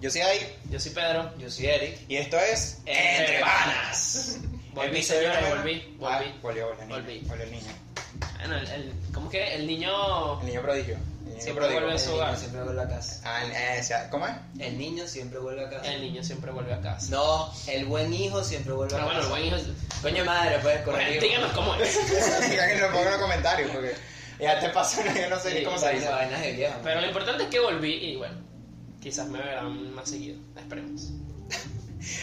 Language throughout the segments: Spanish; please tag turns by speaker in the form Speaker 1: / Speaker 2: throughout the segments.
Speaker 1: Yo soy David
Speaker 2: Yo soy Pedro.
Speaker 3: Yo soy Eric.
Speaker 1: y esto es
Speaker 2: Entre
Speaker 1: Panas.
Speaker 2: Volví,
Speaker 1: Episodio
Speaker 2: señora,
Speaker 1: número-
Speaker 2: volví, volví.
Speaker 1: Ah, volvió, volvió, el niño,
Speaker 2: Volví.
Speaker 1: volvió el niño.
Speaker 2: Bueno, el, el- ¿cómo que el niño?
Speaker 1: El niño prodigio. El niño
Speaker 2: Siempre
Speaker 1: prodigio.
Speaker 2: vuelve a
Speaker 3: El
Speaker 2: su
Speaker 3: niño
Speaker 2: hogar.
Speaker 3: siempre vuelve a casa.
Speaker 1: Ah, el- eh, o sea, ¿Cómo es?
Speaker 3: El niño siempre vuelve a casa.
Speaker 2: El niño siempre vuelve a casa.
Speaker 3: No, el buen hijo siempre vuelve
Speaker 2: Pero Ah,
Speaker 3: a
Speaker 2: bueno, el
Speaker 3: casa.
Speaker 2: buen hijo.
Speaker 3: Coño madre, puedes corregir.
Speaker 2: Bueno, díganos cómo es.
Speaker 1: Diga que lo pongan en los comentarios porque ya te pasó, yo no sé ni cómo se dice.
Speaker 3: vainas de viejo.
Speaker 2: Pero lo importante es que volví y bueno, quizás me verán más seguido. Esperemos.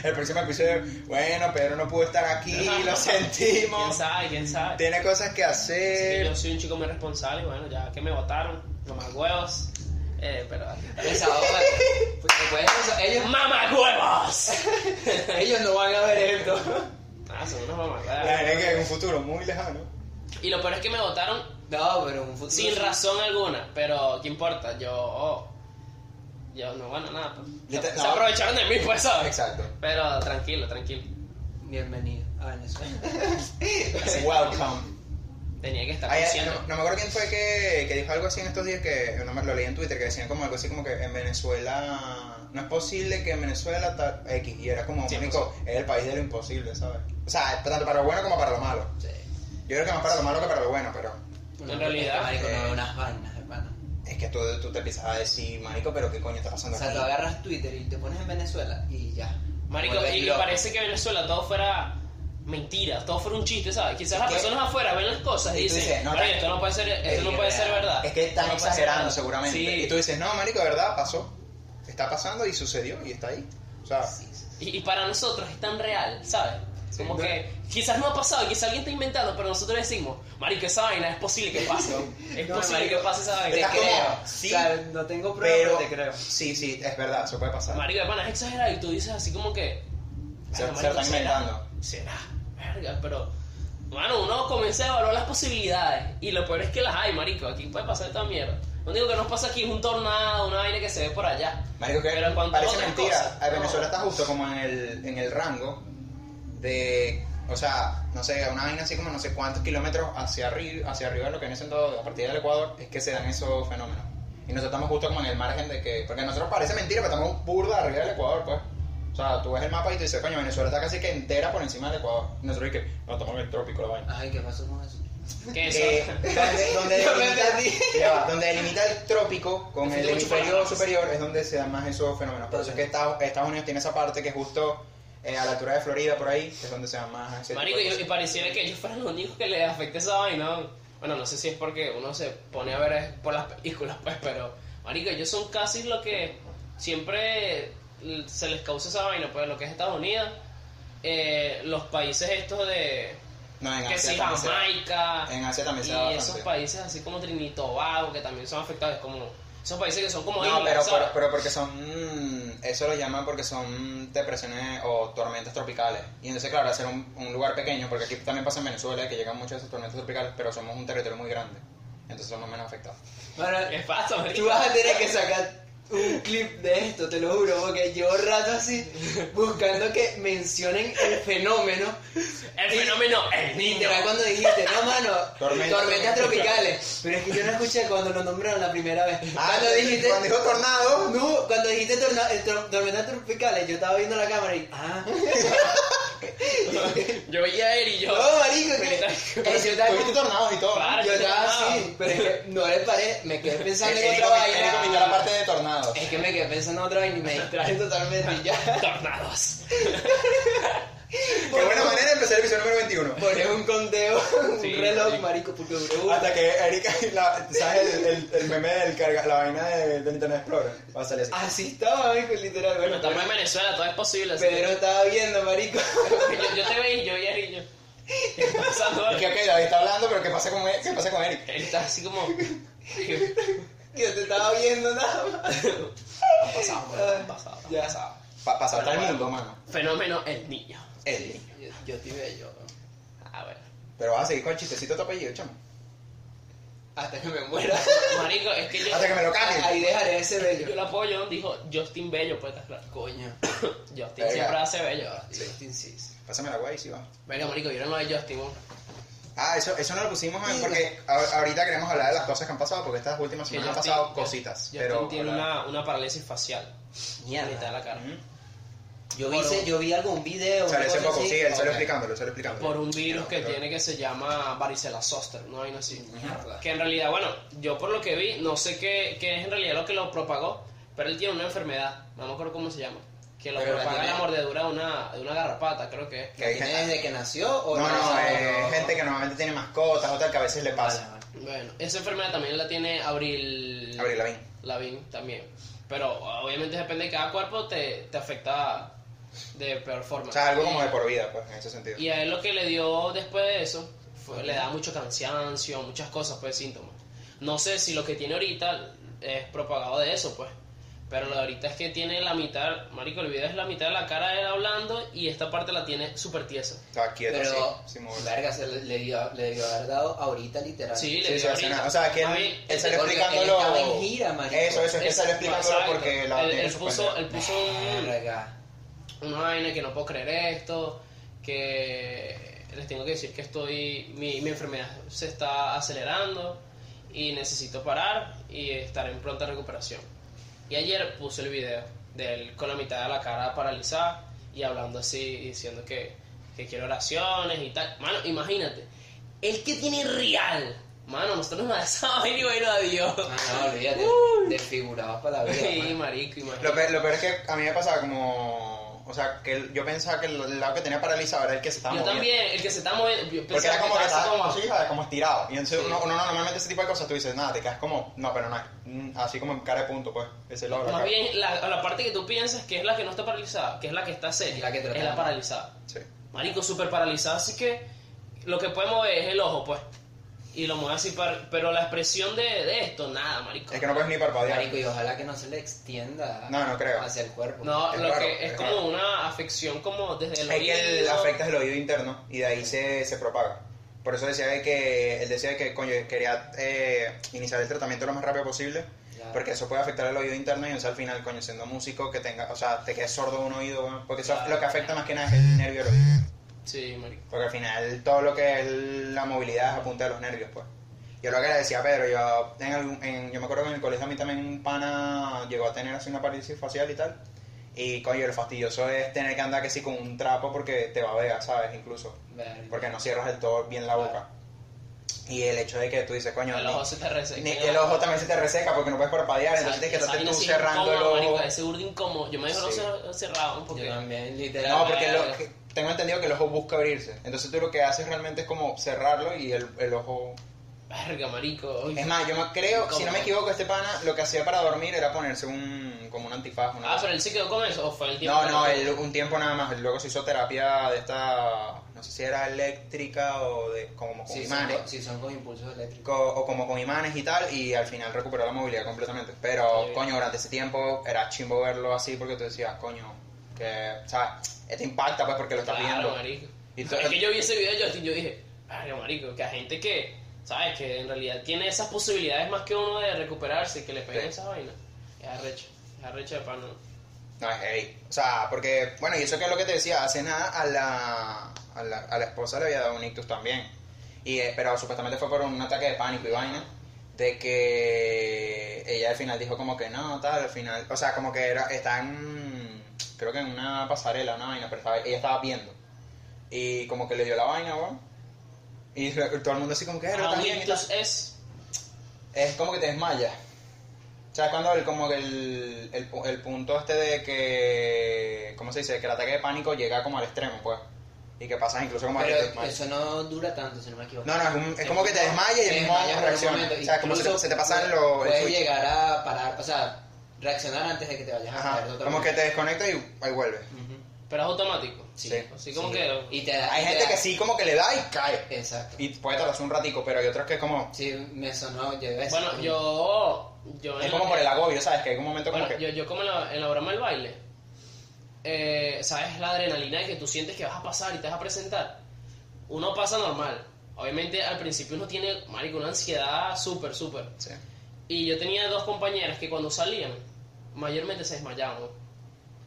Speaker 1: El próximo episodio, bueno, Pedro no pudo estar aquí, lo
Speaker 2: ¿Quién
Speaker 1: sentimos.
Speaker 2: sabe? ¿Quién sabe?
Speaker 1: Tiene cosas que
Speaker 2: Así que
Speaker 1: hacer.
Speaker 2: yo soy un chico muy responsable y bueno, ya que me votaron, nomás huevos. Eh, pero.
Speaker 3: Desahógate. Porque puedes eso, ellos,
Speaker 2: ¡Mamá huevos!
Speaker 3: ellos no van a ver esto.
Speaker 2: Ah, son unos
Speaker 1: La
Speaker 2: mamacuevos.
Speaker 1: verdad es que en un futuro muy lejano.
Speaker 2: Y lo peor es que me votaron
Speaker 3: No, pero en un futuro.
Speaker 2: Sin razón alguna, pero ¿qué importa? Yo. oh, yo no, bueno, nada. pues. Se-
Speaker 1: Literal,
Speaker 2: se,
Speaker 1: no.
Speaker 2: aprovecharon de mí, pues, ¿sabes?
Speaker 1: Exacto.
Speaker 2: Pero tranquilo, tranquilo.
Speaker 3: Bienvenido a Venezuela.
Speaker 1: Welcome.
Speaker 2: Tenía que estar
Speaker 1: Ay,
Speaker 2: consciente.
Speaker 1: no, no me acuerdo quién fue que, que dijo algo así en estos días que eh, no me- lo leí en Twitter que decían como algo así como que en Venezuela no es posible que en Venezuela tal X y era como
Speaker 2: Sí,
Speaker 1: único es el país de lo imposible ¿sabes? o sea tanto para lo bueno como para lo malo
Speaker 3: Sí.
Speaker 1: yo creo que más para lo malo que para lo bueno pero
Speaker 2: En realidad,
Speaker 3: Marico, no
Speaker 1: eh,
Speaker 3: ve unas vainas, hermano.
Speaker 1: es que tú, tú te empiezas a decir marico pero qué coño está pasando
Speaker 3: O sea,
Speaker 1: aquí
Speaker 3: tú agarras Twitter y te pones en Venezuela y ya.
Speaker 2: Marico,
Speaker 3: Vuelves
Speaker 2: y, y
Speaker 3: loco.
Speaker 2: parece que Venezuela todo fuera mentira, todo fuera un chiste, ¿sabes? Quizás las
Speaker 1: que-
Speaker 2: personas afuera ven las cosas y
Speaker 1: Y tú
Speaker 2: dicen,
Speaker 1: dices, no,
Speaker 2: "Marico,
Speaker 1: tan-
Speaker 2: esto no puede ser, esto no puede ser verdad.
Speaker 1: es que están
Speaker 2: No puede ser
Speaker 1: exagerando
Speaker 2: verdad.
Speaker 1: seguramente
Speaker 2: Sí.
Speaker 1: y tú dices no marico de verdad pasó está pasando y sucedió y está ahí o sea
Speaker 3: Sí, sí.
Speaker 2: Y, y para nosotros es tan real, ¿sabes?
Speaker 1: Sí,
Speaker 2: Como
Speaker 1: pero-
Speaker 2: que quizás no ha pasado, quizás alguien está inventando, pero nosotros decimos, Marico, esa vaina es posible que pase. Es
Speaker 3: No,
Speaker 2: posible
Speaker 3: marico,
Speaker 2: que pase esa
Speaker 1: Te
Speaker 2: vaina.
Speaker 3: Te
Speaker 1: estás como-
Speaker 3: creo.
Speaker 1: sí,
Speaker 3: o sea, no tengo pruebas,
Speaker 1: pero
Speaker 3: pero te creo.
Speaker 1: sí sí es verdad eso puede pasar
Speaker 2: Marico, de pana, es exagerado y tú dices así como que.
Speaker 1: Se- se
Speaker 2: "Verga,
Speaker 1: lo
Speaker 2: marico,
Speaker 1: están
Speaker 2: ¿será?
Speaker 1: inventando.
Speaker 2: Será, verga, pero. Mano, uno comienza a evaluar las posibilidades. Y lo peor es que las hay, marico. Aquí puede pasar toda mierda. Lo único que nos pasa aquí es un tornado, una vaina que se ve por allá.
Speaker 1: Marico, que
Speaker 2: Pero en cuanto a
Speaker 1: parece
Speaker 2: otras
Speaker 1: mentira.
Speaker 2: cosas,
Speaker 1: A
Speaker 2: no.
Speaker 1: Venezuela está justo como en el, en el rango de, o sea, no sé, una vaina así como no sé cuántos kilómetros hacia arriba, hacia arriba, lo que viene siendo a partir del Ecuador, es que se dan esos fenómenos. Y nosotros estamos justo como en el margen de que, porque a nosotros parece mentira, pero estamos burda arriba del Ecuador, pues. O sea, tú ves el mapa y tú dices, coño, Venezuela está casi que entera por encima del Ecuador. Y nosotros que, no, estamos en el trópico la vaina.
Speaker 3: Ay, ¿qué pasó con eso?
Speaker 2: Que eso.
Speaker 1: Eh, donde, donde
Speaker 3: Yo me
Speaker 1: delimita,
Speaker 3: perdí.
Speaker 1: ya va, donde delimita el trópico con
Speaker 2: Fui
Speaker 1: el
Speaker 2: mucho para
Speaker 1: hemisferio
Speaker 2: atrás.
Speaker 1: superior es donde se dan más esos fenómenos. Por eso es que Estados, Estados Unidos tiene esa parte que es justo eh, a la altura de Florida, por ahí, es donde se dan más ese tipo
Speaker 2: Marico,
Speaker 1: de
Speaker 2: y, y
Speaker 1: cosas.
Speaker 2: pareciera que ellos fueran los únicos que les afecta esa vaina. Bueno, no sé si es porque uno se pone a ver es por las películas, pues, pero, marico, ellos son casi lo que siempre l- se les causa esa vaina, pues, lo que es Estados Unidos, eh, los países estos de,
Speaker 1: No, en
Speaker 2: que
Speaker 1: Asia,
Speaker 2: si
Speaker 1: también se-
Speaker 2: Jamaica,
Speaker 1: en Asia también
Speaker 2: y
Speaker 1: se da
Speaker 2: esos
Speaker 1: bastante.
Speaker 2: países así como Trinidad y Tobago, que también son afectados, como, esos países que son como
Speaker 1: No,
Speaker 2: islas,
Speaker 1: pero,
Speaker 2: ¿sabes?
Speaker 1: pero, pero porque son. mm, Eso lo llaman porque son depresiones o tormentas tropicales. Y entonces, claro, hacer un, un lugar pequeño, porque aquí también pasa en Venezuela que llegan muchas de esas tormentas tropicales, pero somos un territorio muy grande. Entonces somos menos afectados.
Speaker 3: Bueno,
Speaker 2: ¿Qué pasa, marico?
Speaker 3: tú vas a tener que sacar un clip de esto, te lo juro, porque llevo rato así buscando que mencionen el fenómeno.
Speaker 2: El fenómeno, el niño.
Speaker 3: Literal, cuando dijiste, no, mano,
Speaker 1: Tormenta.
Speaker 3: tormentas tropicales. Pero es que yo no escuché cuando lo nombraron la primera vez. cuando dijiste,
Speaker 1: Ah, Cuando dijo tornado.
Speaker 3: no, cuando dijiste torna- eh, tor- tormentas tropicales, yo estaba viendo la cámara y, ah,
Speaker 2: Yo veía a él y yo...
Speaker 3: no, marico, que-
Speaker 1: Pero
Speaker 3: eh,
Speaker 1: si
Speaker 3: yo estaba
Speaker 1: tuviste tornados y todo.
Speaker 2: Claro.
Speaker 3: Yo estaba así,
Speaker 2: Tornado.
Speaker 3: pero es que no le paré, me quedé pensando en
Speaker 1: Eric
Speaker 3: otra
Speaker 1: comi- Eric
Speaker 3: vaina.
Speaker 1: comió la parte de tornados.
Speaker 3: Es que me quedé pensando en otra vaina y me distraje totalmente y ya.
Speaker 2: Tornados.
Speaker 1: Qué buena manera de empezar el episodio número 21.
Speaker 3: Poné un conteo, un
Speaker 2: Sí,
Speaker 3: reloj,
Speaker 2: sí.
Speaker 3: marico, porque duró uno.
Speaker 1: Hasta que Eric, la- ¿sabes el, el, el meme del carga, la vaina de, del Internet Explorer? Va a salir así.
Speaker 3: Así estaba, marico, literal.
Speaker 2: Bueno,
Speaker 3: Bueno,
Speaker 2: estamos en Venezuela, todo es posible. así que-
Speaker 3: Pedro estaba viendo, marico.
Speaker 2: yo, yo te veía y yo veía a Eric, yo. ¿Qué está pasando?
Speaker 1: Es que, ok, David está hablando, pero ¿qué pasa con, E- qué pasa con Eric?
Speaker 2: Él está así como.
Speaker 3: Yo te estaba viendo nada más.
Speaker 2: Han pasado, bro, han pasado, han
Speaker 3: Ya.
Speaker 2: pasado.
Speaker 1: Pa pasar
Speaker 2: Bueno,
Speaker 1: todo el
Speaker 2: bueno.
Speaker 1: mundo, mano.
Speaker 2: Fenómeno el niño.
Speaker 1: Eric.
Speaker 3: Yo, yo te bello.
Speaker 2: A ver.
Speaker 1: Pero vas a seguir con el chistecito de tu apellido, chamo.
Speaker 3: Hasta que me muera.
Speaker 2: Marico, es que yo,
Speaker 1: Hasta que me lo cambien.
Speaker 3: Ahí dejaré ese
Speaker 2: yo
Speaker 3: bello.
Speaker 2: lo apoyo, dijo Justin Bello, pues está claro.
Speaker 3: Coño.
Speaker 2: Justin
Speaker 1: Verga.
Speaker 2: siempre hace Bello.
Speaker 3: Justin Cis.
Speaker 1: Pásame la guay y si va.
Speaker 2: Venga, Marico, yo no lo de Justin. ¿no?
Speaker 1: Ah, eso, eso no lo pusimos en-
Speaker 3: Y
Speaker 1: porque a- ahorita queremos hablar de las cosas que han pasado, porque estas últimas
Speaker 2: Que
Speaker 1: semanas han
Speaker 2: Justin-
Speaker 1: pasado
Speaker 2: Justin-
Speaker 1: cositas.
Speaker 2: Justin
Speaker 1: pero
Speaker 2: tiene
Speaker 1: hola.
Speaker 2: una, una parálisis facial.
Speaker 3: Mierda.
Speaker 2: La mitad de la cara.
Speaker 1: Ujú.
Speaker 3: Yo vi, ese- yo vi algún video. una
Speaker 1: Sale ese
Speaker 3: cosa
Speaker 1: poco,
Speaker 3: así.
Speaker 1: sí, él
Speaker 3: Ok.
Speaker 1: sale explicándolo, sale explicándolo.
Speaker 2: Por un virus
Speaker 1: No,
Speaker 2: que
Speaker 1: pero-
Speaker 2: tiene que se llama varicela zoster, no hay así.
Speaker 3: Mierda.
Speaker 2: Que en realidad, bueno, yo por lo que vi, no sé qué, qué es en realidad lo que lo propagó, pero él tiene una enfermedad, no me acuerdo cómo se llama, que lo
Speaker 3: Pero la
Speaker 2: propaga
Speaker 3: tiene-
Speaker 2: la mordedura de una, de una garrapata, creo que es.
Speaker 1: Que hay
Speaker 3: ¿Tiene
Speaker 1: gente-
Speaker 3: desde que nació? O
Speaker 1: No, no,
Speaker 3: sabe?
Speaker 1: eh,
Speaker 3: No.
Speaker 1: gente que normalmente tiene mascotas o tal, que a veces le
Speaker 3: Vale,
Speaker 1: pasa.
Speaker 3: vale.
Speaker 2: Bueno, esa enfermedad también la tiene Abril
Speaker 1: Abril Lavín.
Speaker 2: Lavín también. Pero obviamente depende de cada cuerpo, te, te afecta de peor forma.
Speaker 1: O sea, algo como
Speaker 2: Y-
Speaker 1: de por vida, pues, en ese sentido.
Speaker 2: Y a él lo que le dio después de eso, fue- le da mucho cansancio, muchas cosas, pues síntomas. No sé si lo que tiene ahorita es propagado de eso, pues. Pero lo de ahorita es que tiene la mitad, Marico, el video es la mitad de la cara de él hablando y esta parte la tiene súper tiesa.
Speaker 1: Estaba quieto
Speaker 3: Pero,
Speaker 1: así, sin moverse.
Speaker 3: verga, se le, le dio- le debió haber dado ahorita, literal.
Speaker 2: Sí, le
Speaker 1: Sí,
Speaker 2: dio
Speaker 1: se hace
Speaker 2: ahorita.
Speaker 1: nada. O sea, que
Speaker 2: Más
Speaker 1: él,
Speaker 2: bien,
Speaker 1: él sale
Speaker 3: porque él
Speaker 1: explicándolo.
Speaker 3: estaba en gira, marico.
Speaker 1: Eso, eso, es que él sale
Speaker 2: exacto,
Speaker 1: explicándolo
Speaker 2: exacto.
Speaker 1: porque la
Speaker 2: él,
Speaker 1: tiene
Speaker 2: él puso,
Speaker 1: suspendida.
Speaker 2: él puso un-
Speaker 3: Verga.
Speaker 2: una vaina que no puedo creer esto, que les tengo que decir que estoy, mi, mi enfermedad se está acelerando y necesito parar y estar en pronta recuperación. Y ayer puse el video de él con la mitad de la cara paralizada y hablando así, y diciendo que, que quiero oraciones y tal. Mano, imagínate, el que tiene real, mano, nosotros nos desábamos y bueno, adiós.
Speaker 3: Ah, no, olvídate. Desfigurado para la vida.
Speaker 2: Y
Speaker 3: man.
Speaker 2: marico, imagínate.
Speaker 1: Lo peor, lo peor es que a mí me pasaba como. O sea, que él- yo pensaba que el, el lado que tenía paralizado era el que se estaba
Speaker 2: Yo
Speaker 1: moviendo.
Speaker 2: también, el que se está moviendo, yo
Speaker 1: Porque
Speaker 2: pensaba
Speaker 1: era como que
Speaker 2: estaba
Speaker 1: estaba
Speaker 2: así
Speaker 1: como, así, ¿sabes? como estirado. Y entonces
Speaker 2: Sí.
Speaker 1: uno, uno normalmente ese tipo de cosas tú dices, nada, te quedas como, no, pero no, mm, así como en cara de punto, pues. Ese lado de la
Speaker 2: Más
Speaker 1: cara.
Speaker 2: bien, la, la parte que tú piensas que es la que no está paralizada, que es la que está seria,
Speaker 3: La que tratan.
Speaker 2: es la paralizada.
Speaker 1: Sí.
Speaker 2: Marico, súper paralizada, así que lo que puede mover es el ojo, pues. Y lo mueve así, par- pero la expresión de, de esto, nada, marico.
Speaker 1: Es que no puedes ni parpadear.
Speaker 3: Marico, y ojalá que no se le extienda
Speaker 1: No, no creo.
Speaker 3: hacia el cuerpo.
Speaker 2: No,
Speaker 1: es
Speaker 2: lo
Speaker 1: raro,
Speaker 2: que es,
Speaker 1: es
Speaker 2: como
Speaker 1: raro.
Speaker 2: una afección como desde el
Speaker 1: Es que el,
Speaker 2: oído.
Speaker 1: afecta el oído interno y de ahí se, se propaga. Por eso decía de que él decía de que coño, quería eh, iniciar el tratamiento lo más rápido posible,
Speaker 3: Ya.
Speaker 1: porque eso puede afectar el oído interno y entonces al final, coño, siendo músico, que tenga, o sea, te quedes sordo de un oído, weón, porque eso es lo que afecta más que nada es el nervio del oído.
Speaker 2: Sí, marico.
Speaker 1: Porque al final todo lo que es la movilidad es a punta de los nervios, pues. Yo lo que le decía a Pedro, yo, en algún- en- yo me acuerdo que en el colegio a mí también un pana llegó a tener así una parálisis facial y tal. Y coño, lo fastidioso es tener que andar que sí con un trapo porque te va a ver, ¿sabes? Incluso.
Speaker 3: Verga.
Speaker 1: Porque no cierras del todo bien la boca. Y el hecho de que tú dices, coño,
Speaker 2: El
Speaker 1: ni-
Speaker 2: ojo se te reseca.
Speaker 1: ni- el ojo también se te reseca porque no puedes parpadear, entonces tienes que
Speaker 2: Esa
Speaker 1: estarte
Speaker 2: vaina
Speaker 1: tú
Speaker 2: sí es
Speaker 1: cerrando el
Speaker 2: incómoda,
Speaker 1: ojo.
Speaker 2: marico, Ese burdo incómodo. Yo me dejo
Speaker 1: Sí.
Speaker 2: los ojos cerrados un
Speaker 3: Yo
Speaker 2: poquito.
Speaker 3: también, literal.
Speaker 1: No, porque lo,
Speaker 2: verga.
Speaker 1: que- tengo entendido que el ojo busca abrirse. Entonces tú lo que haces realmente es como cerrarlo y el, el ojo...
Speaker 2: Verga, marico. Uy.
Speaker 1: Es más, yo me creo, si no
Speaker 2: Incómodo.
Speaker 1: me equivoco, este pana lo que hacía para dormir era ponerse un, como un antifaz. una
Speaker 2: Ah,
Speaker 1: cosa.
Speaker 2: pero él se quedó con eso. ¿O fue el tiempo?
Speaker 1: no, no,
Speaker 2: que-
Speaker 1: él un tiempo nada más. él Luego se hizo terapia de esta, no sé si era eléctrica o de como con
Speaker 3: Si son,
Speaker 1: imanes.
Speaker 3: con- si son con impulsos eléctricos.
Speaker 1: co- o como con imanes y tal, y al final recuperó la movilidad completamente. Pero,
Speaker 2: Sí.
Speaker 1: coño, durante ese tiempo era chimbo verlo así porque tú decías, coño, que, o sea, te impacta pues porque lo estás
Speaker 2: Claro,
Speaker 1: viendo.
Speaker 2: marico.
Speaker 1: Y tú-
Speaker 2: es que yo vi ese video de Justin y yo dije, verga, marico, que a gente que, ¿sabes? Que en realidad tiene esas posibilidades más que uno de recuperarse y que le peguen
Speaker 1: Sí.
Speaker 2: esas vainas. Es arrecho, es arrecho de pana.
Speaker 1: No, es heavy. O sea, porque, bueno, y eso que es lo que te decía, hace nada a la, a la, a la esposa le había dado un ictus también. Y, eh, pero supuestamente fue por un ataque de pánico y vaina. De que ella al final dijo como que no, tal, al final. O sea, como que era, está en, creo que en una pasarela, una vaina, pero estaba- ella estaba viendo. Y como que le dio la vaina, weón. Y re- todo el mundo así como que, "Pero
Speaker 2: Ah, un
Speaker 1: también", y tal.
Speaker 2: ictus es,
Speaker 1: Es como que te desmayas. ¿Sabes cuando el, como que el, el, pu- el punto este de que. ¿Cómo se dice? Que el ataque de pánico llega como al extremo, pues. Y que pasas incluso como a que te
Speaker 3: Pero
Speaker 1: desmayas.
Speaker 3: eso no dura tanto, si no me equivoco.
Speaker 1: No, no, es, un- es como que te desmayas y el mismo
Speaker 3: desmayas por un
Speaker 1: reacciona.
Speaker 3: momento,
Speaker 1: O sea, como se,
Speaker 3: incluso
Speaker 1: te- se te pasan los. el
Speaker 3: Puedes
Speaker 1: switch.
Speaker 3: llegar a parar, o sea, reaccionar antes de que te vayas a
Speaker 1: Ajá.
Speaker 3: caer
Speaker 1: Como que te desconectas y ahí vuelves.
Speaker 2: pero es automático.
Speaker 1: Sí.
Speaker 2: Así como que.
Speaker 3: Y te da,
Speaker 1: Hay
Speaker 3: y te
Speaker 1: gente
Speaker 3: da-
Speaker 1: que sí, como que le da y cae.
Speaker 3: Exacto.
Speaker 1: Y puede tardarse un ratico, pero hay otros que es como.
Speaker 3: Sí, me sonó, yo iba a
Speaker 2: Bueno,
Speaker 3: decir-
Speaker 2: yo. yo en
Speaker 1: Es
Speaker 2: la-
Speaker 1: como por el agobio, ¿sabes? Que hay un momento como
Speaker 2: Bueno, yo,
Speaker 1: que.
Speaker 2: yo como en la, en la broma del baile, eh, ¿sabes? La adrenalina que tú sientes que vas a pasar y te vas a presentar. Uno pasa normal. Obviamente al principio uno tiene, marico, una ansiedad súper, súper.
Speaker 1: Sí.
Speaker 2: Y yo tenía dos compañeras que cuando salían, mayormente se desmayaban.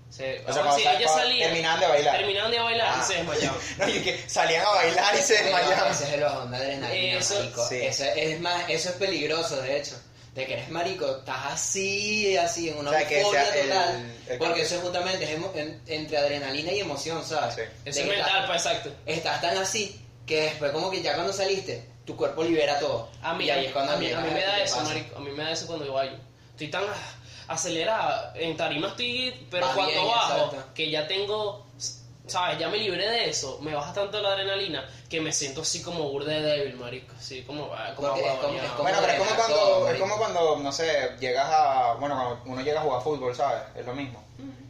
Speaker 2: Se,
Speaker 1: O sea,
Speaker 2: vamos a
Speaker 1: cuando
Speaker 2: decir,
Speaker 1: sal-
Speaker 2: ella
Speaker 1: cuando
Speaker 2: salía.
Speaker 1: terminaban de bailar.
Speaker 2: Terminaban de bailar
Speaker 1: Ah.
Speaker 2: y se desmayaban.
Speaker 1: No, y que salían a bailar y se
Speaker 3: Pero
Speaker 1: desmayaban.
Speaker 3: Ese es el bajón de adrenalina,
Speaker 2: Eso-
Speaker 3: marico.
Speaker 1: sí.
Speaker 3: Eso es más, eso es peligroso, de hecho. De que eres marico, estás así, así, en una
Speaker 1: O sea, que
Speaker 3: euforia
Speaker 1: sea el-
Speaker 3: total.
Speaker 1: el-
Speaker 3: porque eso es justamente es emo- en- entre adrenalina y emoción, ¿sabes?
Speaker 1: Sí.
Speaker 3: De
Speaker 2: Eso es
Speaker 3: que
Speaker 2: mental,
Speaker 3: estás-
Speaker 2: pues, exacto.
Speaker 3: Estás tan así que después como que ya cuando saliste, tu cuerpo libera todo.
Speaker 2: A mí,
Speaker 3: Y ahí es cuando
Speaker 2: a mí, a
Speaker 3: llegas
Speaker 2: mí me
Speaker 3: lo
Speaker 2: da
Speaker 3: que te
Speaker 2: eso,
Speaker 3: pasa.
Speaker 2: marico. A mí me da eso cuando yo bailo. Estoy tan ah, acelerada. En tarima estoy, pero
Speaker 3: Va
Speaker 2: cuando
Speaker 3: bien,
Speaker 2: bajo,
Speaker 3: exacto.
Speaker 2: que ya tengo... ¿Sabes? Ya me libré de eso. Me baja tanto la adrenalina que me siento así como burde débil, marico. Así como... ah, como
Speaker 3: Porque es
Speaker 2: agua
Speaker 3: como-
Speaker 2: bañada.
Speaker 3: es como-
Speaker 1: Bueno, pero es como
Speaker 3: Todo,
Speaker 1: cuando, es
Speaker 3: marico.
Speaker 1: como cuando, no sé, llegas a, bueno, cuando uno llega a jugar fútbol, ¿sabes? Es lo mismo.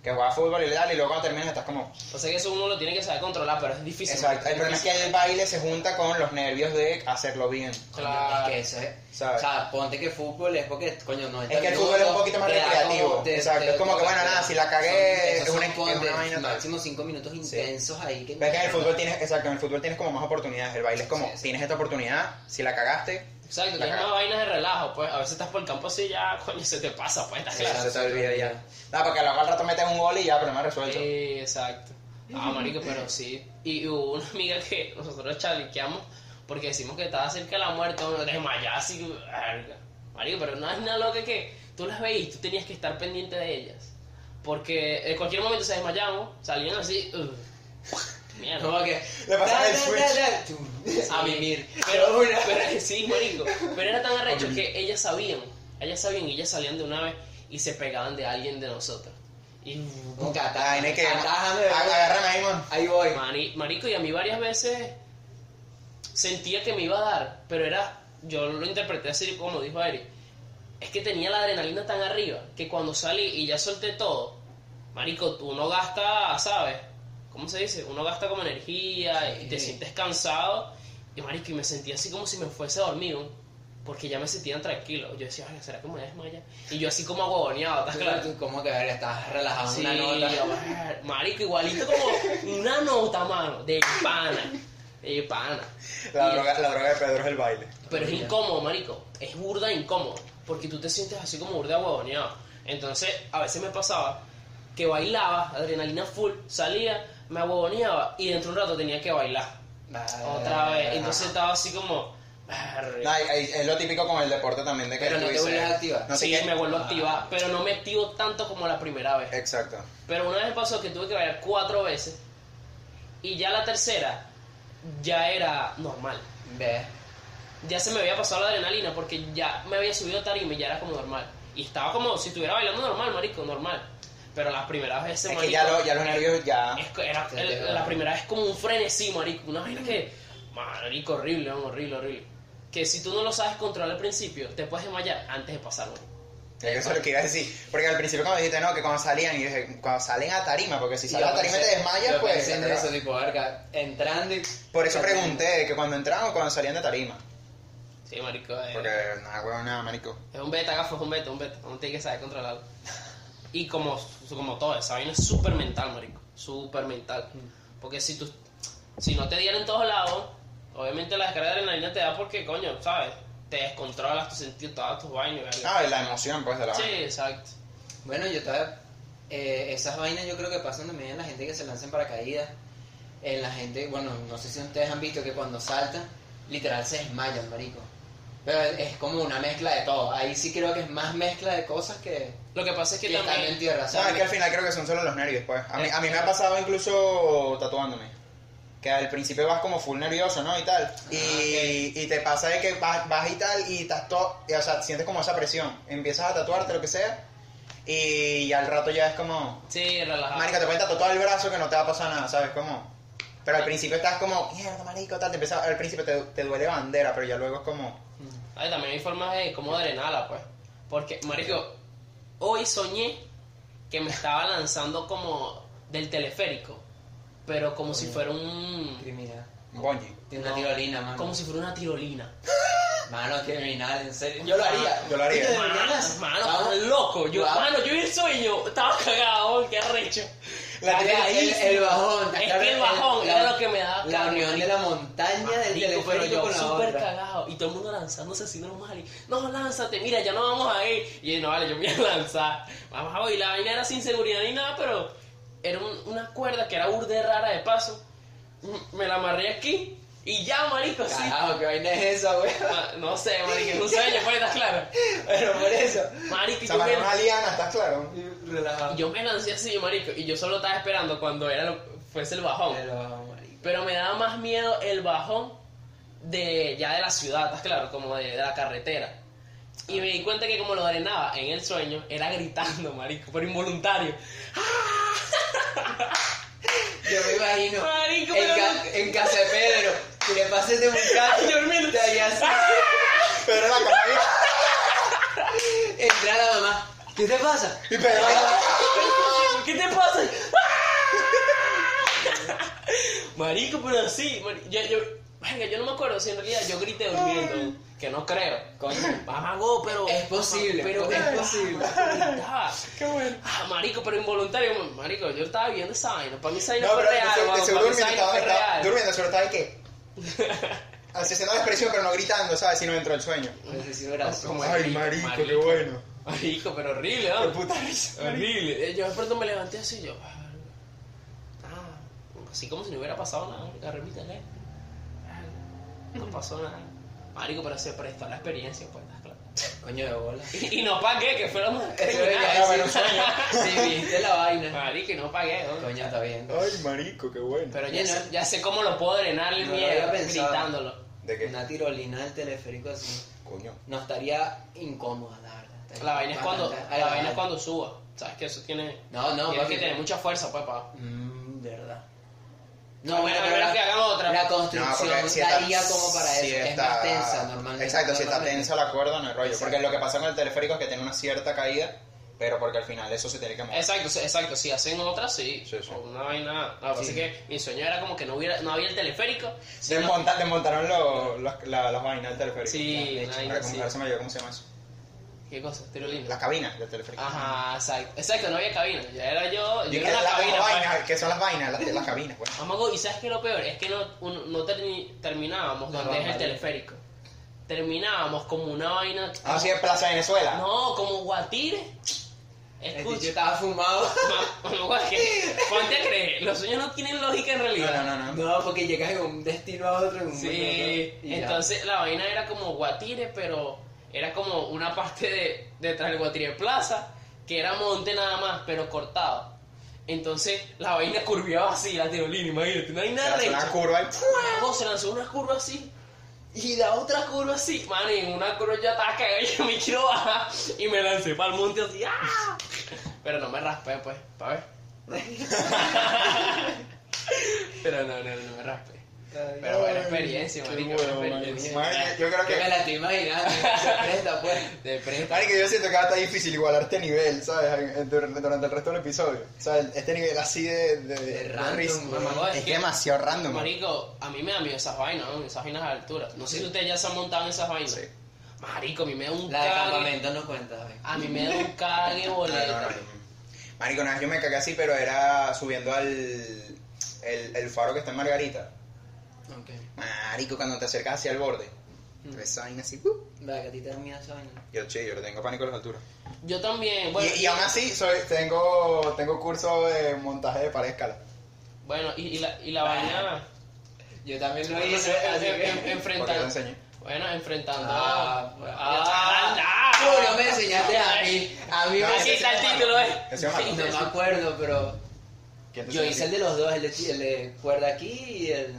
Speaker 1: Que juegas fútbol y tal, y luego cuando terminas estás como...
Speaker 2: O sea que eso uno lo tiene que saber controlar, pero es difícil.
Speaker 1: Exacto. El problema es que el baile se junta con los nervios de hacerlo bien.
Speaker 3: Coño,
Speaker 2: Claro.
Speaker 3: Es que eso es.
Speaker 1: ¿Sabes?
Speaker 3: O sea, ponte que fútbol es porque, coño, no
Speaker 1: Es que el fútbol es un poquito más recreativo. Exacto. Es como que, bueno, nada, si la cagué, es una- es una vaina tal.
Speaker 3: Máximo 5 minutos intensos ahí. Que
Speaker 1: Ves que en el fútbol tienes, exacto, en el fútbol tienes como más oportunidades. El baile es como,
Speaker 3: Sí, sí.
Speaker 1: tienes esta oportunidad, si la cagaste,
Speaker 2: Exacto,
Speaker 1: La
Speaker 2: que es
Speaker 1: caga.
Speaker 2: una vaina de relajo, pues. A veces estás por el campo así ya, coño, se te pasa, pues. Estás
Speaker 1: sí,
Speaker 3: Claro,
Speaker 1: se te
Speaker 3: sí,
Speaker 1: olvida
Speaker 3: sí.
Speaker 1: ya. Nada, porque luego al rato metes un gol y ya, pero me resuelto.
Speaker 2: Sí, exacto. Ah, marico, pero sí. Y hubo una amiga que nosotros chaliqueamos porque decimos que estaba cerca de la muerte, uno desmayaba así, verga. Marico, pero no es nada loca que tú las veías, tú tenías que estar pendiente de ellas. Porque en cualquier momento se desmayaban, salían así, uh, mierda.
Speaker 3: Como que.
Speaker 1: Le pasas
Speaker 3: da,
Speaker 1: el
Speaker 3: da,
Speaker 1: switch.
Speaker 3: da, da, tum,
Speaker 2: A
Speaker 3: eh,
Speaker 2: vivir. Pero, pero es que sí, marico. Pero era tan arrecho que ellas sabían, ellas sabían y ellas salían de una vez y se pegaban de alguien de nosotros. Y
Speaker 3: Un
Speaker 1: Ay, no
Speaker 3: catájame.
Speaker 1: hay que...
Speaker 3: Atájame,
Speaker 1: Ag- Agárrame ahí, man.
Speaker 3: Ahí voy.
Speaker 2: Mari- marico, y a mí varias veces sentía que me iba a dar, pero era, yo lo interpreté así como dijo Eric, es que tenía la adrenalina tan arriba que cuando salí y ya solté todo, marico, tú no gastas, ¿sabes? ¿Cómo se dice? Uno gasta como energía y te
Speaker 3: Sí.
Speaker 2: sientes cansado. Y marico, y me sentía así como si me fuese dormido, porque ya me sentían tranquilo. Yo decía, "Ay, ¿será que me voy a desmayar?" Y yo así como agogoneado, ¿estás
Speaker 3: Tú-
Speaker 2: claro?
Speaker 3: tú Como que a ver, estás relajado en
Speaker 2: Sí,
Speaker 3: una nota.
Speaker 2: yo, "Ah, marico, igualito como una nota, mano, de pana, de pana.
Speaker 1: La
Speaker 2: Y-
Speaker 1: droga, la droga de Pedro es el baile.
Speaker 2: pero es incómodo, marico, es burda incómodo, porque tú te sientes así como burda huevoneado. Entonces, a veces me pasaba que bailaba, adrenalina full, salía, me huevoneaba y dentro de un rato tenía que bailar otra vez. Entonces estaba así como... "Ah, verga.
Speaker 1: Ah. No, y- y- es lo típico con el deporte también de que
Speaker 3: Pero no
Speaker 1: tú
Speaker 3: te
Speaker 1: dices-
Speaker 3: vuelves a activar.
Speaker 1: No Ah. sé
Speaker 2: sí,
Speaker 1: qué-
Speaker 2: me vuelvo a activar, pero no me activo tanto como la primera vez.
Speaker 1: Exacto.
Speaker 2: Pero una vez pasó que tuve que bailar cuatro veces y ya la tercera ya era normal.
Speaker 3: Ve.
Speaker 2: Ya se me había pasado la adrenalina porque ya me había subido a tarima y ya era como normal. Y estaba como si estuviera bailando normal, marico, normal. Pero las primeras veces,
Speaker 1: Es
Speaker 2: marico,
Speaker 1: que ya, lo- ya los nervios ya...
Speaker 2: es co- era-
Speaker 3: Se te
Speaker 2: el-
Speaker 3: va.
Speaker 2: la primera vez como un frenesí, marico. Una vaina que... Marico, horrible, man, horrible, horrible. Que si tú no lo sabes controlar al principio, te puedes desmayar antes de pasarlo.
Speaker 1: Eso es lo que iba a decir. Porque al principio cuando dijiste, no, que cuando salían, y dije, cuando salen a tarima, porque si
Speaker 3: Y
Speaker 1: salen
Speaker 3: yo
Speaker 1: a tarima y te
Speaker 3: pensé-
Speaker 1: desmayas,
Speaker 3: yo
Speaker 1: pues...
Speaker 3: pensé en
Speaker 1: te va.
Speaker 3: eso, tipo, verga, entrando y...
Speaker 1: Por eso pregunté, que cuando entraban o cuando salían de tarima.
Speaker 2: Sí, marico. eh,
Speaker 1: Porque, nada, huevón, nada, marico.
Speaker 2: Es un beta, gafo, es un beta, un beta. Uno tiene que saber controlarlo. Y como, como todo, esa vaina es súper mental, marico. Súper mental. Porque si tú... Si no te dieran en todos lados, obviamente la descarga de adrenalina te da porque, coño, ¿sabes? Te descontrolas tu sentido, todas tus vainas. verga.
Speaker 1: Ah, y la emoción, pues, de la...
Speaker 2: Sí, exacto.
Speaker 3: Bueno, yo estaba... eh, esas vainas yo creo que pasan también en la gente que se lanza en paracaídas. En la gente, bueno, no sé si ustedes han visto que cuando saltan, literal se desmayan, marico. Pero es como una mezcla de todo. Ahí sí creo que es más mezcla de cosas que,
Speaker 2: Lo que pasa es que
Speaker 3: que están en
Speaker 2: también... Ah,
Speaker 3: tierra,
Speaker 1: No,
Speaker 3: ¿sabes?
Speaker 1: es que al final creo que son solo los nervios, pues. A mí, a mí me ha pasado incluso tatuándome. Que al principio vas como full nervioso, ¿no? Y tal. Y, y te pasa de que vas, vas y tal y estás todo... y, o sea, sientes como esa presión. Empiezas a tatuarte, lo que sea. Y, al rato ya es como...
Speaker 2: Sí, relajado.
Speaker 1: Marico, te pueden tatuar todo el brazo que no te va a pasar nada, ¿sabes cómo? Pero al principio estás como... Mierda, marico, tal. Te empieza, al principio te, te duele bandera, pero ya luego es como...
Speaker 2: Ay, también hay formas de cómo drenarla, pues. Porque, marico, hoy soñé que me estaba lanzando como del teleférico. Pero como si fuera un...
Speaker 3: Criminal.
Speaker 1: Bonji.
Speaker 3: Tiene una
Speaker 2: No,
Speaker 3: tirolina, mano.
Speaker 2: Como si fuera una tirolina.
Speaker 3: Mano, criminal, en serio. Yo lo haría.
Speaker 1: Yo lo haría.
Speaker 3: Ustedes deberían
Speaker 2: Mano,
Speaker 3: hacer-
Speaker 2: mano,
Speaker 3: Vamos.
Speaker 2: estás loco. Yo,
Speaker 3: Vamos.
Speaker 2: mano, yo vi el sueño. Estaba cagado, qué arrecho.
Speaker 1: La
Speaker 3: El- el,
Speaker 2: Cagadísimo.
Speaker 3: el bajón.
Speaker 2: Es
Speaker 3: claro,
Speaker 2: que el bajón
Speaker 3: el-
Speaker 2: era lo que me daba
Speaker 3: La
Speaker 2: calma,
Speaker 3: unión de
Speaker 2: marico.
Speaker 3: la montaña del
Speaker 2: Marico, pero
Speaker 3: teleférico
Speaker 2: yo
Speaker 3: con la
Speaker 2: súper
Speaker 3: otra.
Speaker 2: cagado. Y todo el mundo lanzándose así normal. Y, no, lánzate, mira, ya no vamos a ir. Y yo, no, vale, yo me voy a lanzar. Vamos a bailar. La vaina era sin seguridad ni nada, pero era un- una cuerda que era urde rara de paso. M- Me la amarré aquí y ya, marico, así.
Speaker 3: Carajo, qué vaina es esa, güey.
Speaker 2: Ma- No sé, marico, es un sueño, pues, ¿estás claro?
Speaker 3: Pero por eso.
Speaker 2: Marico, y
Speaker 1: Se
Speaker 2: yo me,
Speaker 1: amarró una liana, ¿estás claro?
Speaker 3: Relajado.
Speaker 2: yo me lancé así, marico, y yo solo estaba esperando cuando era lo- fuese el bajón.
Speaker 3: Relajado, marico.
Speaker 2: Pero me daba más miedo el bajón de ya de la ciudad, ¿estás claro? Como de, de la carretera. Y me di cuenta que como lo drenaba en el sueño, era gritando, marico, pero involuntario.
Speaker 3: Yo me imagino.
Speaker 2: Marico,
Speaker 3: en,
Speaker 2: pero
Speaker 3: ca-
Speaker 2: no-
Speaker 3: en casa de Pedro, que le pases de un cacho.
Speaker 2: Y durmiendo.
Speaker 3: Te harías.
Speaker 1: Pero la camisa.
Speaker 3: Entra la mamá. ¿Qué te pasa?
Speaker 1: Y pero
Speaker 2: ¿Qué te pasa? Marico, pero así, mari- yo, yo, venga, yo no me acuerdo si en realidad yo grité durmiendo, que no creo. Coño, mamago, pero
Speaker 3: Es posible,
Speaker 2: pero
Speaker 3: es posible.
Speaker 2: Gritaba.
Speaker 1: Qué bueno.
Speaker 2: Ah, marico, pero involuntario, marico, yo estaba viendo esa vaina, para mí esa vaina
Speaker 1: No,
Speaker 2: fue
Speaker 1: pero
Speaker 2: real,
Speaker 1: de- de
Speaker 2: guau,
Speaker 1: seguro
Speaker 2: para mí esa
Speaker 1: durmiendo
Speaker 2: vaina
Speaker 1: estaba,
Speaker 2: fue
Speaker 1: estaba-
Speaker 2: real.
Speaker 1: durmiendo, seguro estaba de qué. Haciendo la expresión, pero no gritando, ¿sabes? Sino dentro del sueño.
Speaker 3: Necesito brazos.
Speaker 2: Como
Speaker 1: Ay,
Speaker 2: marico,
Speaker 1: marico, qué
Speaker 2: marico.
Speaker 1: bueno.
Speaker 2: Marico, pero horrible, ¿no?
Speaker 1: Qué puta risa.
Speaker 2: Horrible. Eh, Yo de pronto me levanté así yo. Ah, así como si no hubiera pasado nada. Agarré mi teléfono. Ah, No pasó nada. Marico, pero se prestó la experiencia, pues, estás claro.
Speaker 3: Coño de bola.
Speaker 2: Y, y no pagué, que fue lo más
Speaker 3: Eso era
Speaker 2: criminal.
Speaker 1: ya, bueno, sueño.
Speaker 3: Si viste la vaina.
Speaker 2: Marico, y no pagué, ¿no?
Speaker 3: Coño, está bien.
Speaker 1: Ay, marico, qué bueno.
Speaker 2: Pero ya,
Speaker 3: Bueno.
Speaker 2: sé, ya sé cómo lo puedo drenar el
Speaker 3: No lo
Speaker 2: miedo
Speaker 3: había pensado.
Speaker 2: gritándolo.
Speaker 1: ¿De qué?
Speaker 3: Una tirolina del teleférico así.
Speaker 1: Coño.
Speaker 3: No estaría incómoda, la verdad. Estaría
Speaker 2: La vaina es cuando,
Speaker 3: bastante-
Speaker 2: la vaina es cuando suba. Sabes que eso tiene,
Speaker 3: No, no,
Speaker 2: tiene
Speaker 3: papi.
Speaker 2: que tener mucha fuerza, pues, papá.
Speaker 3: Mm, de verdad.
Speaker 2: No, bueno, pero que hagan otra.
Speaker 3: La
Speaker 1: No,
Speaker 3: construcción
Speaker 1: porque si está-
Speaker 3: daría como para
Speaker 1: si está-
Speaker 3: eso. Es más tensa normalmente.
Speaker 1: Exacto, si está
Speaker 3: normalmente.
Speaker 1: tensa la cuerda, no hay rollo.
Speaker 3: Exacto.
Speaker 1: Porque lo que pasa con el teleférico es que tiene una cierta caída, pero porque al final eso se tiene que mover.
Speaker 2: Exacto, sí, exacto. Si hacen otra, sí.
Speaker 1: Sí, sí.
Speaker 2: O una vaina. No,
Speaker 3: Sí.
Speaker 2: Así que mi sueño era como que no hubiera, no había el teleférico. sino-
Speaker 1: Desmonta- desmontaron los- los- la- las vainas del teleférico.
Speaker 2: Sí,
Speaker 3: Ya,
Speaker 2: una
Speaker 1: Ahora,
Speaker 2: vaina
Speaker 1: como
Speaker 2: así.
Speaker 1: que ahora se me olvidó cómo se llama eso.
Speaker 2: ¿Qué cosa? Tirolina.
Speaker 1: Las cabinas del teleférico.
Speaker 2: Ajá, exacto. Exacto, no había cabina. Ya era yo.
Speaker 1: Y
Speaker 2: Yo
Speaker 1: que
Speaker 2: era
Speaker 1: la-
Speaker 2: la
Speaker 1: las
Speaker 2: cabina. pues.
Speaker 1: vainas, ¿qué son las vainas? Las, las cabinas, pues.
Speaker 2: Amago, y sabes que lo peor es que no, un- no terni- terminábamos
Speaker 3: No,
Speaker 2: donde es el
Speaker 3: vale.
Speaker 2: teleférico. Terminábamos como una vaina.
Speaker 1: Ah, sí, en Plaza Venezuela.
Speaker 2: No, como guatire.
Speaker 3: El tío
Speaker 2: Escucha.
Speaker 3: estaba fumado.
Speaker 2: Mamá, que- Ponte a creer. Los sueños no tienen lógica en
Speaker 1: no,
Speaker 2: realidad.
Speaker 1: no, no. no.
Speaker 3: No, porque llegas de un destino a otro en un momento
Speaker 2: Sí,
Speaker 3: a otro, y ya.
Speaker 2: entonces la vaina era como Guatire, pero era como una parte de detrás del Guatire Plaza, que era monte nada más, pero cortado. Entonces la vaina curviaba así, la tirolina, imagínate, una
Speaker 1: Se
Speaker 2: vaina
Speaker 1: hace una
Speaker 2: recha.
Speaker 1: curva y
Speaker 2: Luego se lanzó una curva así. Y la otra curva así, man, en una curva yo estaba cagado, yo me quiero bajar y me lancé para el monte así, ¡ah! Pero no me raspé, pues, para ver. pero no, no, no me raspé.
Speaker 3: Ay,
Speaker 2: Pero buena experiencia,
Speaker 1: Qué
Speaker 2: marico,
Speaker 1: bueno,
Speaker 2: buena
Speaker 1: marico.
Speaker 2: experiencia.
Speaker 1: Marico, Yo creo
Speaker 3: que me
Speaker 1: que.
Speaker 3: la estoy imaginando. Sorpresa, pues.
Speaker 2: De presta.
Speaker 1: Marico, yo siento que va a estar difícil igualar este nivel, ¿sabes? En- en- dur- Durante el resto del episodio. O sea, el- este nivel así de. de, de- de
Speaker 3: random,
Speaker 1: risa.
Speaker 2: mamá,
Speaker 1: Es
Speaker 2: es
Speaker 1: que
Speaker 2: que-
Speaker 1: demasiado random.
Speaker 2: Marico, a mí me da miedo esas vainas, ¿no? esas vainas a alturas. No sé si ustedes ya se han montado en esas vainas.
Speaker 1: Sí.
Speaker 2: Marico, a mí me da un
Speaker 3: La de
Speaker 2: cague.
Speaker 3: campamento no cuenta. güey.
Speaker 2: A mí me da un
Speaker 1: No,
Speaker 2: cague
Speaker 1: no, no.
Speaker 2: boleta.
Speaker 1: Marico, una vez yo me cagué así, pero era subiendo al. El, el faro que está en Margarita.
Speaker 3: Ok.
Speaker 1: Marico, cuando te acercas hacia el borde.
Speaker 3: Mm.
Speaker 1: Esa vaina así. uh.
Speaker 3: Vale, que a ti te da miedo esa vaina.
Speaker 1: Yo, che, yo le tengo pánico a las alturas.
Speaker 2: Yo también, bueno.
Speaker 1: y, y aún así, soy- tengo, tengo curso de montaje de pared escala.
Speaker 2: Bueno, y, y la, y la vaina.
Speaker 3: Yo también lo
Speaker 2: en-
Speaker 3: hice. así
Speaker 2: en-
Speaker 3: que-
Speaker 2: en-
Speaker 1: Porque te
Speaker 2: enfrentando.
Speaker 1: enseñé.
Speaker 2: Bueno, enfrentando.
Speaker 3: Ah, pues,
Speaker 2: ah, ah,
Speaker 3: Tú no me enseñaste a mí. A mí
Speaker 1: No,
Speaker 3: me
Speaker 2: Aquí está el título, eh.
Speaker 1: Ese Ah, es malo.
Speaker 3: No me acuerdo, pero
Speaker 1: ¿Quién te enseñó
Speaker 3: yo
Speaker 1: a ti?
Speaker 3: hice el de los dos, el de, el de cuerda aquí y el...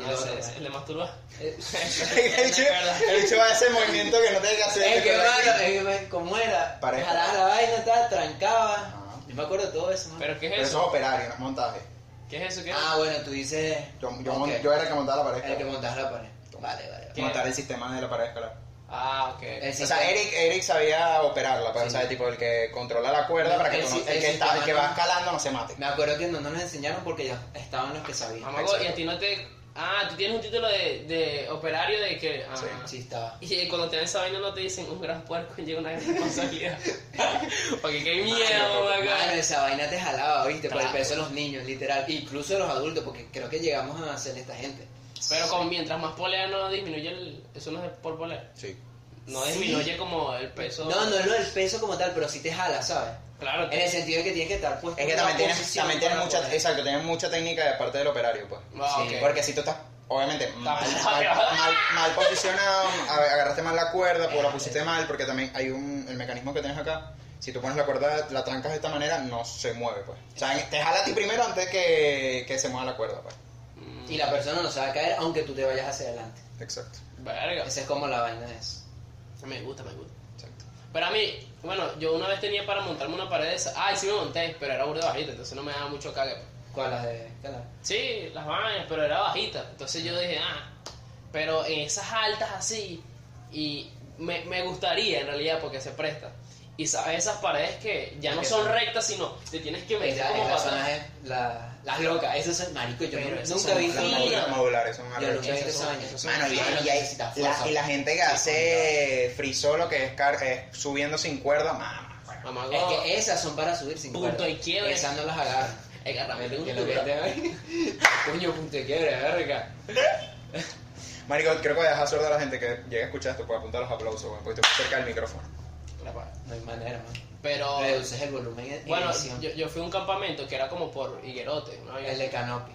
Speaker 1: Ah,
Speaker 3: el
Speaker 2: No
Speaker 3: otro,
Speaker 2: sé, es el de masturbar.
Speaker 3: Eh,
Speaker 1: el bicho, el bicho va a hacer movimiento que no tiene que hacer.
Speaker 3: Es que bueno, es que como era,
Speaker 1: Pareja.
Speaker 3: jalaba la vaina, tal, trancaba.
Speaker 1: Ajá.
Speaker 3: Yo me acuerdo de todo eso, man.
Speaker 2: ¿Pero qué
Speaker 1: Pero
Speaker 2: es
Speaker 1: eso es
Speaker 2: eso?
Speaker 1: operario, no es montaje.
Speaker 2: ¿Qué es eso? ¿Qué es
Speaker 3: Ah, bueno, tú dices...
Speaker 1: Yo, yo,
Speaker 3: Ok.
Speaker 1: mon- yo era el que montaba la pared
Speaker 3: El que
Speaker 1: escalar.
Speaker 3: montas la pared. Vale, vale. vale. Eh,
Speaker 2: ¿Qué?
Speaker 1: Montar el sistema de la pared escalar.
Speaker 2: Ah, ok.
Speaker 3: El
Speaker 1: O sea,
Speaker 3: sistema-
Speaker 1: Eric, Eric sabía operarla, pero
Speaker 3: Sí.
Speaker 1: o sea, tipo el que controla la cuerda
Speaker 3: No,
Speaker 1: para que
Speaker 3: el
Speaker 1: tú no-
Speaker 3: si-
Speaker 1: el,
Speaker 3: el
Speaker 1: que está- el que
Speaker 3: sistema
Speaker 1: va
Speaker 3: no.
Speaker 1: escalando no se mate.
Speaker 3: Me acuerdo que no nos lo enseñaron porque ya estaban los que sabían.
Speaker 2: Amago, y a ti no te. Ah, tú tienes un título de, de operario de que. Ah,
Speaker 3: Sí, estaba.
Speaker 2: Y eh, cuando te dan esa vaina no te dicen un gran puerco llega una gran responsabilidad. Porque qué miedo,
Speaker 3: Claro,
Speaker 2: acá.
Speaker 3: esa vaina te jalaba, ¿viste? Por el
Speaker 2: Claro.
Speaker 3: peso de los niños, literal. Incluso de los adultos, porque creo que llegamos a hacer esta gente.
Speaker 2: Pero como mientras más polea no disminuye el. Eso no es por polea.
Speaker 1: Sí.
Speaker 2: No
Speaker 3: Sí.
Speaker 2: disminuye como el peso.
Speaker 3: No, no es lo del peso como tal, pero sí te jala, ¿sabes?
Speaker 2: Claro,
Speaker 3: En el sentido de que tienes que estar puesto
Speaker 1: Es que
Speaker 3: en
Speaker 1: también
Speaker 3: una
Speaker 1: tienes,
Speaker 3: posición
Speaker 1: también tienes
Speaker 3: para
Speaker 1: mucha,
Speaker 3: poder-
Speaker 1: exacto, tienes mucha técnica de parte del operario, pues.
Speaker 2: Ah,
Speaker 3: Sí,
Speaker 2: ok.
Speaker 1: Porque si tú estás, obviamente, mal, mal,
Speaker 2: parado.
Speaker 1: mal- mal posicionado, a- agarraste mal la cuerda, o la pusiste mal, porque también hay un, el mecanismo que tienes acá, si tú pones la cuerda, la trancas de esta manera, no se mueve, pues. O sea, te jala a ti primero antes que, que se mueva la cuerda, pues.
Speaker 2: Mm,
Speaker 3: Y la persona no se va a caer aunque tú te vayas hacia adelante.
Speaker 1: Exacto,
Speaker 2: Verga.
Speaker 3: Esa es como la vaina de eso.
Speaker 2: Me gusta, me gusta.
Speaker 1: exacto.
Speaker 2: Pero a mí, bueno, yo una vez tenía para montarme una pared de esa. Ah, y sí me monté, pero era burda bajita, entonces no me daba mucho cague. pues.
Speaker 3: ¿Cuál las de Cala?
Speaker 2: Sí, las vainas, pero era bajita. Entonces yo dije, ah, pero en esas altas así, y me, me gustaría en realidad porque se presta. Y sabes, esas paredes que ya no
Speaker 3: Que
Speaker 2: son
Speaker 3: son-
Speaker 2: rectas, sino te tienes que
Speaker 3: En
Speaker 2: meter
Speaker 3: la-
Speaker 2: como
Speaker 3: en las
Speaker 2: para
Speaker 3: zonas
Speaker 2: atrás.
Speaker 3: de- la- las locas, esas son marico, yo
Speaker 2: Pero
Speaker 3: nu-
Speaker 2: esas
Speaker 3: nunca
Speaker 2: son
Speaker 3: he visto
Speaker 1: Son
Speaker 2: Sí,
Speaker 3: una
Speaker 1: modulares,
Speaker 2: ya.
Speaker 1: modulares, son
Speaker 3: Yo
Speaker 1: arrechos.
Speaker 3: nunca he visto
Speaker 2: Esas
Speaker 3: esa
Speaker 2: son-
Speaker 3: vaina.
Speaker 2: esas son-
Speaker 1: Mano, y,
Speaker 3: Mano,
Speaker 1: y hay-
Speaker 3: necesitas
Speaker 1: la,
Speaker 3: fuerza.
Speaker 1: y la gente que
Speaker 3: Sí,
Speaker 1: hace free solo, que es, car- es subiendo sin cuerda, mamá. bueno.
Speaker 2: Mamá,
Speaker 3: Es
Speaker 2: go.
Speaker 3: que esas son para subir sin
Speaker 2: Punto
Speaker 3: cuerda.
Speaker 2: y quiebre.
Speaker 3: Esas no las agarran.
Speaker 2: Hay que agarrarme de un
Speaker 3: Que lo que
Speaker 2: tubo.
Speaker 3: te- Coño, punto y quiebre, verga.
Speaker 1: Marico, creo que voy a dejar sorda a la gente que llegue a escuchar esto, puede apuntar los aplausos, bueno, porque estoy muy cerca del micrófono.
Speaker 2: La pa-
Speaker 3: No hay manera, man.
Speaker 2: Pero,
Speaker 3: Reduces el volumen en
Speaker 2: bueno,
Speaker 3: edición.
Speaker 2: yo, yo fui a un campamento que era como por higuerote, ¿no?
Speaker 3: El de Canopy.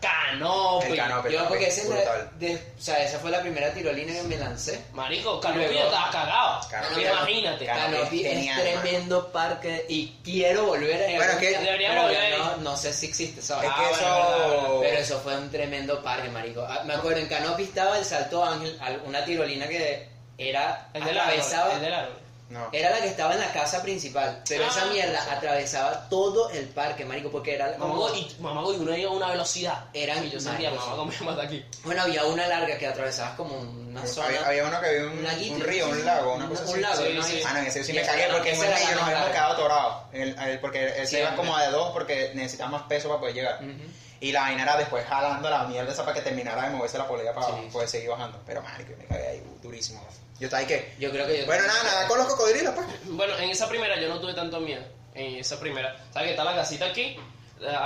Speaker 2: Canopi.
Speaker 1: El Ah, Canopy.
Speaker 3: Yo porque esa, es la-
Speaker 1: brutal.
Speaker 3: de- o sea, esa fue la primera tirolina que me lancé.
Speaker 2: Marico, Canopi
Speaker 3: Luego-
Speaker 2: yo estaba cagado.
Speaker 1: Canopy.
Speaker 2: Imagínate.
Speaker 1: Canopy.
Speaker 3: Canopy es
Speaker 1: genial,
Speaker 3: tremendo parque y quiero volver a
Speaker 1: Bueno, es que-
Speaker 2: Deberíamos
Speaker 3: pero ya
Speaker 2: volver.
Speaker 3: no, no sé si existe, ¿sabes?
Speaker 1: Es
Speaker 2: Ah,
Speaker 1: que
Speaker 2: bueno, verdad,
Speaker 1: eso...
Speaker 3: Pero eso fue un tremendo parque, marico. Ah, Me acuerdo, en Canopy estaba el salto ángel, al- una tirolina que era
Speaker 2: El del árbol.
Speaker 3: atravesaba,
Speaker 2: El del árbol.
Speaker 1: No.
Speaker 3: era la que estaba en la casa principal, pero
Speaker 2: Ah,
Speaker 3: esa mierda
Speaker 2: sí.
Speaker 3: atravesaba todo el parque, marico, porque era como...
Speaker 2: Mamá, y, mamá, y uno iba a una velocidad.
Speaker 3: Eran
Speaker 2: y yo sentía,
Speaker 3: maricosos.
Speaker 2: mamá, ¿cómo me mata aquí?
Speaker 3: Bueno, había una larga que atravesabas como una zona...
Speaker 1: Había, había uno que había un,
Speaker 3: un laguito,
Speaker 1: un río, un lago, una cosa
Speaker 3: un,
Speaker 1: así.
Speaker 3: un lago,
Speaker 2: Sí,
Speaker 3: ¿no?
Speaker 2: sí.
Speaker 1: Ah, no, en ese sí
Speaker 3: Y
Speaker 1: me
Speaker 3: esa
Speaker 1: cagué
Speaker 3: era-
Speaker 1: porque en
Speaker 3: esa
Speaker 1: ese
Speaker 3: era
Speaker 1: yo
Speaker 3: la
Speaker 1: nos
Speaker 3: más
Speaker 1: habíamos
Speaker 3: larga.
Speaker 1: quedado atorados. El- el- Porque ese iba
Speaker 2: Siempre.
Speaker 1: como de dos porque necesitaba más peso para poder llegar.
Speaker 3: Ujú.
Speaker 1: Y la vaina era después jalando la mierda esa para que terminara de moverse la polilla para
Speaker 3: Sí,
Speaker 1: poder pues,
Speaker 3: sí.
Speaker 1: seguir bajando. Pero marico, me cagué ahí uh, durísimo. Yo estaba ahí que...
Speaker 3: Yo creo que yo...
Speaker 1: Bueno, nada, nada, con los cocodrilos, pues.
Speaker 2: Bueno, en esa primera yo no tuve tanto miedo. En esa primera. ¿Sabes que está la casita aquí? A,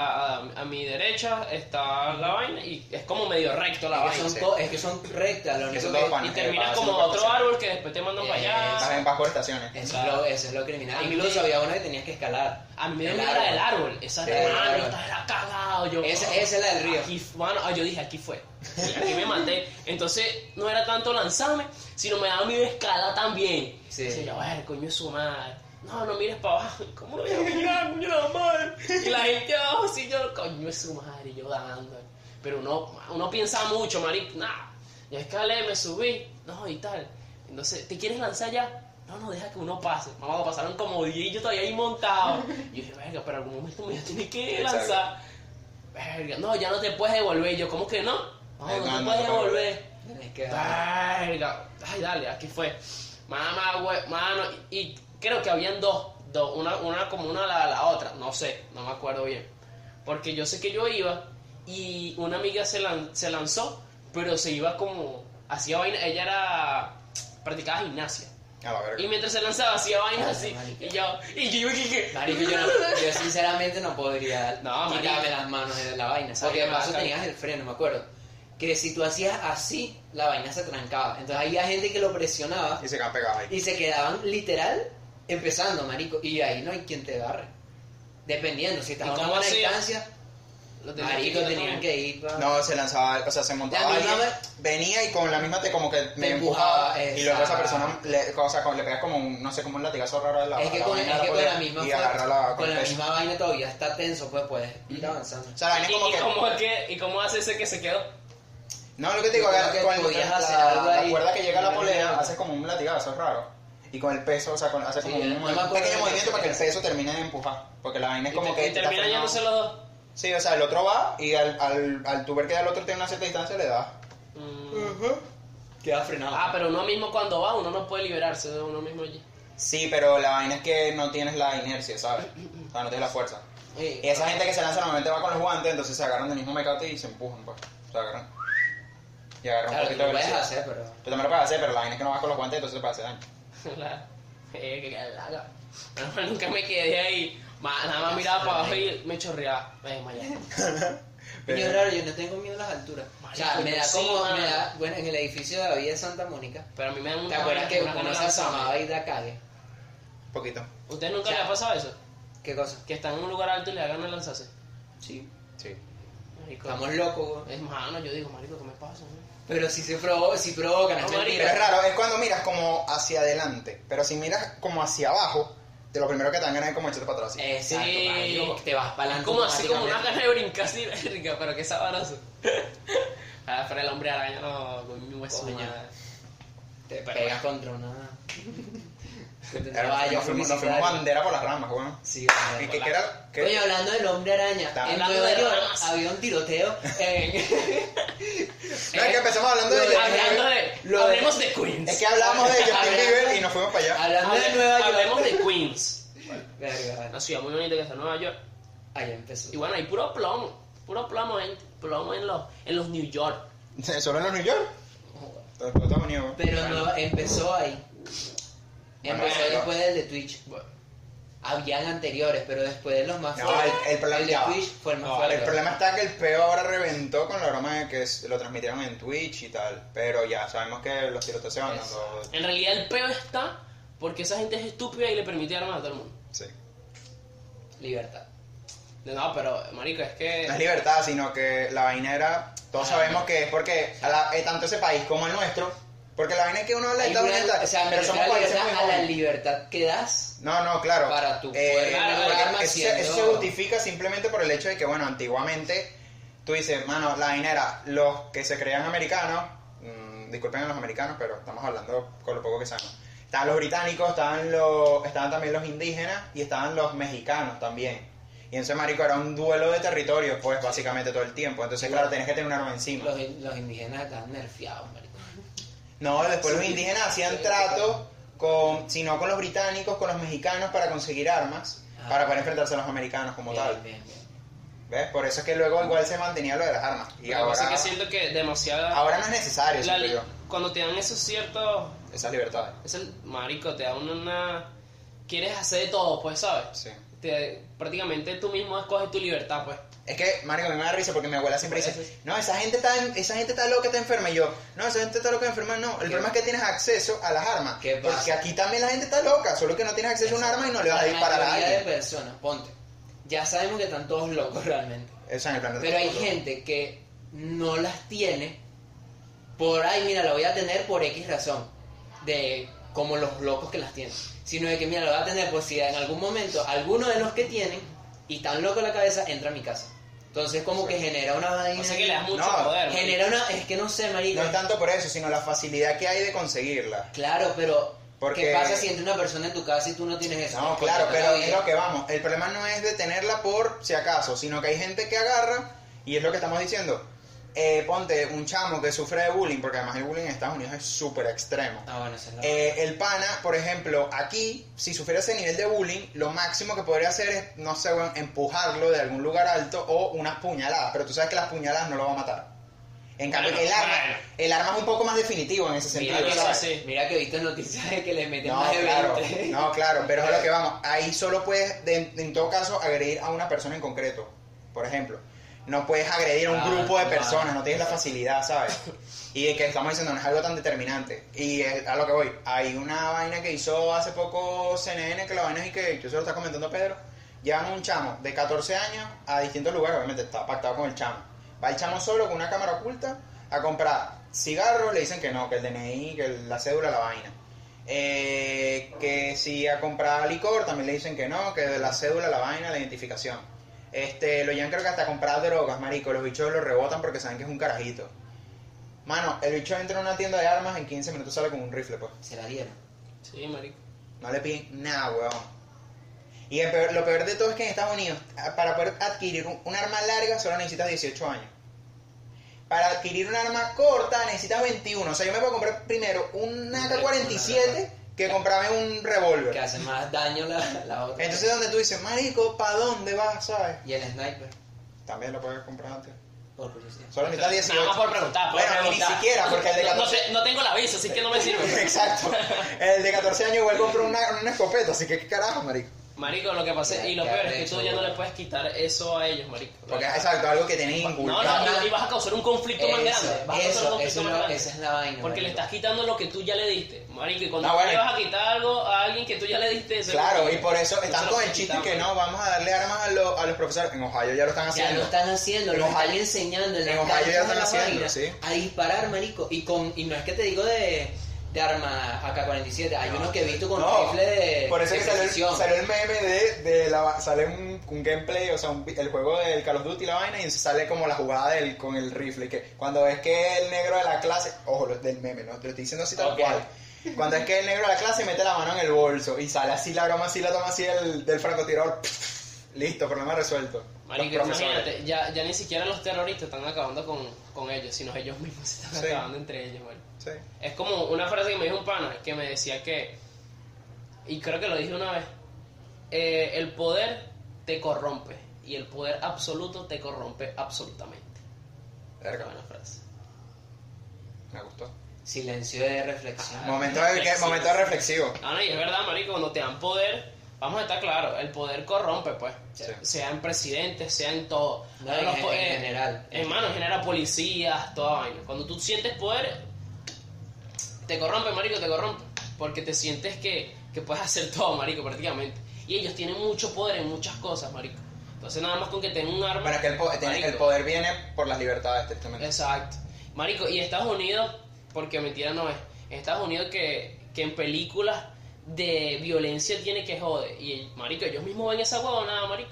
Speaker 2: a- a mi derecha está la vaina y es como medio recto la
Speaker 3: Es que
Speaker 2: vaina.
Speaker 3: son,
Speaker 1: sí.
Speaker 3: co- es que son rectas, lo
Speaker 1: Que
Speaker 3: único
Speaker 1: son
Speaker 3: que...
Speaker 1: todos panes.
Speaker 2: Y terminas como
Speaker 1: Haciendo
Speaker 2: otro
Speaker 1: cosas.
Speaker 2: árbol que después te mandan
Speaker 3: Eh,
Speaker 2: para
Speaker 1: Estás
Speaker 2: allá.
Speaker 1: en bajo de estaciones.
Speaker 3: Eso es, lo, eso es lo criminal.
Speaker 2: A mí
Speaker 3: Incluso
Speaker 2: me-
Speaker 3: había una que tenías que escalar.
Speaker 2: A mí me dio
Speaker 3: El
Speaker 2: miedo la del árbol. Esa
Speaker 1: Sí,
Speaker 2: de
Speaker 1: el
Speaker 2: mano,
Speaker 1: árbol.
Speaker 2: esta era cagado. Yo, ah,
Speaker 3: Esa- esa es la del río.
Speaker 2: Aquí, mano, ah, yo dije, aquí fue. Y aquí me maté. Entonces, no era tanto lanzarme, sino me daba miedo escala también.
Speaker 3: Sí.
Speaker 2: Dice yo, ver, coño, es su madre. No, no mires para abajo. ¿Cómo no voy a mirar, coño, la madre? Y la gente abajo, así yo, coño, es su madre. Y yo dando. Pero uno, uno piensa mucho, marico. Nah, yo escalé, me subí. No, y tal. Entonces, ¿te quieres lanzar ya? No, no, deja que uno pase. Mamá, pasaron como 10 y yo todavía ahí montado. Y yo dije, verga, pero en algún momento me voy a tener que
Speaker 1: Exacto.
Speaker 2: lanzar. Verga, no, ya no te puedes devolver. Yo, ¿cómo que no? No,
Speaker 1: Eh, no,
Speaker 2: no, te
Speaker 1: no te
Speaker 2: puedes
Speaker 1: puedes
Speaker 2: devolver.
Speaker 3: Tenés que...
Speaker 2: Verga. Ay, dale, aquí fue. Mamá, güey, mano. Y, y creo que habían dos. dos una, una como una a la, la otra. No sé, no me acuerdo bien. Porque yo sé que yo iba y una amiga se, lan- se lanzó, pero se iba como. Hacía vaina. Ella era. practicaba gimnasia.
Speaker 1: A la
Speaker 2: Y
Speaker 1: verga.
Speaker 2: mientras se lanzaba, hacía vaina así.
Speaker 3: marica.
Speaker 2: Y yo. Y yo iba y que.
Speaker 3: Marico, yo, no- yo sinceramente no podría
Speaker 2: No, marico.
Speaker 3: quitarme las manos de la vaina.
Speaker 2: Esa
Speaker 3: Porque de
Speaker 2: vaina
Speaker 3: paso
Speaker 2: va a caer.
Speaker 3: tenías el freno, me acuerdo. Que si tú hacías así, la vaina se trancaba. Entonces había gente que lo presionaba
Speaker 1: Y se quedan pegados ahí.
Speaker 3: y se quedaban literal empezando, marico. Y ahí no hay quien te agarre. Dependiendo, si estás
Speaker 2: ¿Y
Speaker 3: a una
Speaker 2: cómo
Speaker 3: buena
Speaker 2: hacía?
Speaker 3: distancia,
Speaker 2: Lo tenía
Speaker 3: marico,
Speaker 2: que quitar
Speaker 3: tenían
Speaker 2: también.
Speaker 3: que ir para...
Speaker 1: No, se lanzaba, o sea, se montaba
Speaker 3: La misma
Speaker 1: alguien,
Speaker 3: vez-
Speaker 1: venía y con la misma te como que me
Speaker 3: Te
Speaker 1: empujaba,
Speaker 3: empujaba,
Speaker 1: y luego esa
Speaker 3: exacto.
Speaker 1: persona le, o sea, como le pegas como un, no sé, como un latigazo raro a la
Speaker 3: es que
Speaker 1: a la
Speaker 3: con,
Speaker 1: vaina
Speaker 3: es
Speaker 1: de
Speaker 3: que con
Speaker 1: polea
Speaker 3: la misma
Speaker 1: y
Speaker 3: fuerza-
Speaker 1: agarra la,
Speaker 3: con la
Speaker 1: peso.
Speaker 3: misma vaina todavía está tenso, pues puedes ir avanzando.
Speaker 1: O sea, la vaina es
Speaker 2: ¿Y,
Speaker 1: como
Speaker 2: y
Speaker 1: que,
Speaker 2: cómo es que, ¿Y cómo hace ese que se quedó?
Speaker 1: no, lo que te digo,
Speaker 3: Yo creo
Speaker 1: agarra-
Speaker 3: que
Speaker 1: con
Speaker 3: podías
Speaker 1: la,
Speaker 3: hacer
Speaker 1: la-
Speaker 3: algo
Speaker 1: la
Speaker 3: ahí.
Speaker 1: cuerda que llega a la
Speaker 3: Una
Speaker 1: polea,
Speaker 3: mierda.
Speaker 1: hace como un latigazo raro, y con el peso, o sea, con, hace
Speaker 3: Sí,
Speaker 1: como un,
Speaker 3: no me
Speaker 1: un
Speaker 3: acuerdo
Speaker 1: pequeño
Speaker 3: de
Speaker 1: movimiento
Speaker 3: eso.
Speaker 1: para que el peso termine de empujar, porque la vaina es como
Speaker 2: y,
Speaker 1: que
Speaker 2: y
Speaker 1: está
Speaker 2: termina
Speaker 1: frenado.
Speaker 2: yéndose los dos.
Speaker 1: Sí, o sea, el otro va y al, al, al tú ver que el otro tiene una cierta distancia le das.
Speaker 2: Mm.
Speaker 3: Queda frenado.
Speaker 2: Ah, pero uno mismo cuando va, uno no puede liberarse de uno mismo allí.
Speaker 1: Sí, pero la vaina es que no tienes la inercia, ¿sabes? O sea, no tienes la fuerza.
Speaker 3: Sí.
Speaker 1: Y esa gente que se lanza normalmente va con los guantes, entonces se agarran del mismo mecate y se empujan, pues. Se agarran. Y agarran
Speaker 3: Claro,
Speaker 1: un
Speaker 3: tú
Speaker 1: poquito
Speaker 3: lo
Speaker 1: de
Speaker 3: puedes
Speaker 1: velocidad.
Speaker 3: hacer, pero...
Speaker 1: Tú también lo puedes hacer, pero la vaina es que no vas con los guantes, entonces te puede hacer daño.
Speaker 2: Claro. Eh, que larga. Pero nunca me quedé ahí. Ma- nada más miraba para abajo y me chorreaba. Me desmayaba.
Speaker 1: Pero-
Speaker 3: Coño, raro, yo no tengo miedo a las alturas. o sea,
Speaker 2: Marico,
Speaker 3: me da
Speaker 2: sí,
Speaker 3: como,
Speaker 2: mano.
Speaker 3: me da, bueno, en el edificio de la Villa de Santa Mónica,
Speaker 2: Pero a mí me dan
Speaker 3: ¿te
Speaker 2: una
Speaker 3: acuerdas que
Speaker 2: una
Speaker 3: uno
Speaker 2: ganas
Speaker 3: se
Speaker 2: de lanzarme.
Speaker 3: asomaba y da cague?
Speaker 1: Poquito.
Speaker 2: ¿Ustedes nunca
Speaker 3: O sea,
Speaker 2: les ha pasado eso?
Speaker 3: ¿Qué cosa?
Speaker 2: Que están en un lugar alto y le hagan el lanzarse.
Speaker 3: Sí.
Speaker 1: Sí.
Speaker 2: Marico.
Speaker 3: Estamos locos, güey.
Speaker 2: Es mano, yo digo, marico, ¿qué me pasa? güey?
Speaker 3: Pero si se provoca, si provocan, es
Speaker 2: No,
Speaker 1: Pero es
Speaker 3: mentira.
Speaker 1: raro, es cuando miras como hacia adelante. Pero si miras como hacia abajo, de lo primero que te dan ganas es como echarte para atrás. así.
Speaker 3: Exacto,
Speaker 2: Sí.
Speaker 3: marico, porque te vas para
Speaker 2: Es como así como una gana de brincar así, verga, pero qué sabroso. ah, pero el hombre araña no, con mi hueso.
Speaker 3: Coño.
Speaker 2: madre.
Speaker 3: Te
Speaker 2: Pero
Speaker 3: pegas contra una... contra un
Speaker 1: Era-
Speaker 3: caballo,
Speaker 1: nos, fuimos, nos fuimos
Speaker 3: publicitario.
Speaker 1: bandera por las ramas, weón.
Speaker 3: Sí,
Speaker 1: Y
Speaker 3: güey.
Speaker 1: que, que era. que-
Speaker 3: Coño, hablando del hombre araña,
Speaker 1: Está
Speaker 3: en
Speaker 2: hablando
Speaker 3: Nueva
Speaker 2: de
Speaker 3: York
Speaker 2: ramas.
Speaker 3: había un tiroteo
Speaker 1: No,
Speaker 3: en... eh,
Speaker 1: es que empezamos hablando de.
Speaker 3: lo de-
Speaker 2: Hablando de.
Speaker 3: Lo de-
Speaker 2: hablemos de Queens.
Speaker 1: Es que hablamos de Justin
Speaker 3: Hablando-
Speaker 1: Bieber y nos fuimos para allá.
Speaker 3: Hablando
Speaker 2: Hable-
Speaker 3: de Nueva York...
Speaker 2: hablemos de Queens.
Speaker 3: Verga, vale.
Speaker 2: Una ciudad muy bonita que está en Nueva York.
Speaker 3: Ahí empezó.
Speaker 2: Y bueno, hay puro plomo. Puro plomo, en, plomo en, los, en los New York.
Speaker 1: Solo en los New York. Todo- todo Estados Unidos, weón.
Speaker 3: Pero no, empezó ahí.
Speaker 1: Bueno,
Speaker 3: Empezó
Speaker 1: bueno.
Speaker 3: después del de Twitch. Habían anteriores, pero después de los más
Speaker 1: No,
Speaker 3: fuertes.
Speaker 1: el- el problema
Speaker 3: de
Speaker 1: ya va.
Speaker 3: Twitch fue el más
Speaker 2: No,
Speaker 3: fuerte.
Speaker 1: El problema está que el peo ahora reventó con la broma de que es- lo transmitieron en Twitch y tal. Pero ya sabemos que los tiroteos se van dando.
Speaker 2: En realidad el peo está porque esa gente es estúpida y le permite armas a todo el mundo.
Speaker 1: Sí.
Speaker 3: Libertad.
Speaker 2: No, pero, marico, es que...
Speaker 1: No es libertad, sino que la vaina era. Todos
Speaker 3: Ah.
Speaker 1: sabemos que es porque a la- eh, tanto ese país como el nuestro. Porque la vaina es que uno habla de
Speaker 3: Hay
Speaker 1: Estados
Speaker 3: una-
Speaker 1: Unidos. y tal,
Speaker 3: o sea, me
Speaker 1: pero
Speaker 3: refiero
Speaker 1: somos
Speaker 3: a la
Speaker 1: países muy
Speaker 3: libertad, a la
Speaker 1: jóvenes.
Speaker 3: libertad que das.
Speaker 1: No, no, claro.
Speaker 3: Para tu
Speaker 1: Eh,
Speaker 3: poder
Speaker 1: porque
Speaker 3: guardar armas
Speaker 1: eso,
Speaker 3: siendo-
Speaker 1: eso se justifica simplemente por el hecho de que, bueno, antiguamente tú dices, mano, la vaina era los que se creían americanos, mm, disculpen a los americanos, pero estamos hablando con lo poco que sabemos. Estaban los británicos, estaban, los, estaban también los indígenas y estaban los mexicanos también. Y entonces, marico, era un duelo de territorios, pues, básicamente todo el tiempo. Entonces, claro, tenías que tener un arma encima.
Speaker 3: Los, in- los indígenas están nerfeados, marico.
Speaker 1: No, después los
Speaker 3: Sí.
Speaker 1: indígenas hacían
Speaker 3: Sí,
Speaker 1: tratos con, si no con los británicos, con los mexicanos para conseguir armas,
Speaker 3: Ah.
Speaker 1: para poder enfrentarse a los americanos como
Speaker 3: Bien,
Speaker 1: tal.
Speaker 3: bien, bien.
Speaker 1: ¿Ves? Por eso es que luego igual se mantenía lo de las armas. Y
Speaker 2: lo que pasa es
Speaker 1: ahora,
Speaker 2: que siento que demasiada...
Speaker 1: ahora no es necesario,
Speaker 2: la
Speaker 1: siento
Speaker 2: li-
Speaker 1: yo,
Speaker 2: cuando te dan esos ciertos...
Speaker 1: esas libertades.
Speaker 2: Es el marico, te da una... una- Quieres hacer de todo, pues, ¿sabes?
Speaker 1: Sí.
Speaker 2: Te, prácticamente tú mismo escoges tu libertad, pues.
Speaker 1: Es que, marico, a mí me da risa porque mi abuela siempre
Speaker 2: Por eso
Speaker 1: dice, no, esa gente está, en- esa gente está loca, está enferma. Y yo, no, esa gente está loca, enferma, no. El
Speaker 3: ¿Qué?
Speaker 1: problema es que tienes acceso a las armas.
Speaker 3: ¿Qué pasa?
Speaker 1: Porque aquí también la gente está loca, solo que no tienes acceso a un arma y no le vas a disparar
Speaker 3: La
Speaker 1: a
Speaker 3: mayoría de
Speaker 1: alguien.
Speaker 3: personas, ponte. Ya sabemos que están todos locos realmente.
Speaker 1: O sea, en el planeta
Speaker 3: Pero hay
Speaker 1: todo.
Speaker 3: gente que no las tiene por ahí, mira, la voy a tener por X razón, de como los locos que las tienen, sino de que, mira, la voy a tener por si en algún momento alguno de los que tienen y tan loco en la cabeza entra a mi casa. Entonces, como
Speaker 1: Sí.
Speaker 3: que genera una vaina.
Speaker 2: O sea que le das mucho
Speaker 1: No,
Speaker 2: poder. marico.
Speaker 3: genera una. Es que no sé, marico.
Speaker 1: No es tanto por eso, sino la facilidad que hay de conseguirla.
Speaker 3: Claro, pero.
Speaker 1: Porque-
Speaker 3: ¿Qué pasa si entra una persona en tu casa y tú no tienes eso?
Speaker 1: No, claro,
Speaker 3: Porque
Speaker 1: pero
Speaker 3: la
Speaker 1: es
Speaker 3: vida-
Speaker 1: lo que vamos. El problema no es detenerla por si acaso, sino que hay gente que agarra, y es lo que estamos diciendo. Eh, ponte un chamo que sufre de bullying, porque además el bullying en Estados Unidos es súper extremo.
Speaker 3: Ah, bueno, esa es la-
Speaker 1: Eh, el pana, por ejemplo, aquí, si sufriera ese nivel de bullying, lo máximo que podría hacer es, no sé, weón, empujarlo de algún lugar alto o unas puñaladas. Pero tú sabes que las puñaladas no lo va a matar. En cambio,
Speaker 2: Bueno,
Speaker 1: el, arma,
Speaker 2: bueno.
Speaker 1: el arma es un poco más definitivo en ese
Speaker 2: Mira
Speaker 1: sentido.
Speaker 2: que eso
Speaker 1: ¿sabes?
Speaker 2: sí.
Speaker 3: Mira que he visto noticias de que les meten
Speaker 1: No,
Speaker 3: más de
Speaker 1: claro,
Speaker 3: 20.
Speaker 1: no, claro, pero es lo que vamos. Ahí solo puedes, de- en todo caso, agredir a una persona en concreto, por ejemplo. No puedes agredir a un
Speaker 3: Ah,
Speaker 1: grupo de
Speaker 3: claro.
Speaker 1: personas, no tienes la facilidad, ¿sabes? Y de que estamos diciendo, no es algo tan determinante. Y es a lo que voy, hay una vaina que hizo hace poco CNN, que la vaina es y que yo se lo está comentando a Pedro. Llevan un chamo de 14 años a distintos lugares, obviamente está pactado con el chamo. Va el chamo solo con una cámara oculta a comprar cigarros, le dicen que no, que el DNI, que el- la cédula, la vaina. Eh, que si ha comprado licor, también le dicen que no, que de la cédula, la vaina, la identificación. Este, lo llevan creo que hasta a comprar drogas, marico. Los bichos lo rebotan porque saben que es un carajito. Mano, el bicho entra en una tienda de armas, en 15 minutos sale con un rifle, pues.
Speaker 3: Se la dieron.
Speaker 2: Sí, marico.
Speaker 1: No le piden nada, weón. Y el peor- lo peor de todo es que en Estados Unidos, a- para poder adquirir un, un arma larga, solo necesitas 18 años. Para adquirir un arma corta, necesitas 21. O sea, yo me puedo comprar primero un AK-47 que comprarme un revólver.
Speaker 3: que hace más daño la, la otra.
Speaker 1: Entonces donde tú dices, marico, ¿pa' dónde vas? ¿Sabes?
Speaker 3: y el sniper,
Speaker 1: También lo puedes comprar antes.
Speaker 3: por curiosidad.
Speaker 1: Solo necesitas 18.
Speaker 2: Nada más por preguntar, por
Speaker 1: Bueno, y
Speaker 2: preguntar.
Speaker 1: ni siquiera, porque el de
Speaker 2: No- no,
Speaker 1: 14...
Speaker 2: te- no tengo la visa, así que no me sirve.
Speaker 1: Exacto. El de 14 años igual compró una, una escopeta, así que qué carajo, marico.
Speaker 2: Marico, lo que pasa es,
Speaker 3: Qué-
Speaker 2: y lo
Speaker 3: qué
Speaker 2: peor es que
Speaker 3: arrecho,
Speaker 2: tú ya no
Speaker 3: bro.
Speaker 2: le puedes quitar eso a ellos, marico.
Speaker 1: Porque es exacto, algo que tienes
Speaker 2: No,
Speaker 1: inculcado.
Speaker 2: no, y- y vas a causar un conflicto más grande. Vas a causar un
Speaker 3: eso,
Speaker 2: conflicto
Speaker 3: eso
Speaker 2: más
Speaker 3: es lo-
Speaker 2: grande.
Speaker 3: esa es la vaina.
Speaker 2: Porque le
Speaker 3: marico.
Speaker 2: estás quitando lo que tú ya le diste, marico. Y cuando
Speaker 1: No,
Speaker 2: tú
Speaker 1: bueno.
Speaker 2: le vas a quitar algo a alguien que tú ya le diste, eso es
Speaker 1: Claro,
Speaker 2: lo
Speaker 1: y
Speaker 2: que-
Speaker 1: por eso
Speaker 2: tú se
Speaker 1: están
Speaker 2: lo
Speaker 1: con el
Speaker 2: puedes
Speaker 1: chiste
Speaker 2: quitar,
Speaker 1: que
Speaker 2: marico.
Speaker 1: no, vamos a darle armas a, lo- a los profesores. En Ohio ya lo están
Speaker 3: Ya lo
Speaker 1: haciendo.
Speaker 3: están haciendo, lo
Speaker 1: En Ohio-
Speaker 3: están enseñando en las
Speaker 1: en Ohio ya
Speaker 3: canchas
Speaker 1: están
Speaker 3: de la
Speaker 1: haciendo,
Speaker 3: vaina,
Speaker 1: sí.
Speaker 3: a disparar, marico. Y con y no es que te digo de, de arma AK-47, hay uno que he visto con
Speaker 1: No,
Speaker 3: rifle de
Speaker 1: Por eso
Speaker 3: de
Speaker 1: que salió, el-
Speaker 3: precisión.
Speaker 1: salió el meme de, de la, sale un, un gameplay, o sea, un vi- el juego del Call of Duty y la vaina, y sale como la jugada del, con el rifle. y que cuando es que el negro de la clase, ojo, lo- del meme, no te lo estoy diciendo así tal
Speaker 2: Ok.
Speaker 1: cual. Cuando es que el negro de la clase mete la mano en el bolso y sale así la broma, así la toma así el, del francotirador. Listo, problema resuelto.
Speaker 2: Marico,
Speaker 1: Los profesores.
Speaker 2: imagínate, ya, ya ni siquiera los terroristas están acabando con, con ellos, sino ellos mismos se están
Speaker 1: Sí.
Speaker 2: acabando entre ellos, marico.
Speaker 1: Sí.
Speaker 2: Es como una frase que me dijo un pana que me decía que, y creo que lo dije una vez, eh, el poder te corrompe y el poder absoluto te corrompe absolutamente. Qué
Speaker 1: Verga,
Speaker 2: buena frase.
Speaker 1: me gustó.
Speaker 3: Silencio de reflexión.
Speaker 1: Momento, de- que- momento reflexivo.
Speaker 2: Ah, no, y es verdad, marico, cuando te dan poder, vamos a estar claros, el poder corrompe, pues.
Speaker 1: Sí.
Speaker 2: Sean presidentes, sean todo.
Speaker 3: No, en,
Speaker 2: Los
Speaker 3: en
Speaker 2: po- eh,
Speaker 3: general.
Speaker 2: Hermano, genera policías, toda vaina. Cuando tú sientes poder, te corrompe, marico, te corrompe. Porque te sientes que, que puedes hacer todo, marico, prácticamente. Y ellos tienen mucho poder en muchas cosas, marico. Entonces, nada más con que tengan un arma.
Speaker 1: Bueno, es que el, po- tiene- el
Speaker 2: marico.
Speaker 1: poder viene por las libertades, estrictamente.
Speaker 2: Exacto. Marico, y Estados Unidos, porque mentira no es. Estados Unidos que, que en películas de violencia tiene que joder. Y marico, ellos mismos ven esa huevonada, marico.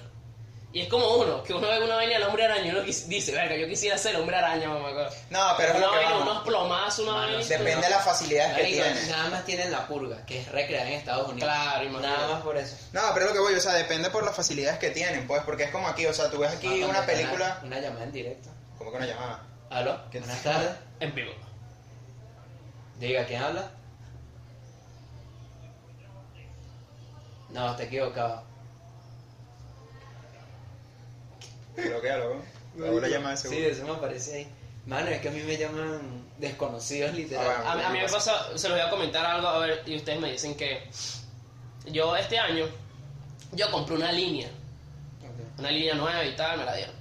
Speaker 2: Y es como uno, que uno ve una vaina del hombre araña y uno quis- dice, verga, yo quisiera ser hombre araña, mamá. co-".
Speaker 1: No, pero es
Speaker 2: una
Speaker 1: lo que
Speaker 2: vaina,
Speaker 1: vamos.
Speaker 2: unos plomazos, una vaina.
Speaker 1: Depende de las facilidades que
Speaker 3: Marico,
Speaker 1: tiene.
Speaker 3: nada más tienen la purga, que es recreada en Estados Unidos.
Speaker 2: Claro, imagínate.
Speaker 3: Nada más por eso.
Speaker 1: No, pero es lo que voy, o sea, depende por las facilidades que tienen, pues, porque es como aquí, o sea, tú ves aquí
Speaker 3: Ah,
Speaker 1: una
Speaker 3: una
Speaker 1: película.
Speaker 3: Una llamada en directo.
Speaker 1: ¿Cómo que una llamada?
Speaker 3: ¿Aló?
Speaker 1: ¿Qué
Speaker 3: Buenas
Speaker 1: tal?
Speaker 3: tardes.
Speaker 2: En vivo.
Speaker 3: Diga, ¿quién habla? No, está equivocado.
Speaker 1: Creo que algo. Luego la llamada de
Speaker 3: Sí,
Speaker 1: seguro.
Speaker 3: eso me aparece ahí. Mano, es que a mí me llaman desconocidos,
Speaker 1: Ah,
Speaker 3: literal.
Speaker 1: bueno.
Speaker 2: A, a mí me pasa, se los voy a comentar algo, a ver, y ustedes me dicen que yo este año, yo compré una línea
Speaker 3: Ok.
Speaker 2: una línea nueva y tal, me la dieron.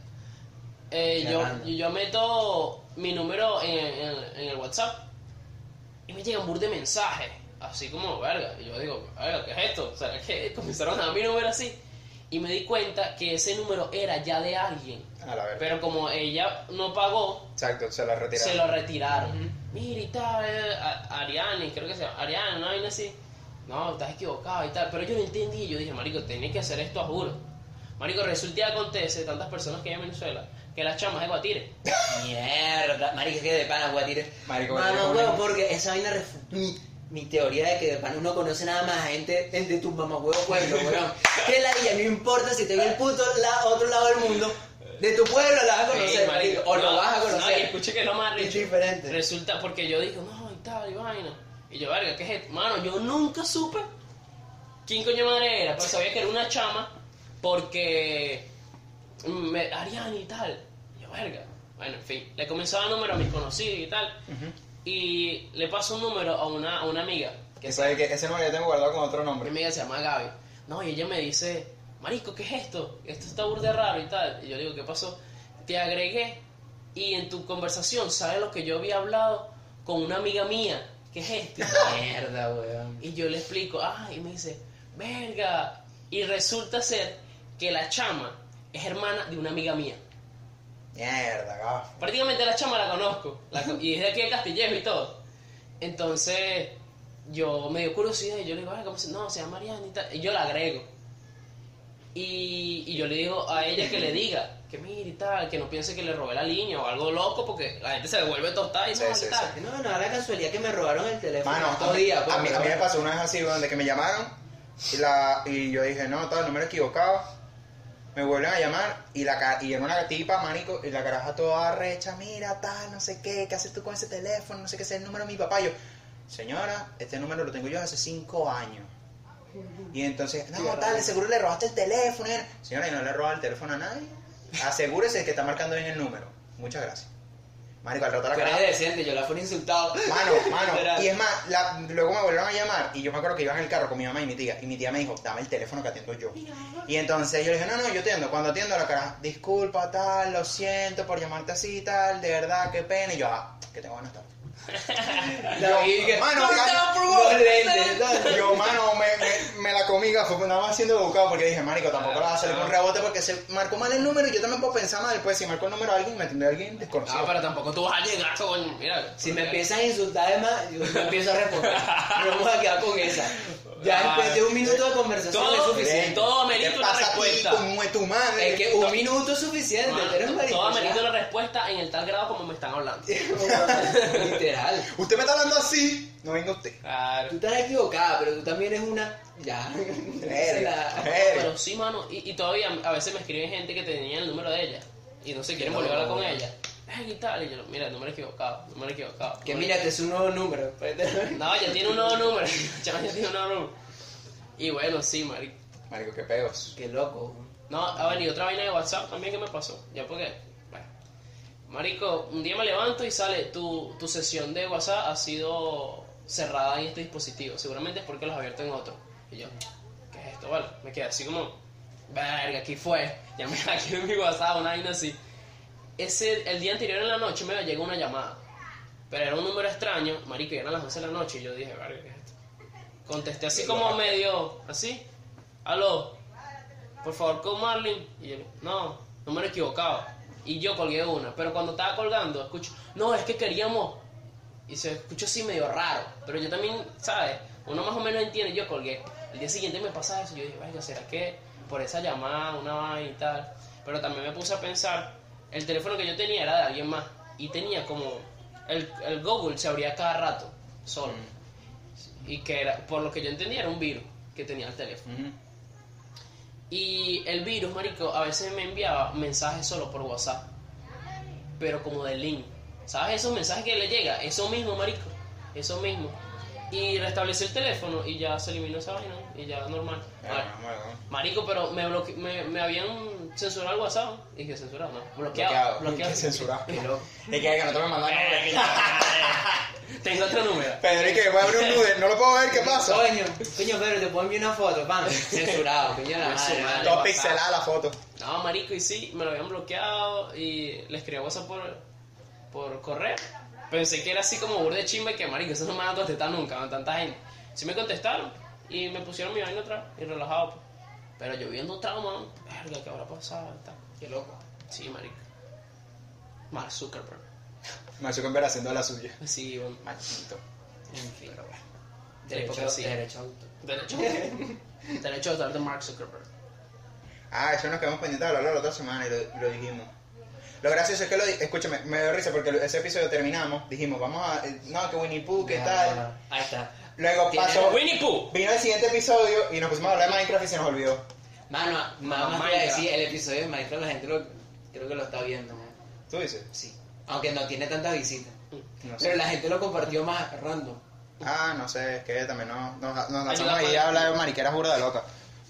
Speaker 2: Eh,
Speaker 3: Qué
Speaker 2: yo,
Speaker 3: grande.
Speaker 2: yo meto mi número en, en- en el WhatsApp y me llegan un de mensajes, así como, verga. Y yo digo, verga, ¿qué es esto? O sea, que comenzaron a dar mi número así. Y me di cuenta que ese número era ya de alguien.
Speaker 1: A la verga.
Speaker 2: Pero como ella no pagó,
Speaker 1: Exacto, se la retiraron.
Speaker 2: se lo retiraron.
Speaker 3: Ujú.
Speaker 2: Mira y tal, eh, a- Ariane, creo que se llama, Ariane, una vaina así. No, estás equivocado y tal. Pero yo no entendí. Yo dije, Marico, tenés que hacer esto a juro. Marico, resulta y acontece, tantas personas que hay en Venezuela, que las chamas de Guatire.
Speaker 3: Mierda. Marico, es que de pana, Guatire.
Speaker 1: Marico, Guatire
Speaker 3: Mano,
Speaker 1: es
Speaker 3: huevo,
Speaker 1: un-
Speaker 3: porque esa vaina refu- mi, mi teoría de que de pana uno conoce nada más a gente de tus mamás huevos pueblo, huevón. Que la villa, no importa si te ve el puto la, otro lado del mundo, de tu pueblo la vas a conocer,
Speaker 2: Sí,
Speaker 3: marico. O lo vas a
Speaker 2: No, y
Speaker 3: conocer.
Speaker 2: escuche que es lo más
Speaker 3: es
Speaker 2: rico.
Speaker 3: diferente.
Speaker 2: Resulta porque yo dije, no, y tal, y vaina. Y yo, verga, ¿qué es esto? Mano, yo nunca supe quién coño madre era, pero sabía que era una chama porque me, Ariane y tal. Y yo, verga. Bueno, en fin, le comenzaba a dar número a mis conocidos y tal. Y le paso un número a una, a una amiga.
Speaker 1: Que sabe que ese nombre yo tengo guardado con otro
Speaker 2: Mi
Speaker 1: nombre.
Speaker 2: amiga se llama Gaby. No, y ella me dice, Marico, ¿qué es esto? Esto está burde raro y tal. Y yo le digo, ¿qué pasó? Te agregué y en tu conversación sabes lo que yo había hablado con una amiga mía. ¿Qué es esto?
Speaker 3: Mierda, huevón.
Speaker 2: y yo le explico, ah, y me dice, verga. Y resulta ser que la chama es hermana de una amiga mía.
Speaker 1: Mierda, gafo.
Speaker 2: Prácticamente la chama la conozco. la co- y es de aquí de Castillejo y todo. Entonces, yo me dio curiosidad y yo le digo, "Ay, ¿cómo se No, se llama Mariana y tal. Y yo la agrego. Y, y yo le digo a ella que le diga, que mire y tal, que no piense que le robé la línea o algo loco, porque la gente se devuelve tostada y
Speaker 1: Sí, sí,
Speaker 2: se tal.
Speaker 3: No, no, ahora casualidad que me robaron el teléfono pues,
Speaker 1: Mano, a
Speaker 3: estos
Speaker 1: mí,
Speaker 3: días.
Speaker 1: a, mí, a mí me
Speaker 3: huevón.
Speaker 1: pasó una vez así, donde que me llamaron y, la, y yo dije, no, tal, número equivocado. Me vuelven a llamar y, la, ca- y era una tipa, marico, y la caraja toda recha, mira, tal, no sé qué, ¿qué haces tú con ese teléfono? No sé qué, ese es el número de mi papá. Y yo, señora, este número lo tengo yo hace cinco años. Y entonces, no,
Speaker 3: Qué raro.
Speaker 1: tal, de seguro le robaste el teléfono. Señora, y no le he robado el teléfono a nadie. Asegúrese que está marcando bien el número. Muchas gracias. Marico, al rato la
Speaker 3: Tú eres
Speaker 1: caraja.
Speaker 3: decente, yo la fui insultado.
Speaker 1: Mano, mano.
Speaker 3: Literal.
Speaker 1: Y es más, la- luego me volvieron a llamar y yo me acuerdo que iba en el carro con mi mamá y mi tía. Y mi tía me dijo, dame el teléfono que atiendo yo. Y entonces yo le dije, no, no, yo atiendo. Cuando atiendo la cara, disculpa, tal, lo siento por llamarte así, tal, de verdad, qué pena. Y yo, ah, que tengo buenas tardes.
Speaker 3: La virgen.
Speaker 1: mano,
Speaker 3: Corta,
Speaker 1: ya-
Speaker 3: por favor.
Speaker 1: los lentes, tal. Yo, mano, me, me, me la comí, gafo, pues nada más siendo educado porque dije, marico, tampoco la va a salir
Speaker 2: Ah.
Speaker 1: con rebote porque se marcó mal el número y yo también puedo pensar mal. Pues si marcó el número a alguien, me atendió a alguien desconocido.
Speaker 2: Ah, pero tampoco tú vas a llegar, coño. Mira.
Speaker 3: Si me empiezas a insultar además, yo me empiezo a responder. No vamos a quedar con esa. Ya
Speaker 2: Ah,
Speaker 3: después de un minuto de conversación
Speaker 2: todo-
Speaker 3: es suficiente.
Speaker 2: Todo amerita
Speaker 1: ¿Qué
Speaker 2: una
Speaker 1: pasa a ti
Speaker 2: respuesta.
Speaker 1: con mue- tu madre?
Speaker 3: Es que un minuto es suficiente,
Speaker 2: Mano,
Speaker 3: tú eres un marico,
Speaker 2: todo
Speaker 3: o sea,
Speaker 2: amerita la respuesta en el tal grado como me están hablando.
Speaker 3: Literal.
Speaker 1: Usted me está hablando así, no venga usted.
Speaker 2: Claro.
Speaker 3: Tú estás equivocada, pero tú también eres una. Ya. Se la-
Speaker 2: Pero sí, mano, y, y todavía a veces me escriben gente que tenía el número de ella y no se quieren volver a hablar con ella. Ay, ¿qué tal? Y yo, mira, el número equivocado, número equivocado.
Speaker 3: Que
Speaker 2: número-
Speaker 3: mírate, es un nuevo número.
Speaker 2: No, ya tiene un nuevo número. Chaval, ya tiene un nuevo número. Y bueno, sí, marico.
Speaker 1: Marico, qué peos.
Speaker 3: Qué loco.
Speaker 2: No, a ver, y otra vaina de WhatsApp también que me pasó. Ya porque, bueno. Marico, un día me levanto y sale, tu, tu sesión de WhatsApp ha sido cerrada en este dispositivo. Seguramente es porque los has abierto en otro. Y yo, ¿qué es esto? Vale, me quedé así como, verga, aquí fue. Ya me aquí en mi WhatsApp, una vaina así. Ese, el día anterior en la noche me llegó una llamada. Pero era un número extraño, marico, y eran las 11 de la noche. Y yo dije, verga, ¿qué es esto? Contesté así como medio, así. Aló, por favor con Marlin. Y yo, no, número equivocado. Y yo colgué una, pero cuando estaba colgando, escucho, no, es que queríamos. Y se escuchó así medio raro, pero yo también, ¿sabes? Uno más o menos entiende, yo colgué. El día siguiente me pasa eso, yo dije, vaya, ¿será que por esa llamada, una vaina y tal? Pero también me puse a pensar, el teléfono que yo tenía era de alguien más, y tenía como, el, el Google se abría cada rato, solo. Y que era, por lo que yo entendía, era un virus que tenía el teléfono. Y el virus, marico, a veces me enviaba mensajes solo por WhatsApp. Pero como de link. ¿Sabes esos mensajes que le llega? Eso mismo, marico. Eso mismo. Y restablecí el teléfono y ya se eliminó esa vaina. Y ya normal. Vale. Marico, pero me, bloque- me, me habían censurado el WhatsApp. Y dije, censurado, no. Bloqueado. Eh.
Speaker 1: Bloqueado. Qué censurado.
Speaker 2: Y luego,
Speaker 1: Es que, es que no te me mandaron
Speaker 2: "Verga, madre". Tengo otro número.
Speaker 1: Pedro, y que voy a abrir un nude, no lo puedo ver, ¿qué pasa?
Speaker 3: Coño, coño, pero te pongo una foto, pan. Censurado, coño, la
Speaker 2: Pues su
Speaker 3: madre.
Speaker 2: madre.
Speaker 1: Todo pixelada la foto.
Speaker 2: No, marico, y sí, me lo habían bloqueado y le escribí a WhatsApp por, por correo. Pensé que era así como burda de chimba y que, marico, eso no me van a contestar nunca, con tanta gente. Sí me contestaron y me pusieron mi vaina atrás y relajado. pues. Pero yo viendo trauma, verga, ¿qué habrá pasado? y tal.
Speaker 3: Qué loco.
Speaker 2: Sí, marico. Mark Zuckerberg. Pues
Speaker 1: Me hizo ver haciendo la suya.
Speaker 2: Sí, bueno,
Speaker 1: Maldito.
Speaker 3: En fin.
Speaker 2: Derecho-
Speaker 3: Derecho,
Speaker 2: derecho
Speaker 3: derecho auto.
Speaker 2: derecho. derecho a estar de Mark Zuckerberg.
Speaker 1: Ah, eso nos quedamos pendientes de hablarlo la otra semana y lo, lo dijimos. Lo gracioso es que lo di- escúchame, me dio risa porque ese episodio terminamos, dijimos, vamos a, eh, no, que Winnie Pooh, ¿qué tal?
Speaker 3: Ahí está.
Speaker 1: Luego
Speaker 3: Tiene-
Speaker 1: pasó,
Speaker 2: Winnie Pooh.
Speaker 1: vino el siguiente episodio y nos pusimos a hablar de Minecraft y se nos olvidó.
Speaker 3: Mano, nada más te voy a
Speaker 2: Minecraft.
Speaker 3: decir, el episodio de Minecraft la gente lo, creo que lo está viendo, ¿no?
Speaker 1: ¿Tú dices?
Speaker 3: sí. Aunque no tiene tantas visitas.
Speaker 1: No sé.
Speaker 3: Pero la gente lo compartió más random.
Speaker 1: Ah, no sé, es que también no, nos, nos lanzamos
Speaker 2: Ayuda,
Speaker 1: ahí
Speaker 2: Juan.
Speaker 1: a hablar de mariqueras burda de loca.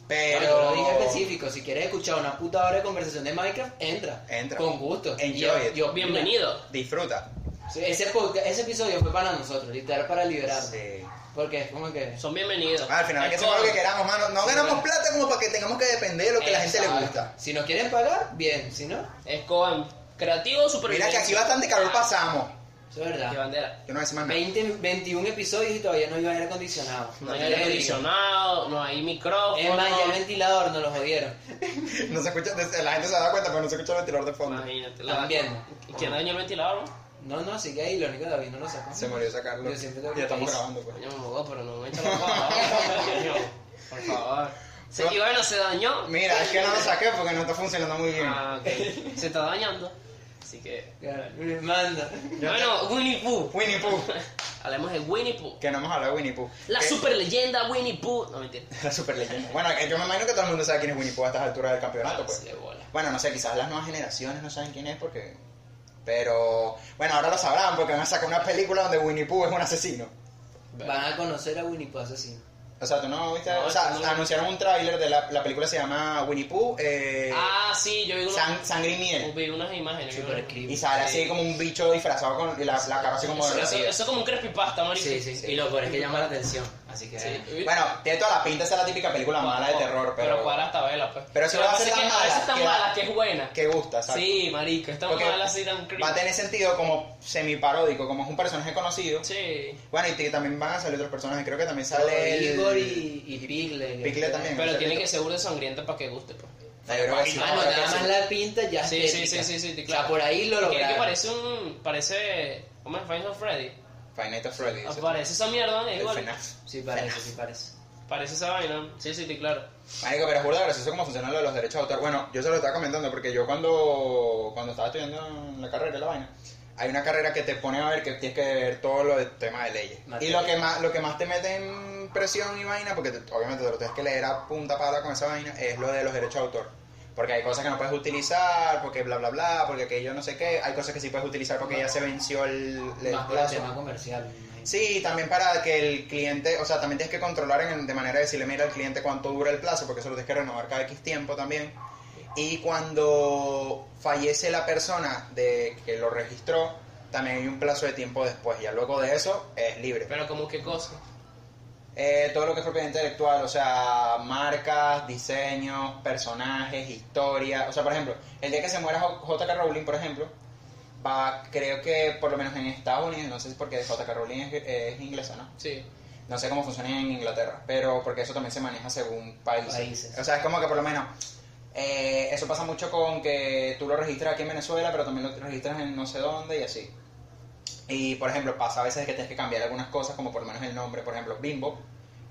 Speaker 1: Pero.
Speaker 3: Yo lo dije específico, si quieres escuchar una puta hora de conversación de Minecraft, entra.
Speaker 1: Entra.
Speaker 3: Con gusto.
Speaker 1: Enjoy it.
Speaker 2: Bienvenido.
Speaker 1: Disfruta.
Speaker 3: Sí, Ese, podca- ese episodio fue para nosotros, literal para liberarnos.
Speaker 1: Sí.
Speaker 3: Porque es como que...
Speaker 2: Son bienvenidos.
Speaker 1: Ah, al final hay que
Speaker 2: Es
Speaker 1: hacer lo
Speaker 2: todo.
Speaker 1: que queramos, mano. No
Speaker 2: Sí,
Speaker 1: ganamos
Speaker 2: bueno.
Speaker 1: plata como para que tengamos que depender de lo que la gente le
Speaker 2: Exacto.
Speaker 1: gusta.
Speaker 3: Si nos quieren pagar, bien. Si no,
Speaker 2: Es Coan. Creativo supervivencia.
Speaker 1: Mira que aquí bastante calor pasamos.
Speaker 3: eso es
Speaker 2: Ah, Qué
Speaker 3: verdad.
Speaker 2: bandera.
Speaker 1: Yo no voy a decir más nada.
Speaker 3: 20, 21 episodios y todavía no iba aire acondicionado.
Speaker 2: No hay
Speaker 3: Te
Speaker 2: aire
Speaker 3: digo.
Speaker 2: acondicionado, no hay micrófono.
Speaker 3: Es más, ya el ventilador nos lo jodieron.
Speaker 1: No se escucha, la gente se da cuenta, pero no se escucha el ventilador de fondo.
Speaker 2: Imagínate.
Speaker 3: También.
Speaker 2: ¿Quién dañó el ventilador?
Speaker 3: No, no, sigue ahí, lo único que David no lo sacó.
Speaker 1: Se murió sacarlo.
Speaker 3: Yo siempre tengo que
Speaker 1: Ya estamos
Speaker 3: pedir.
Speaker 1: grabando, pues.
Speaker 2: Coño, me jugó, pero no me echó la culpa. Coño, Por favor. Se, y bueno, se dañó.
Speaker 1: Mira, es que no lo saqué porque no está funcionando muy bien.
Speaker 2: Ah, ok. Se está dañando. Así que.
Speaker 3: Claro, me Manda.
Speaker 2: Bueno, Winnie Pooh.
Speaker 1: Winnie Pooh.
Speaker 2: Hablemos de Winnie Pooh.
Speaker 1: Que no hemos hablado de Winnie Pooh.
Speaker 2: La
Speaker 1: Que-
Speaker 2: super leyenda Winnie Pooh. No mentira.
Speaker 1: La super leyenda. Bueno, que yo me imagino que todo el mundo sabe quién es Winnie Pooh a estas alturas del campeonato, pues.
Speaker 2: Se bola.
Speaker 1: Bueno, no sé, quizás las nuevas generaciones no saben quién es porque... Pero... Bueno, ahora lo sabrán porque van a sacar una película donde Winnie Pooh es un asesino.
Speaker 3: Van a conocer a Winnie Pooh asesino.
Speaker 1: O sea, tú no viste.
Speaker 2: No,
Speaker 1: o sea,
Speaker 2: eso no lo-
Speaker 1: anunciaron un tráiler de la, la película se llama Winnie Pooh, eh,
Speaker 2: ah, sí, yo vi, unos-
Speaker 1: Sang- Sangre y Miel.
Speaker 2: vi unas imágenes. vi
Speaker 3: Super
Speaker 2: unas-
Speaker 3: creepy.
Speaker 1: Y sale así
Speaker 2: Sí.
Speaker 1: como un bicho disfrazado con y la, la cara así como
Speaker 2: Eso, eso-
Speaker 1: derretida.
Speaker 2: eso es como un creepypasta, marico.
Speaker 3: Sí, sí,
Speaker 2: Sí.
Speaker 3: Y lo peor es que llama la atención. Así que.
Speaker 2: Sí.
Speaker 1: Bueno, tiene toda la pinta de ser la típica película mala de terror, pero.
Speaker 2: Pero cuadra hasta vela, pues.
Speaker 1: Pero si
Speaker 2: Lo
Speaker 1: lo
Speaker 2: que
Speaker 1: hace
Speaker 2: pasa es
Speaker 1: tan
Speaker 2: que
Speaker 1: mala,
Speaker 2: A veces tan
Speaker 1: queda-
Speaker 2: mala que es buena.
Speaker 1: que gusta, ¿sabes?
Speaker 2: Sí, marico, es tan
Speaker 1: Porque
Speaker 2: mala así tan creepy.
Speaker 1: Va a tener sentido como semi-paródico, como es un personaje conocido.
Speaker 2: Sí.
Speaker 1: Bueno, y t- también van a salir otros personajes. Creo que también sale.
Speaker 3: Sale
Speaker 1: el-
Speaker 3: Igor y, y Piglet.
Speaker 1: Piglet también.
Speaker 2: Pero
Speaker 1: Sí.
Speaker 2: tiene que ser burda y sangrienta para que guste, pues.
Speaker 1: Ah, yo creo que sí.
Speaker 3: Ah, no,
Speaker 1: Creo que
Speaker 3: nada
Speaker 1: sí.
Speaker 3: más la pinta ya
Speaker 2: Sí, sí,
Speaker 3: estética.
Speaker 2: sí, sí, sí, sí,
Speaker 3: O sea,
Speaker 2: claro.
Speaker 3: por ahí lo
Speaker 2: Que, que
Speaker 3: lograron.
Speaker 2: parece un. Parece. ¿Cómo es? Final Freddy.
Speaker 1: Five Nights at Freddy's,
Speaker 2: Ah,
Speaker 1: dice.
Speaker 2: Parece esa mierda,
Speaker 1: El
Speaker 2: es igual.
Speaker 1: FNAF.
Speaker 3: Sí parece, sí parece.
Speaker 2: Parece esa vaina. Sí, sí, sí, claro.
Speaker 1: Marico, pero es burda gracioso cómo funciona lo de los derechos de autor. Bueno, yo se lo estaba comentando porque yo cuando, cuando estaba estudiando en la carrera, y la vaina, hay una carrera que te pone a ver que tienes que ver todo lo del tema de leyes. Y
Speaker 3: Materia.
Speaker 1: lo que más lo que más te mete en presión y vaina, porque te- obviamente te lo tienes que leer a punta pala con esa vaina, es lo de los derechos de autor. Porque hay cosas que no puedes utilizar, porque bla bla bla, porque aquello no sé qué. Hay cosas que sí puedes utilizar porque ya se venció el, el
Speaker 3: Más por el
Speaker 1: plazo.
Speaker 3: tema comercial. me imagino.
Speaker 1: Sí, y también para que el cliente, o sea, también tienes que controlar en- de manera de decirle, mira al cliente cuánto dura el plazo, porque eso lo tienes que renovar cada X tiempo también. Y cuando fallece la persona de que lo registró, también hay un plazo de tiempo después, ya luego de eso es libre.
Speaker 2: Pero como qué cosa.
Speaker 1: Eh, todo lo que es propiedad intelectual, o sea, marcas, diseños, personajes, historia. O sea, por ejemplo, el día que se muera J- J.K. Rowling, por ejemplo, va, creo que por lo menos en Estados Unidos, no sé si porque J.K. Rowling es, es inglesa, ¿no?
Speaker 2: Sí.
Speaker 1: No sé cómo funciona en Inglaterra, pero porque eso también se maneja según países.
Speaker 3: Países.
Speaker 1: O sea, es como que por lo menos. eh, eso pasa mucho con que tú lo registras aquí en Venezuela, pero también lo registras en no sé dónde y así. Y por ejemplo, pasa a veces que tienes que cambiar algunas cosas, como por lo menos el nombre. Por ejemplo, Bimbo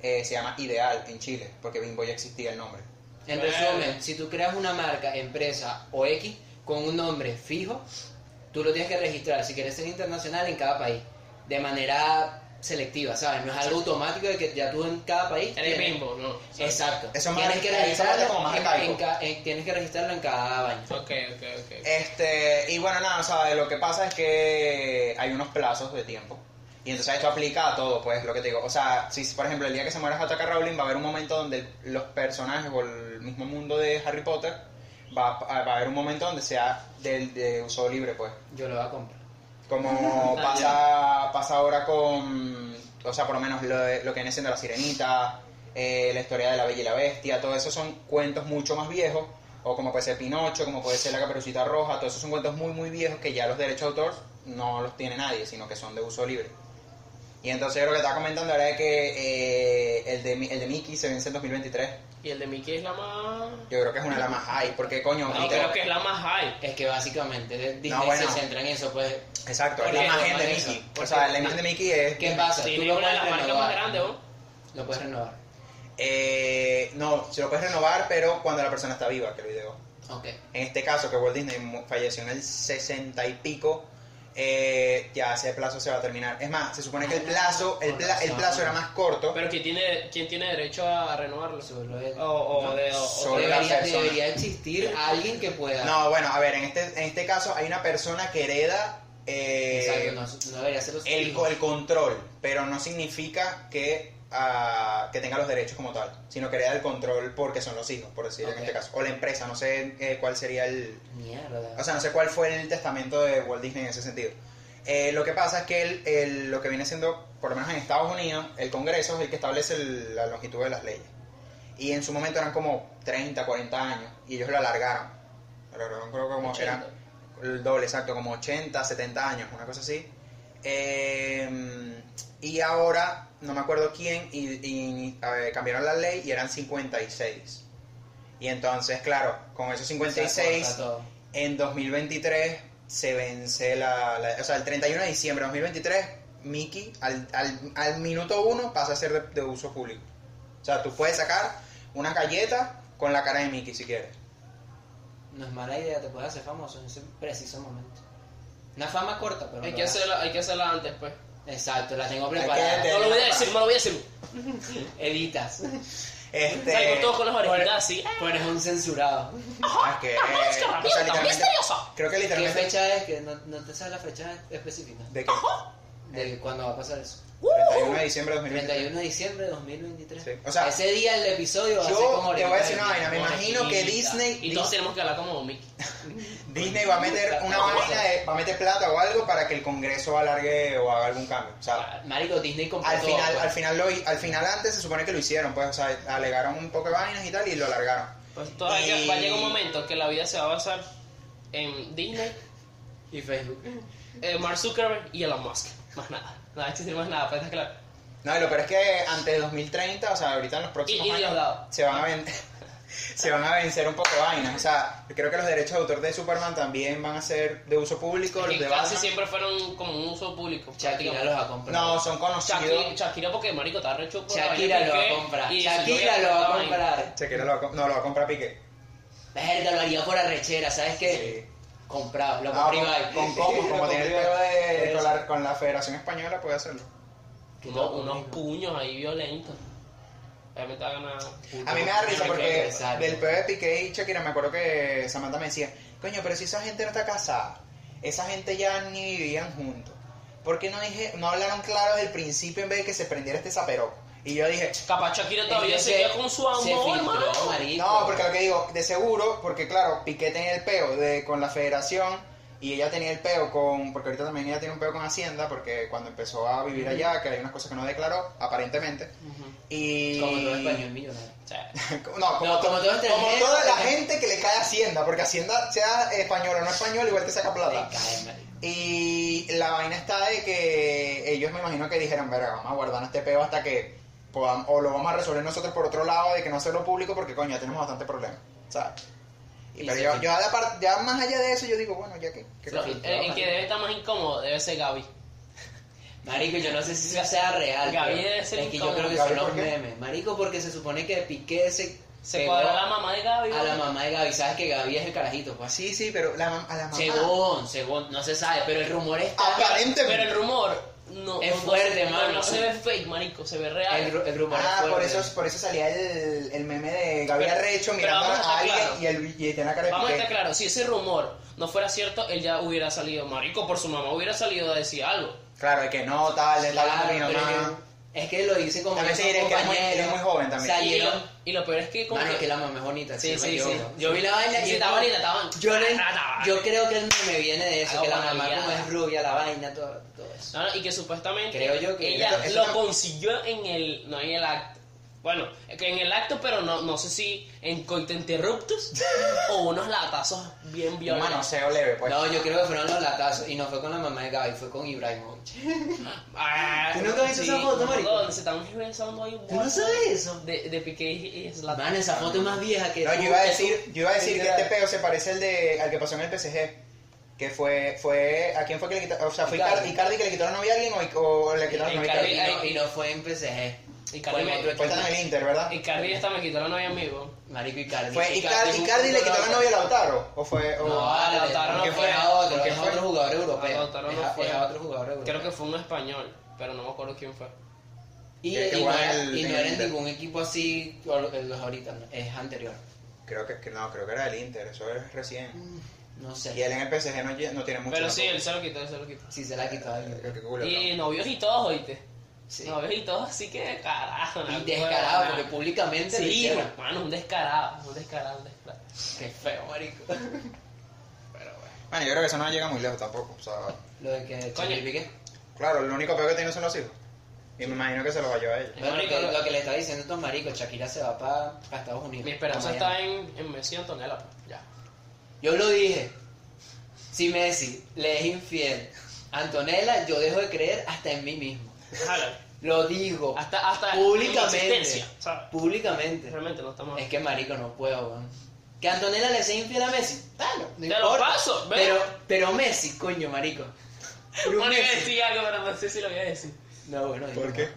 Speaker 1: eh, se llama Ideal en Chile, porque Bimbo ya existía el nombre.
Speaker 3: En
Speaker 2: Bueno.
Speaker 3: resumen, si tú creas una marca, empresa o X con un nombre fijo, tú lo tienes que registrar si quieres ser internacional en cada país. De manera selectiva, ¿sabes? No es algo automático de que ya tú en cada país.
Speaker 2: Eres
Speaker 3: tienes-
Speaker 2: bimbo, ¿no? O sea,
Speaker 3: Exacto.
Speaker 1: Eso es
Speaker 3: tienes
Speaker 1: más-
Speaker 3: que
Speaker 1: eso es más
Speaker 3: registrarlo
Speaker 1: como más
Speaker 3: en-
Speaker 1: arcaico.
Speaker 3: en ca- en- tienes que registrarlo en cada baño.
Speaker 2: Ok, ok, ok.
Speaker 1: Este, y bueno, nada, o sea, lo que pasa es que hay unos plazos de tiempo. Y entonces esto aplica a todo, pues, lo que te digo. O sea, si por ejemplo el día que se muera J.K. Rowling va a haber un momento donde el- los personajes o el mismo mundo de Harry Potter va a, va a haber un momento donde sea del, de uso libre, pues.
Speaker 3: Yo lo voy a comprar.
Speaker 1: Como pasa, pasa ahora con, o sea, por lo menos lo, de- lo que viene siendo La Sirenita, eh, la historia de La Bella y la Bestia, todo eso son cuentos mucho más viejos, o como puede ser Pinocho, como puede ser La Caperucita Roja, todos esos son cuentos muy, muy viejos que ya los derechos de autor no los tiene nadie, sino que son de uso libre. Y entonces yo lo que estaba comentando era de que eh, el, de, Mi- el de Mickey se vence en 2023.
Speaker 2: Y el de Mickey es la más.
Speaker 1: Yo creo que es una de las más high, porque coño...
Speaker 2: No,
Speaker 1: Mickey-
Speaker 2: creo que es la más high.
Speaker 3: Es que básicamente Disney
Speaker 1: bueno.
Speaker 3: se centra en eso, pues.
Speaker 1: Exacto, es
Speaker 2: Porque
Speaker 1: la
Speaker 2: es
Speaker 1: imagen de
Speaker 3: normal eso,
Speaker 1: Mickey. O
Speaker 3: porque-
Speaker 1: sea, la imagen de Mickey es...
Speaker 3: ¿Qué pasa? Tú
Speaker 2: Tiene
Speaker 3: lo
Speaker 2: una de las
Speaker 3: puedes
Speaker 2: marcas
Speaker 3: renovar.
Speaker 2: más grandes, ¿no?
Speaker 3: Lo puedes renovar.
Speaker 1: Eh, no, se lo puedes renovar, pero cuando la persona está viva, que lo ideó.
Speaker 3: Ok.
Speaker 1: En este caso, que Walt Disney mu- falleció en el 60 y pico, eh, ya ese plazo se va a terminar. Es más, se supone que el plazo, el, pla- el plazo era más corto.
Speaker 2: Pero ¿quién tiene, quién tiene derecho a renovarlo?
Speaker 3: Solo él.
Speaker 2: O, o de. O,
Speaker 1: Solo-
Speaker 2: o-
Speaker 1: la
Speaker 3: Debería,
Speaker 1: persona.
Speaker 3: debería existir alguien que pueda.
Speaker 1: No, bueno, a ver, en este, en este caso hay una persona que hereda eh,
Speaker 3: Exacto, no, no debería ser los
Speaker 1: el,
Speaker 3: hijos.
Speaker 1: co- el control, pero no significa que, ah, que tenga los derechos como tal, sino que hereda el control porque son los hijos, por decir
Speaker 3: Ok.
Speaker 1: en este caso. O la empresa, no sé eh, cuál sería el,
Speaker 3: Mierda.
Speaker 1: O sea, no sé cuál fue el testamento de Walt Disney en ese sentido. Eh, lo que pasa es que el- el- lo que viene siendo, por lo menos en Estados Unidos, el Congreso es el que establece el- la longitud de las leyes. Y en su momento eran como 30, 40 años, y ellos lo alargaron. Lo alargaron, creo que como
Speaker 2: 80.
Speaker 1: eran el doble, exacto, como 80, 70 años, una cosa así. Eh, y ahora, no me acuerdo quién, y, y, a ver, cambiaron la ley y eran 56. Y entonces, claro, con esos 56
Speaker 3: Se corta todo.
Speaker 1: en 2023 se vence la, la- O sea, el 31 de diciembre de 2023, Mickey al, al, al minuto uno pasa a ser de, de uso público. O sea, tú puedes sacar unas galletas con la cara de Mickey si quieres.
Speaker 3: No es mala idea, te puedes hacer famoso en ese preciso momento. Una fama corta, pero.
Speaker 2: hay,
Speaker 3: lo
Speaker 2: que
Speaker 3: haces.
Speaker 2: hacerla, hay que hacerla antes, pues.
Speaker 3: Exacto, la tengo
Speaker 1: que
Speaker 3: preparada.
Speaker 1: te-
Speaker 2: No lo voy a decir, no lo voy a decir.
Speaker 3: Editas.
Speaker 1: Este.
Speaker 2: Salgo todos con las
Speaker 3: Por-
Speaker 2: orejitas así.
Speaker 3: Pones un censurado.
Speaker 1: ah, que,
Speaker 2: ¡Es que
Speaker 1: eh, o sea,
Speaker 2: herramienta
Speaker 1: literalmente-
Speaker 2: misteriosa!
Speaker 1: Creo que
Speaker 3: ¿Qué
Speaker 1: literalmente.
Speaker 3: fecha es? Que no, no te sabes la fecha específica.
Speaker 1: ¿De qué?
Speaker 3: de cuándo va a pasar eso.
Speaker 2: Uh.
Speaker 1: 31 de diciembre de 2023.
Speaker 3: 31 de diciembre de 2023.
Speaker 1: Sí, o sea,
Speaker 3: Ese día el episodio va a ser como
Speaker 1: Yo te voy a
Speaker 3: ahorita
Speaker 1: decir una
Speaker 3: de-
Speaker 1: vaina, me imagino que Disney
Speaker 2: Y todos tenemos que hablar como Mickey.
Speaker 1: Disney va a meter una vaina, de- va a meter plata o algo para que el Congreso alargue o haga algún cambio. O sea,
Speaker 3: Marico, Disney compró
Speaker 1: al
Speaker 3: todo,
Speaker 1: final,
Speaker 3: pues.
Speaker 1: al final, lo, hi- al final antes se supone que lo hicieron, pues, o sea, alegaron un poco de vainas y tal y lo alargaron.
Speaker 2: Pues todavía
Speaker 1: Y-
Speaker 2: va a llegar un momento que la vida se va a basar en Disney,
Speaker 3: Y Facebook.
Speaker 2: eh, Mark Zuckerberg y Elon Musk. Más nada. No va a existir más nada, pues está claro.
Speaker 1: No, y lo peor es que antes de 2030, o sea, ahorita en los próximos
Speaker 2: Y- y Diosdado.
Speaker 1: años, se van a vender. Se van a vencer un poco de vainas. O sea, yo creo que los derechos de autor de Superman también van a ser de uso público.
Speaker 2: Que
Speaker 1: Los de
Speaker 2: casi
Speaker 1: Batman-
Speaker 2: siempre fueron como un uso público.
Speaker 3: Shakira
Speaker 2: prácticamente.
Speaker 3: los ha comprado.
Speaker 1: No, son conocidos.
Speaker 2: Shakira, Shakira porque marico está recho por la
Speaker 3: Shakira
Speaker 2: vaina
Speaker 3: lo va
Speaker 2: Piqué
Speaker 3: a comprar.
Speaker 2: y
Speaker 3: Shakira
Speaker 2: se
Speaker 3: lo va a
Speaker 2: vaina.
Speaker 3: comprar.
Speaker 1: Shakira lo va a com- no, lo va a comprar Piqué.
Speaker 3: Verga, lo haría por arrechera, ¿sabes qué? Comprado, lo
Speaker 1: Ah,
Speaker 3: compré Ibai.
Speaker 1: con, con Coco, como
Speaker 3: Lo
Speaker 1: tiene el
Speaker 3: compré
Speaker 1: pedo de,
Speaker 3: Ibai.
Speaker 1: con, la, con la Federación Española, puede hacerlo.
Speaker 3: Qué
Speaker 2: Uno-
Speaker 3: loco,
Speaker 2: unos
Speaker 3: marico.
Speaker 2: puños ahí violentos. Obviamente va a ganar.
Speaker 1: A mí me da risa
Speaker 3: Hay que
Speaker 1: porque
Speaker 3: regresar,
Speaker 1: del
Speaker 3: ¿no?
Speaker 1: pedo de Piqué y Shakira me acuerdo que Samantha me decía, coño, pero si esa gente no está casada, esa gente ya ni vivían juntos. ¿Por qué no, dije, no hablaron claro desde el principio en vez de que se prendiera este zaperoco? Y yo dije,
Speaker 2: Capaz Shakira todavía
Speaker 3: Es que
Speaker 2: seguía
Speaker 3: se-
Speaker 2: con su
Speaker 3: se
Speaker 2: amor,
Speaker 3: filtró,
Speaker 2: mano.
Speaker 3: marico.
Speaker 1: no, porque lo que digo, de seguro, porque claro, Piqué tenía el peo de, con la federación y ella tenía el peo con, porque ahorita también ella tiene un peo con Hacienda, porque cuando empezó a vivir allá, que hay unas cosas que no declaró, aparentemente.
Speaker 2: Ujú.
Speaker 1: Y...
Speaker 3: Como todo español millonario.
Speaker 2: O sea,
Speaker 1: No, como,
Speaker 3: No,
Speaker 1: to-
Speaker 3: como todo extranjero,
Speaker 1: como toda la
Speaker 3: que-
Speaker 1: gente que le cae a Hacienda, porque Hacienda, sea español o no español, igual te saca plata.
Speaker 3: Me cae, marico.
Speaker 1: Y la vaina está de que ellos me imagino que dijeron, verga, vamos a guardar este peo hasta que podamos, o lo vamos a resolver nosotros por otro lado, de que no hacerlo público, porque coño, ya tenemos bastante problema, ¿sabes? Y,
Speaker 3: Y
Speaker 1: pero
Speaker 3: se
Speaker 1: yo,
Speaker 3: fue.
Speaker 1: yo a la par- ya más allá de eso, yo digo, bueno, ya que... que
Speaker 3: Se
Speaker 1: coño,
Speaker 3: fue.
Speaker 2: el, el eh, que debe estar más incómodo debe ser Gaby.
Speaker 3: Marico, yo no sé si eso sea real.
Speaker 2: Gaby
Speaker 3: pero
Speaker 2: debe ser
Speaker 3: es que yo
Speaker 2: incómodo.
Speaker 3: creo que
Speaker 1: Gaby,
Speaker 3: son los
Speaker 1: ¿por qué?
Speaker 3: memes. Marico, porque se supone que Piqué se,
Speaker 2: Se
Speaker 3: pegó
Speaker 2: cuadró la mamá de Gaby.
Speaker 3: a la
Speaker 2: ¿no?
Speaker 3: mamá de Gaby. Sabes que Gaby es el carajito, pues así.
Speaker 1: Sí, sí, pero la, mam- a la mamá... Ah,
Speaker 3: Según, según, no se sabe, pero el rumor está.
Speaker 2: Pero
Speaker 1: Aparentemente...
Speaker 2: el rumor no
Speaker 3: Es
Speaker 2: no- no
Speaker 3: fuerte,
Speaker 2: se- no-
Speaker 3: mano.
Speaker 2: No se ve fake, marico, se ve real.
Speaker 3: El, ru- el rumor
Speaker 1: Ah,
Speaker 3: es
Speaker 1: por
Speaker 3: fuerte.
Speaker 1: eso, por eso salía el, el meme de Gaby
Speaker 2: Pero-
Speaker 1: Arrecho
Speaker 2: pero
Speaker 1: mirando
Speaker 2: vamos a
Speaker 1: a
Speaker 2: estar
Speaker 1: alguien
Speaker 2: claros.
Speaker 1: y el y tiene la cara de
Speaker 2: Vamos a
Speaker 1: Piqué.
Speaker 2: estar claros, si ese rumor no fuera cierto, él ya hubiera salido, marico, por su mamá hubiera salido a decir algo.
Speaker 1: Claro, de que no, tal, de tal,
Speaker 3: Claro,
Speaker 1: mi
Speaker 3: pero
Speaker 1: mamá.
Speaker 3: yo- es que lo hice como
Speaker 1: También se
Speaker 3: que son
Speaker 1: diré que es muy-
Speaker 3: compañeros,
Speaker 1: es muy joven también.
Speaker 2: Y lo,
Speaker 3: Salieron.
Speaker 2: y lo peor es que como
Speaker 3: Mano,
Speaker 2: que-
Speaker 3: Ah, que la mamá es bonita.
Speaker 2: Sí,
Speaker 3: si no
Speaker 2: sí,
Speaker 3: me
Speaker 2: sí.
Speaker 3: equivoco. Yo vi la vaina
Speaker 2: Sí,
Speaker 3: y
Speaker 2: está bonita, está bonita.
Speaker 3: Yo, le-
Speaker 2: Ah, está bonita.
Speaker 3: yo creo que el meme viene de eso,
Speaker 2: Algo
Speaker 3: que la mamá
Speaker 2: maravillada.
Speaker 3: como es rubia, la vaina, todo, todo eso.
Speaker 2: No, no, y que supuestamente
Speaker 3: Creo yo que-
Speaker 2: ella
Speaker 1: Esto- esto
Speaker 2: lo
Speaker 1: tam-
Speaker 2: consiguió en el no en el acto. Bueno, que en el acto, pero no, no sé si en coito interruptus o unos latazos bien
Speaker 1: Un
Speaker 2: violentos.
Speaker 1: manoseo leve, pues.
Speaker 3: No, yo creo que fueron los latazos y no fue con la mamá de Gaby, fue con Ibrahim.
Speaker 2: Ah,
Speaker 3: ¿Tú nunca viste esa foto,
Speaker 2: no,
Speaker 3: marico?
Speaker 2: Donde se están besando ahí un
Speaker 3: ¿Tú no sabes eso?
Speaker 2: De, de Piqué y es la...
Speaker 3: Mano, esa foto es más vieja que
Speaker 1: No,
Speaker 3: tú,
Speaker 1: yo iba a
Speaker 3: que
Speaker 1: decir,
Speaker 3: tú.
Speaker 1: yo iba a decir que
Speaker 3: Literal.
Speaker 1: este peo se parece al de al que pasó en el PSG. Que fue, fue, ¿a quién fue que le quitaron? O sea, fue Icardi,
Speaker 3: Icardi.
Speaker 1: Icardi que le quitaron novia a alguien o, o le quitaron novia a
Speaker 2: Icardi-
Speaker 1: Icardi.
Speaker 3: Y no, y no fue en PSG.
Speaker 2: Y
Speaker 3: Fue en otro
Speaker 1: Fue en
Speaker 3: equipo.
Speaker 1: el Inter, ¿verdad?
Speaker 2: Y Cardi hasta me quitó la novia amigo.
Speaker 3: Marico Icardi.
Speaker 1: Fue
Speaker 3: es
Speaker 1: Icardi,
Speaker 3: un
Speaker 1: Icardi le
Speaker 3: puto
Speaker 1: quitó la
Speaker 3: loco.
Speaker 1: novia a Lautaro. O fue, o-
Speaker 3: No, a Lautaro
Speaker 1: ¿Qué
Speaker 3: no
Speaker 1: fue?
Speaker 3: fue a otro,
Speaker 1: ¿Qué
Speaker 3: es a
Speaker 1: fue?
Speaker 3: otro jugador europeo.
Speaker 2: A Lautaro no
Speaker 3: Es a-
Speaker 2: fue.
Speaker 3: Es a otro jugador europeo.
Speaker 2: Creo que fue un español, pero no me acuerdo quién fue.
Speaker 3: Y,
Speaker 1: Que- que
Speaker 3: y no
Speaker 1: juega
Speaker 3: era,
Speaker 1: el-
Speaker 3: y no
Speaker 1: en
Speaker 3: era
Speaker 1: el Inter.
Speaker 3: ningún equipo así, o lo- los ahorita, no, es anterior.
Speaker 1: Creo que, que no, creo que era el Inter, eso es recién.
Speaker 3: No
Speaker 1: Y
Speaker 3: sé
Speaker 1: él en el PSG no, lle- no tiene mucho.
Speaker 2: Pero sí,
Speaker 1: tampoco.
Speaker 2: él se lo quitó, él se lo quitó.
Speaker 3: si se la ha quitado alguien.
Speaker 1: Qué culo, ¿no?
Speaker 2: Y novios y todos, oíste.
Speaker 3: Sí.
Speaker 2: Novios y todos, así que carajo.
Speaker 3: Y
Speaker 2: no,
Speaker 3: descarado,
Speaker 2: no,
Speaker 3: porque públicamente lo
Speaker 2: Sí,
Speaker 3: hicieron.
Speaker 2: hermano, un descarado, un descarado, un descarado.
Speaker 3: Qué feo, marico.
Speaker 2: Pero bueno.
Speaker 1: Bueno, yo creo que eso no llega muy lejos tampoco. O sea,
Speaker 3: Lo de que
Speaker 2: Coño.
Speaker 3: Shakira y Piqué.
Speaker 1: claro, lo único peor que tiene son los hijos. Y me imagino que se lo va a llevar ella.
Speaker 3: Bueno,
Speaker 2: Marico,
Speaker 3: que-
Speaker 2: lo-
Speaker 3: lo que le está diciendo estos maricos, Shakira se va para Estados Unidos.
Speaker 2: Mi esperanza
Speaker 3: a
Speaker 2: está
Speaker 3: Miami.
Speaker 2: en, en Messi y Antonella, pues, ya.
Speaker 3: Yo lo dije. Si Messi le es infiel a Antonella, yo dejo de creer hasta en mí mismo.
Speaker 2: Jálale.
Speaker 3: Lo digo.
Speaker 2: Hasta, hasta en mi
Speaker 3: públicamente.
Speaker 2: existencia, ¿sabes?
Speaker 3: Públicamente.
Speaker 2: Realmente no estamos.
Speaker 3: Es que marico, no puedo, weón. Que Antonella le sea infiel a Messi. Dale, no
Speaker 2: Te
Speaker 3: importa.
Speaker 2: lo paso, ve.
Speaker 3: pero, pero Messi, coño, marico. Pero
Speaker 2: Bueno, iba a
Speaker 3: Messi.
Speaker 2: decir algo, pero no sé si lo voy a decir.
Speaker 3: No, bueno,
Speaker 1: ¿Por qué?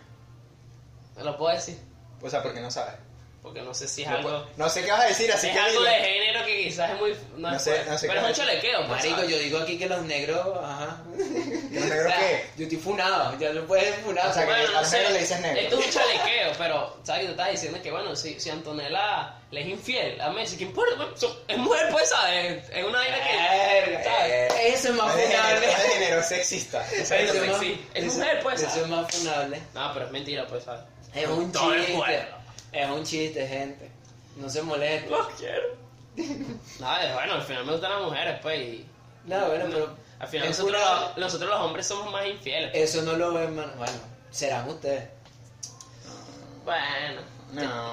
Speaker 2: No lo puedo decir,
Speaker 1: O sea, porque no sabes.
Speaker 2: porque no sé si es
Speaker 1: No
Speaker 2: algo.
Speaker 1: puedo- No sé qué vas a decir, así
Speaker 2: es
Speaker 1: que
Speaker 2: algo
Speaker 1: dilo.
Speaker 2: de género que quizás es muy. No,
Speaker 1: No
Speaker 2: es
Speaker 1: sé-
Speaker 2: fuerte,
Speaker 1: no sé
Speaker 2: pero
Speaker 1: qué
Speaker 2: es un chalequeo, pues,
Speaker 3: Marico,
Speaker 2: ¿sabes?
Speaker 3: yo digo aquí que los negros, ajá.
Speaker 1: ¿Que los negros
Speaker 3: O sea,
Speaker 1: qué?
Speaker 3: Yo estoy funado, ya no puedes funar.
Speaker 1: O sea, que
Speaker 2: Bueno, no
Speaker 1: al negro
Speaker 2: sé,
Speaker 1: le dices negro.
Speaker 2: Esto es un chalequeo, pero, ¿sabes? Tú estás diciendo que, bueno, si, si Antonella le es infiel a Messi, ¿qué importa? Bueno, son- Es mujer, pues, ¿sabes? Es una vaina que.
Speaker 3: Verga,
Speaker 2: ¿sabes?
Speaker 3: Eh, Eso es más
Speaker 1: No es de género,
Speaker 3: funable.
Speaker 1: no es de género, es sexista.
Speaker 2: Eso es
Speaker 3: Eso
Speaker 2: lo
Speaker 3: más-
Speaker 2: sexy. Es
Speaker 3: eso-
Speaker 2: mujer, pues,
Speaker 3: Eso
Speaker 2: ¿sabes?
Speaker 3: es más funable.
Speaker 2: No, pero es mentira, pues, ¿sabes?
Speaker 3: Es un
Speaker 2: Todo el
Speaker 3: chiste.
Speaker 2: cuerpo.
Speaker 3: Es un chiste, gente. No se molesten.
Speaker 2: Los quiero. No, es bueno, al final me gustan las mujeres, pues, y...
Speaker 3: No, bueno,
Speaker 2: no,
Speaker 3: pero.
Speaker 2: Al final
Speaker 3: es Eh.
Speaker 2: nosotros,
Speaker 3: funable.
Speaker 2: los- nosotros los hombres somos más infieles.
Speaker 3: Eso no lo ven, man. Bueno, serán ustedes.
Speaker 2: Bueno.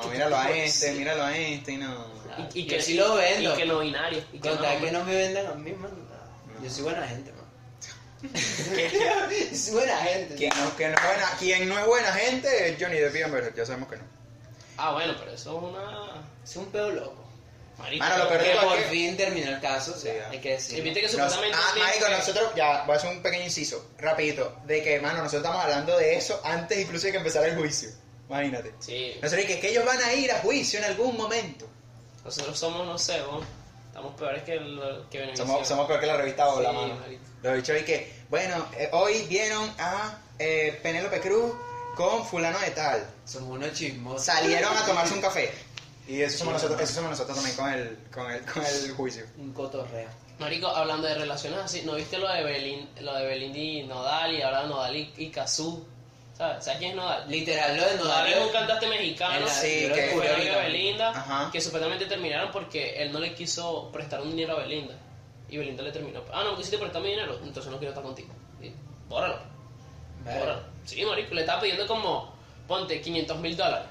Speaker 1: No, míralo a este, míralo a este, no.
Speaker 2: Y, y
Speaker 3: Ah, Yo
Speaker 2: que
Speaker 3: sí lo vendo.
Speaker 2: Y que no binario. Y que
Speaker 3: Con
Speaker 2: no,
Speaker 3: tal que
Speaker 2: hombre.
Speaker 3: no me vendan a mí, man.
Speaker 1: No.
Speaker 3: Yo soy buena gente, man.
Speaker 1: Que-
Speaker 3: soy buena gente.
Speaker 1: Quien no, que no es buena, quien no es buena gente es Johnny Depp y Amber Heard, ya sabemos que no.
Speaker 2: Ah, bueno, pero eso es una...
Speaker 3: Es un pedo loco.
Speaker 2: Marica.
Speaker 1: Mano, lo peor- Pero
Speaker 3: que
Speaker 1: tú, ¿a
Speaker 3: por
Speaker 1: qué?
Speaker 3: fin terminó el caso, o sea,
Speaker 1: Sí, ya.
Speaker 3: hay que decir.
Speaker 2: Y viste que
Speaker 1: Nos-
Speaker 2: supuestamente...
Speaker 1: ah,
Speaker 2: dicen
Speaker 1: marico,
Speaker 2: que-
Speaker 1: nosotros, ya, voy a hacer un pequeño inciso, rapidito, de que, mano, nosotros estamos hablando de eso antes incluso de que empezara el juicio, imagínate.
Speaker 2: Sí,
Speaker 1: Nosotros, que, que ellos van a ir a juicio en algún momento.
Speaker 2: nosotros somos, no sé, vos. Estamos peores que, el, que Venevisión.
Speaker 1: Somos, somos peor que la revista Hola,
Speaker 2: Sí,
Speaker 1: mano.
Speaker 2: marico.
Speaker 1: Lo dicho hoy que, bueno, eh, hoy vieron a eh, Penélope Cruz con fulano de tal.
Speaker 3: Somos unos chismosos.
Speaker 1: Salieron a tomarse un café. Y eso somos nosotros, eso somos nosotros también con el, con el, con el juicio.
Speaker 3: Un cotorreo.
Speaker 2: Marico, hablando de relaciones así, ¿no viste lo de Belín, lo de Belín y Nodal y ahora Nodal y, y Cazú? ¿Sabes? ¿Sabes quién es Nodal?
Speaker 3: Literal, lo de
Speaker 2: Nodal es un
Speaker 3: Nodal.
Speaker 2: cantante mexicano
Speaker 3: Era-
Speaker 1: Sí,
Speaker 2: que
Speaker 1: que-
Speaker 2: fue
Speaker 3: descubrí
Speaker 2: novio de
Speaker 3: ahorita.
Speaker 2: Belinda,
Speaker 1: Ajá.
Speaker 2: que supuestamente terminaron porque él no le quiso prestar un dinero a Belinda. Y Belinda le terminó. Ah, no, me quisiste prestar mi dinero, entonces no quiero estar contigo. Y, bórralo, bórralo.
Speaker 3: Verga.
Speaker 2: Sí, marico, le estaba pidiendo como, ponte 500 mil dólares.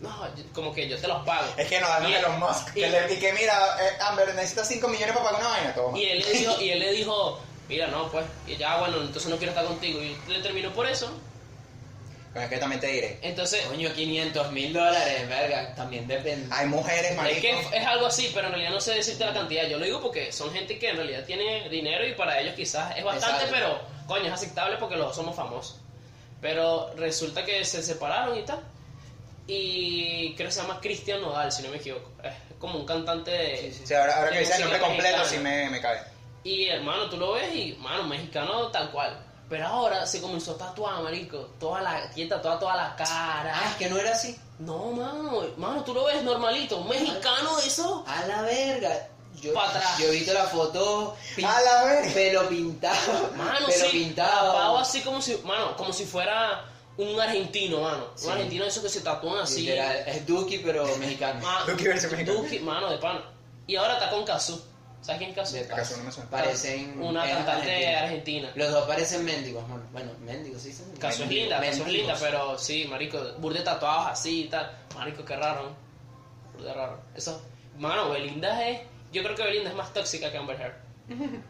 Speaker 2: No, yo- como que yo te los pago.
Speaker 1: Es que nos dan
Speaker 2: Y-
Speaker 1: a los Musk.
Speaker 2: y-
Speaker 1: Que le, y que mira, eh, Amber, necesitas 5 millones para pagar una vaina. Toma.
Speaker 2: Y él le dijo, y él le dijo, mira, no, pues, y ya, bueno, entonces no quiero estar contigo. Y le terminó por eso.
Speaker 1: Bueno, es que también te diré.
Speaker 2: Entonces,
Speaker 3: Coño, 500 mil dólares, verga. También depende.
Speaker 1: Hay mujeres,
Speaker 2: es
Speaker 1: marico.
Speaker 2: que es algo así, pero en realidad no sé decirte la cantidad. Yo lo digo porque son gente que en realidad tiene dinero y para ellos quizás es bastante,
Speaker 3: Exacto.
Speaker 2: pero, coño, es aceptable porque los dos somos famosos. Pero resulta que se separaron y tal. Y creo que se llama Cristian Nodal, si no me equivoco. Es como un cantante de...
Speaker 3: Sí, sí.
Speaker 1: O sea, ahora, ahora que
Speaker 2: Sí,
Speaker 1: dices el nombre
Speaker 2: música
Speaker 1: completo, sí
Speaker 2: mexicana.
Speaker 1: me, me cabe.
Speaker 2: Y hermano, tú lo ves y, mano, mexicano tal cual. Pero ahora se comenzó a tatuar, marico. Toda la, tiene tatuada toda la
Speaker 3: Ah,
Speaker 2: cara.
Speaker 3: es que no era así.
Speaker 2: No, mano, mano, tú lo ves normalito. Un mexicano de eso.
Speaker 3: A la verga. Yo,
Speaker 2: Pa' atrás.
Speaker 3: yo he visto la foto. pin-
Speaker 1: A la verga.
Speaker 3: Pelo pintado.
Speaker 2: Mano,
Speaker 3: pelo
Speaker 2: sí.
Speaker 3: pintado.
Speaker 2: tapado así como si, mano, como si fuera un argentino, mano.
Speaker 3: Sí.
Speaker 2: Un argentino de esos que se tatúan así.
Speaker 3: Literal, es Duki, pero mexicano.
Speaker 2: Ma-
Speaker 1: Duki versus mexicano.
Speaker 2: Duki, mano, de pana. Y ahora está con Cazú. ¿Sabes quién es Cazú?
Speaker 3: De
Speaker 1: ¿Acaso
Speaker 3: paso.
Speaker 1: no me suena?
Speaker 3: este Parecen.
Speaker 2: Una
Speaker 3: eran
Speaker 2: cantante
Speaker 3: argentinos.
Speaker 2: argentina.
Speaker 3: Los dos parecen mendigos, mano. Bueno, mendigos, sí, dicen.
Speaker 2: Caso es linda, caso es linda, pero sí, marico, burde tatuados así y tal. Marico, qué raro, ¿no? Burde raro. Eso, mano, Belinda es. Yo creo que Belinda es más tóxica que Amber Heard.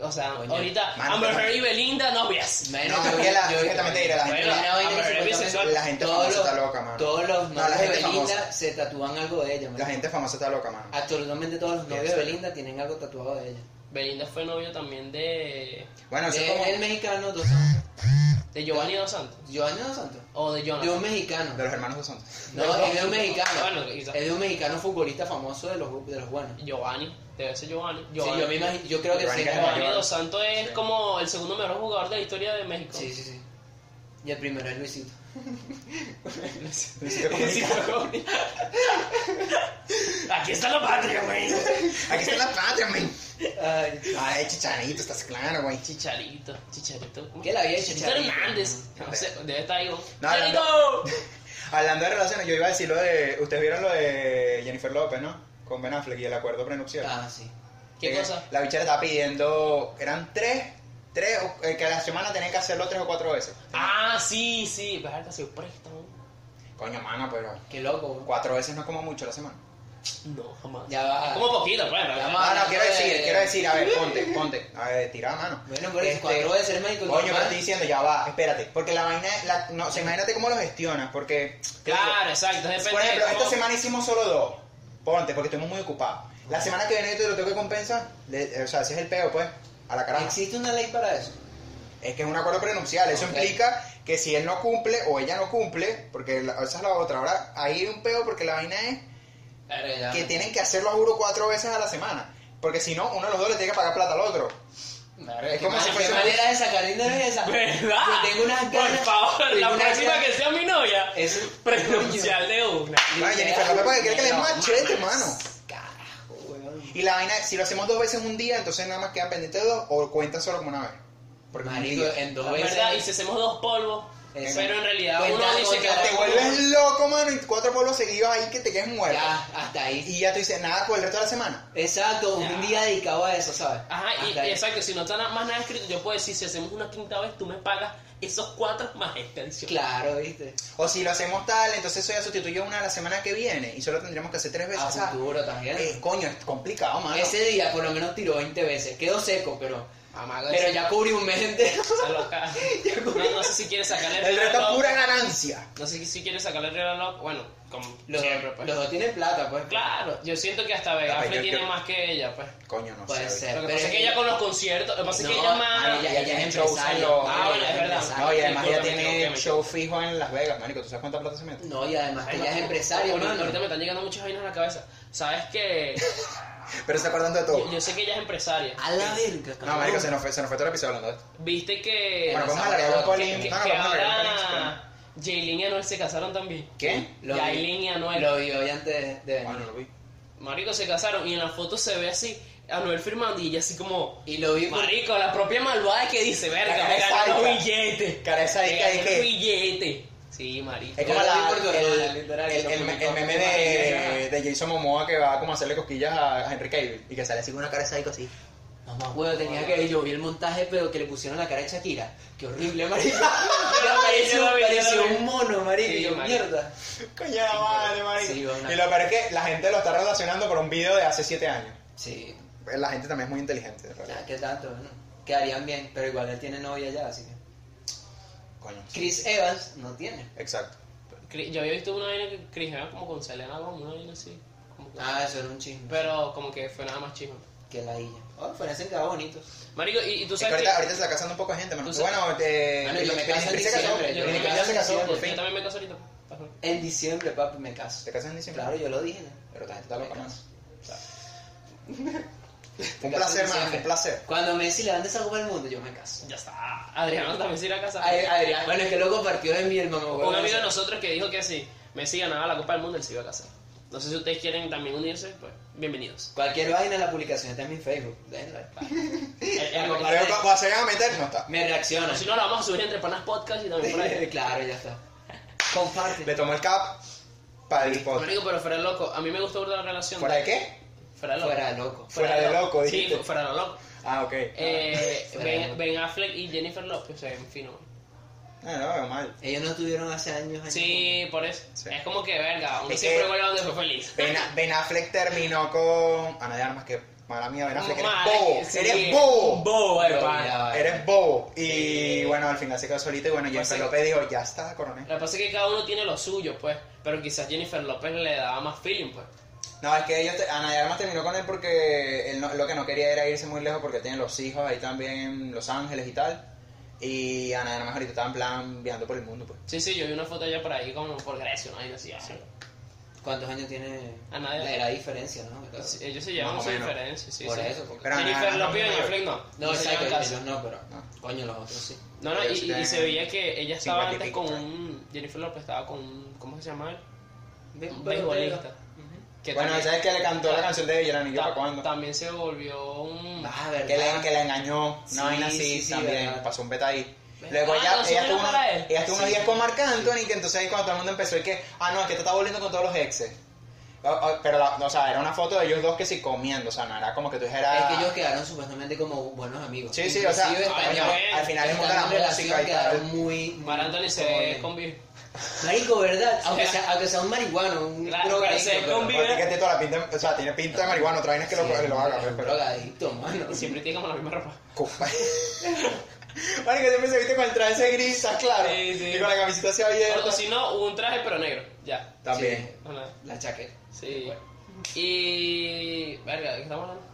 Speaker 2: O sea,
Speaker 3: Coño.
Speaker 2: ahorita
Speaker 1: Mano,
Speaker 2: Amber
Speaker 1: pero-
Speaker 2: Heard y Belinda novias.
Speaker 3: Menos
Speaker 1: No,
Speaker 3: que-
Speaker 1: porque la-
Speaker 3: yo-
Speaker 1: yo también te diré, la gente-
Speaker 3: Bueno,
Speaker 2: la-
Speaker 3: vaina
Speaker 2: pero
Speaker 3: que
Speaker 2: es
Speaker 3: se
Speaker 2: bisexual.
Speaker 3: supone-
Speaker 1: La gente
Speaker 3: todos
Speaker 1: famosa
Speaker 3: los-
Speaker 1: está loca, mano.
Speaker 3: Todos los
Speaker 1: No, la
Speaker 3: novios de
Speaker 1: gente
Speaker 3: Belinda
Speaker 1: famosa.
Speaker 3: se tatúan algo de ella, mano.
Speaker 1: La gente famosa está loca, mano.
Speaker 3: Absolutamente todos los novios
Speaker 1: Sí.
Speaker 3: de Belinda tienen algo tatuado de ella.
Speaker 2: Belinda fue novio también de.
Speaker 1: Bueno, Ah, eso
Speaker 3: de
Speaker 2: Eh,
Speaker 1: es como
Speaker 3: el mexicano, dos santos.
Speaker 2: de Giovanni Dos Santos.
Speaker 3: Giovanni dos santos.
Speaker 2: O de
Speaker 3: De un
Speaker 2: Jonathan.
Speaker 3: mexicano.
Speaker 1: de los hermanos dos santos.
Speaker 3: No,
Speaker 2: Los dos.
Speaker 3: es de un mexicano.
Speaker 2: Bueno, quizás.
Speaker 3: es de un mexicano futbolista famoso de los, de los buenos.
Speaker 2: Giovanni, debe ser Giovanni.
Speaker 3: Sí, yo, me imagino, yo creo que
Speaker 1: Giovanni
Speaker 3: sí.
Speaker 1: Castro.
Speaker 3: Giovanni.
Speaker 2: Giovanni Dos Santos es
Speaker 1: Sí.
Speaker 2: como el segundo mejor jugador de la historia de México.
Speaker 3: Sí, sí, sí. Y el primero es Luisito.
Speaker 1: Luisito
Speaker 2: Sí,
Speaker 1: Comunica.
Speaker 2: pero- Aquí está la patria, güey.
Speaker 1: Aquí está la patria, men.
Speaker 3: Ay,
Speaker 1: Ay, chicharito, estás claro, güey.
Speaker 2: Chicharito, Chicharito. ¿cómo?
Speaker 3: ¿Qué la había hecho
Speaker 2: Chicharito Hernández. No sé, debe estar ahí. güey.
Speaker 1: No,
Speaker 2: ¡Chicharito!
Speaker 1: Hablando de relaciones, yo iba a decir lo de. Ustedes vieron lo de Jennifer López, ¿no? Con Ben Affleck y el acuerdo prenupcial.
Speaker 3: Ah, sí.
Speaker 2: ¿Qué
Speaker 1: Que
Speaker 2: cosa?
Speaker 1: La bichera estaba pidiendo. Eran tres. Tres. o- eh, que a la semana tenían que hacerlo tres o cuatro veces.
Speaker 2: Ah, sí, sí. Bajarta se presta, güey.
Speaker 1: Coño, mano, pero.
Speaker 3: Qué loco. güey.
Speaker 1: Cuatro veces no es como mucho a la semana.
Speaker 2: No, jamás.
Speaker 3: Ya va.
Speaker 2: Es como poquito, pues.
Speaker 3: Ya
Speaker 2: ¿verdad?
Speaker 3: va.
Speaker 1: Ah, No, no, quiero
Speaker 3: eh,
Speaker 1: decir, quiero decir, a ver, ponte, ponte. A ver, tira mano.
Speaker 3: Bueno, pero
Speaker 1: Este,
Speaker 3: es cuatro veces el
Speaker 2: Pues
Speaker 3: médico.
Speaker 1: Coño, pero estoy diciendo, ya va, espérate. Porque la vaina, la, no, o sea, imagínate cómo lo gestionas, porque.
Speaker 2: Claro, exacto. Depende
Speaker 1: Por ejemplo,
Speaker 2: de cómo-
Speaker 1: esta semana hicimos solo dos. Ponte, porque estuvimos muy ocupados. La semana que viene yo te lo tengo que compensar. Le- eh, o sea, si es el peo, pues, a la caraja.
Speaker 3: ¿Existe una ley para eso?
Speaker 1: Es que es un acuerdo prenupcial. Eso
Speaker 3: Ok.
Speaker 1: implica que si él no cumple o ella no cumple, porque la- esa es la otra. Ahora, ahí hay un peo porque la vaina es que tienen que hacerlo a juro cuatro veces a la semana. Porque si no, uno de los dos le tiene que pagar plata al otro.
Speaker 3: Es
Speaker 1: es como
Speaker 3: como
Speaker 1: si
Speaker 3: si
Speaker 1: fuese-
Speaker 3: manera de sacar dinero es esa?
Speaker 2: ¿Verdad?
Speaker 3: Yo tengo unas ganas.
Speaker 2: Por favor,
Speaker 3: tengo
Speaker 2: la
Speaker 3: unas
Speaker 2: próxima
Speaker 3: ganas-
Speaker 2: que sea mi novia.
Speaker 3: Eso
Speaker 2: Prenuncial de una.
Speaker 1: Bueno, Jennifer López, porque quiere que le dé machete, mano.
Speaker 3: Carajo, weón.
Speaker 1: Y la vaina, si lo hacemos dos veces un día, entonces nada más quedan pendientes dos o cuentan solo como una vez. Porque
Speaker 3: Marico,
Speaker 1: un día-
Speaker 3: en dos
Speaker 2: Es
Speaker 3: veces.
Speaker 2: verdad, y si hacemos dos polvos,
Speaker 3: Eso.
Speaker 2: pero en realidad
Speaker 3: Cuenta
Speaker 2: uno dice
Speaker 3: con
Speaker 2: que
Speaker 3: cada
Speaker 1: te vuelves loco, mano, y cuatro polvos seguidos ahí que te quedas muerto.
Speaker 3: Ya, hasta ahí.
Speaker 1: Y ya tú dices, nada por el resto de la semana.
Speaker 3: Exacto,
Speaker 2: Ya.
Speaker 3: un día dedicado a eso, ¿sabes?
Speaker 2: Ajá, y,
Speaker 3: Hasta ahí.
Speaker 2: exacto, si no está na- más nada escrito, yo puedo decir, si hacemos una quinta vez, tú me pagas esos cuatro más esta adicional.
Speaker 3: Claro, ¿viste?
Speaker 1: O si lo hacemos tal, entonces eso ya sustituye una la semana que viene y solo tendríamos que hacer tres
Speaker 2: Ah,
Speaker 1: veces.
Speaker 3: A
Speaker 1: Pues, o sea,
Speaker 3: futuro también.
Speaker 1: eh, coño, es complicado, mano.
Speaker 3: Ese día por lo menos tiró 20 veces. Quedó seco, pero, pero ya cubrí un mes entero.
Speaker 2: Esa loca. No, no sé si quieres sacarle
Speaker 1: El resto es
Speaker 2: reloj.
Speaker 1: pura ganancia.
Speaker 2: No sé si quieres sacarle el reloj. Bueno, como
Speaker 3: Los,
Speaker 2: siempre, pues.
Speaker 3: los dos tienen plata, pues.
Speaker 2: Claro, yo siento que hasta Vega
Speaker 1: Capaz,
Speaker 2: Fre
Speaker 1: yo-
Speaker 2: tiene
Speaker 1: yo-
Speaker 2: más que ella, pues.
Speaker 1: Coño, no
Speaker 3: Puede
Speaker 1: sé.
Speaker 3: ser.
Speaker 2: Lo que pasa
Speaker 3: pero
Speaker 2: es
Speaker 3: es
Speaker 2: que
Speaker 3: que-
Speaker 2: ella con los conciertos, lo que pasa es que
Speaker 3: No,
Speaker 2: ella más.
Speaker 3: ay, ya-
Speaker 1: Ella
Speaker 3: ya
Speaker 1: tiene
Speaker 3: es
Speaker 1: shows
Speaker 3: empresaria.
Speaker 1: en los-
Speaker 2: Ah, bueno, es verdad.
Speaker 1: No, y además ella
Speaker 2: Discúlpame, me equivoqué,
Speaker 1: tiene
Speaker 2: me
Speaker 1: show fijo en Las Vegas, marico. ¿Tú sabes cuánta plata se mete?
Speaker 3: No, y además que ella es empresaria,
Speaker 2: Ahorita-
Speaker 3: mano.
Speaker 2: Ahorita me están llegando muchas vainas a la cabeza. Sabes que
Speaker 1: Pero se está acordando de
Speaker 2: yo,
Speaker 1: todo.
Speaker 2: yo sé que ella es empresaria.
Speaker 3: A la verga,
Speaker 1: No,
Speaker 3: cabrón.
Speaker 1: marico, se nos fue, se nos fue todo el episodio hablando de esto.
Speaker 2: Viste que.
Speaker 1: Bueno, vamos a
Speaker 3: esa
Speaker 1: alargar un
Speaker 3: huevada,
Speaker 2: que,
Speaker 1: polín.
Speaker 2: que-
Speaker 1: No, no,
Speaker 2: que
Speaker 1: vamos a alargar un polín. espera.
Speaker 2: ahora Jailin y Anuel se casaron también.
Speaker 1: ¿Qué?
Speaker 3: Lo vi.
Speaker 2: Yailin y Anuel.
Speaker 3: Lo vi hoy antes de
Speaker 1: Ah, no
Speaker 3: venir.
Speaker 1: lo vi.
Speaker 2: Marico se casaron y en la foto se ve así Anuel firmando y ella así como.
Speaker 3: Y lo vi por...
Speaker 2: Marico, la propia malvada que dice, verga,
Speaker 1: cara
Speaker 2: me
Speaker 1: de
Speaker 2: ganó
Speaker 1: sádica.
Speaker 2: los billetes.
Speaker 1: Cara de sádica
Speaker 2: Me
Speaker 1: de
Speaker 2: ganó
Speaker 1: que-
Speaker 2: los billetes. Sí, marico.
Speaker 1: Es
Speaker 3: Yo
Speaker 1: como la-
Speaker 3: lo vi por tu hermana,
Speaker 1: el,
Speaker 3: literal,
Speaker 1: el-
Speaker 3: lo
Speaker 1: el-
Speaker 3: publicó.
Speaker 1: el meme de, de Jason Momoa que va como a hacerle cosquillas a, a Henry Cavill y que sale así con una cara de sádico así.
Speaker 3: Mamá, huevo, tenía que ver, yo vi el montaje, pero que le pusieron la cara de Shakira. Qué horrible, marico. Pero pareció,
Speaker 2: yo lo vi, yo lo
Speaker 3: pareció
Speaker 2: vi.
Speaker 3: un mono, marico.
Speaker 2: Sí,
Speaker 3: y yo,
Speaker 2: marico.
Speaker 3: mierda.
Speaker 1: Coño, la madre, marico.
Speaker 3: Sí, bueno.
Speaker 1: y lo peor es que la gente lo está relacionando por un video de hace 7 años.
Speaker 3: Sí,
Speaker 1: La gente también es muy inteligente, de verdad.
Speaker 3: ya, qué tanto, ¿no? Quedarían bien, pero igual él tiene novia ya, así que...
Speaker 1: Coño. sí.
Speaker 3: Chris Evans no tiene.
Speaker 1: Exacto.
Speaker 2: Cri- Yo había visto una vaina que Chris era como con Selena Gomez, una vaina así. como que-
Speaker 3: Ah, eso era un chisme.
Speaker 2: Pero como que fue nada más chisme.
Speaker 3: Que la illa. Oh, pero ese quedaba bonito.
Speaker 2: Marico, y, y tú
Speaker 1: Es que
Speaker 2: sabes
Speaker 1: ahorita,
Speaker 2: que...
Speaker 1: ahorita se está casando un poco de gente, mano.
Speaker 2: Tú sabes-
Speaker 1: Bueno, eh,
Speaker 3: Mano, yo me
Speaker 1: Britney
Speaker 3: caso en
Speaker 1: Spears se casó,
Speaker 3: diciembre,
Speaker 2: yo,
Speaker 1: Britney
Speaker 2: me
Speaker 1: Spears se casó, por
Speaker 2: yo
Speaker 1: fin.
Speaker 2: también me caso ahorita. Ajá.
Speaker 3: En diciembre, papi, me caso.
Speaker 1: ¿Te casas en diciembre?
Speaker 3: Claro, yo lo dije. ¿no?
Speaker 1: Pero la gente está loca,
Speaker 3: Me
Speaker 1: mano.
Speaker 3: caso.
Speaker 1: O sea, Fue un
Speaker 3: Me caso en
Speaker 1: placer, mano, fue
Speaker 3: diciembre.
Speaker 1: un placer.
Speaker 3: Cuando Messi levante esa copa del mundo, yo me caso.
Speaker 2: Ya está. Adriano también se irá a casar.
Speaker 3: Ay, Adrián, bueno, es que lo compartió de mí el mamá.
Speaker 2: Un amigo de nosotros que dijo que si Messi ganaba la Copa del Mundo, él se iba a casar. No sé si ustedes quieren también unirse, pues bienvenidos.
Speaker 3: Cualquier vaina en la publicación está en mi Facebook. Déjenlo.
Speaker 2: Eh, eh,
Speaker 3: Algo
Speaker 2: no,
Speaker 1: Marico, ¿vas a llegar a meter? No está.
Speaker 3: Me reacciona.
Speaker 2: si no, la vamos a subir entre panas podcast y también por ahí.
Speaker 3: claro, ya está.
Speaker 1: Le
Speaker 3: Comparte.
Speaker 1: tomó el cap para el podcast.
Speaker 2: Marico, pero fuera de loco, a mí me gustó la relación.
Speaker 1: ¿Fuera de qué?
Speaker 2: Fuera de loco.
Speaker 3: Fuera loco.
Speaker 1: Fuera de loco,
Speaker 2: Sí,
Speaker 1: dijiste.
Speaker 2: fuera de loco.
Speaker 1: Ah, ok.
Speaker 2: Eh,
Speaker 3: Fuera de
Speaker 2: ben,
Speaker 3: loco.
Speaker 2: Ben Affleck y Jennifer Lopez, en fin. ¿no?
Speaker 1: No, Ah, no, veo mal.
Speaker 3: Ellos no estuvieron hace años. años.
Speaker 2: Sí, por eso.
Speaker 1: Sí.
Speaker 2: Es como que verga, uno
Speaker 1: Es
Speaker 2: siempre
Speaker 1: que-
Speaker 2: vuelve donde fue feliz.
Speaker 1: Ben, Ben Affleck terminó con Ana de Armas, que mala mía, Ben Affleck, eres
Speaker 2: Mal,
Speaker 1: bobo,
Speaker 2: sí,
Speaker 1: eres bobo,
Speaker 2: un bobo, eh,
Speaker 3: Pero
Speaker 2: pana.
Speaker 3: ya va.
Speaker 1: eres bobo. Y
Speaker 2: Sí.
Speaker 1: bueno, al final se quedó solito y bueno, Jennifer
Speaker 2: sí.
Speaker 1: López dijo, ya está, coronel.
Speaker 2: Lo que pasa es que cada uno tiene lo suyo, pues. Pero quizás Jennifer López le daba más feeling, pues.
Speaker 1: No, es que ellos te- Ana de Armas terminó con él porque él no- lo que no quería era irse muy lejos porque tienen los hijos ahí también en Los Ángeles y tal. Y Ana de Armas ahorita está en plan viajando por el mundo, pues.
Speaker 2: Sí, sí, yo vi una foto allá por ahí, como por Grecia, ¿no? Y decía,
Speaker 3: ¿Cuántos años tiene
Speaker 2: A nadie.
Speaker 3: la diferencia, no?
Speaker 2: ellos se llevan
Speaker 1: Más o
Speaker 2: su
Speaker 1: menos.
Speaker 2: diferencia, sí,
Speaker 3: Por
Speaker 2: sí.
Speaker 3: eso, porque-
Speaker 1: Pero Ah.
Speaker 2: Jennifer
Speaker 1: nada, no
Speaker 2: López y
Speaker 1: es
Speaker 2: Ben
Speaker 1: mayor.
Speaker 2: Affleck no.
Speaker 3: No,
Speaker 2: No, se
Speaker 3: exacto,
Speaker 2: llevan
Speaker 3: ellos
Speaker 2: casi.
Speaker 3: no, pero.
Speaker 1: No.
Speaker 3: Coño, los otros sí.
Speaker 2: No, no, y,
Speaker 1: Ellos
Speaker 2: y se
Speaker 1: tienen
Speaker 2: veía que ella estaba
Speaker 1: cincuenta y
Speaker 2: antes
Speaker 1: pico,
Speaker 2: con
Speaker 1: creo.
Speaker 2: un... Jennifer López estaba con un... ¿Cómo se llama él? Un beisbolista. Que
Speaker 1: Bueno,
Speaker 2: también-
Speaker 1: ¿sabes que le cantó la canción de Villarán y yo
Speaker 2: ta-
Speaker 1: para cuándo?
Speaker 2: También se volvió un...
Speaker 3: Ah, ¿verdad?
Speaker 1: que le, que le engañó, una
Speaker 3: Sí,
Speaker 1: vaina así
Speaker 3: sí, sí,
Speaker 1: también,
Speaker 3: verdad.
Speaker 1: pasó un beta ahí. Luego
Speaker 2: Ah,
Speaker 1: ella,
Speaker 2: ¿no se
Speaker 1: ella tuvo,
Speaker 2: enamora
Speaker 1: una-
Speaker 2: él?
Speaker 1: ella tuvo unos
Speaker 3: Sí.
Speaker 1: días con Marc Anthony, que entonces ahí cuando todo el mundo empezó, y que, ah, no, es que te está volviendo con todos los exes. O- o- Pero, la- o sea, era una foto de ellos dos que sí comiendo, o sea, no era como que tú dijeras...
Speaker 3: Es que ellos quedaron supuestamente como buenos amigos.
Speaker 1: Sí, sí, o sea,
Speaker 3: Inclusive
Speaker 2: ah,
Speaker 3: están-
Speaker 1: coño,
Speaker 2: bien,
Speaker 1: al final es
Speaker 3: están
Speaker 1: mundo de la
Speaker 3: en
Speaker 1: música
Speaker 3: relación
Speaker 1: y tal.
Speaker 3: quedaron muy... muy
Speaker 2: Mar Anthony se
Speaker 3: jóvenes.
Speaker 2: convive.
Speaker 3: Marico, ¿verdad? Aunque sea, aunque sea un marihuano, un
Speaker 2: Claro,
Speaker 3: drogadicto.
Speaker 2: pero se
Speaker 3: pero-
Speaker 2: convive.
Speaker 1: Porque tiene toda la pinta, o sea, tiene pinta de marihuana, otra vaina es que
Speaker 3: Sí,
Speaker 1: lo, que lo haga, pues,
Speaker 3: un
Speaker 1: pero...
Speaker 3: drogadicto, mano.
Speaker 2: Siempre tiene como la misma ropa.
Speaker 1: Cufa. Marico, siempre se viste con el traje ese gris, ¿estás claro?
Speaker 2: Sí, sí.
Speaker 1: Y con la camisita así abierta.
Speaker 2: O si no, un traje pero negro. Ya.
Speaker 1: También.
Speaker 2: No, nada.
Speaker 3: Sí, la chaqueta.
Speaker 2: Sí. Y. Verga, ¿de qué estamos hablando?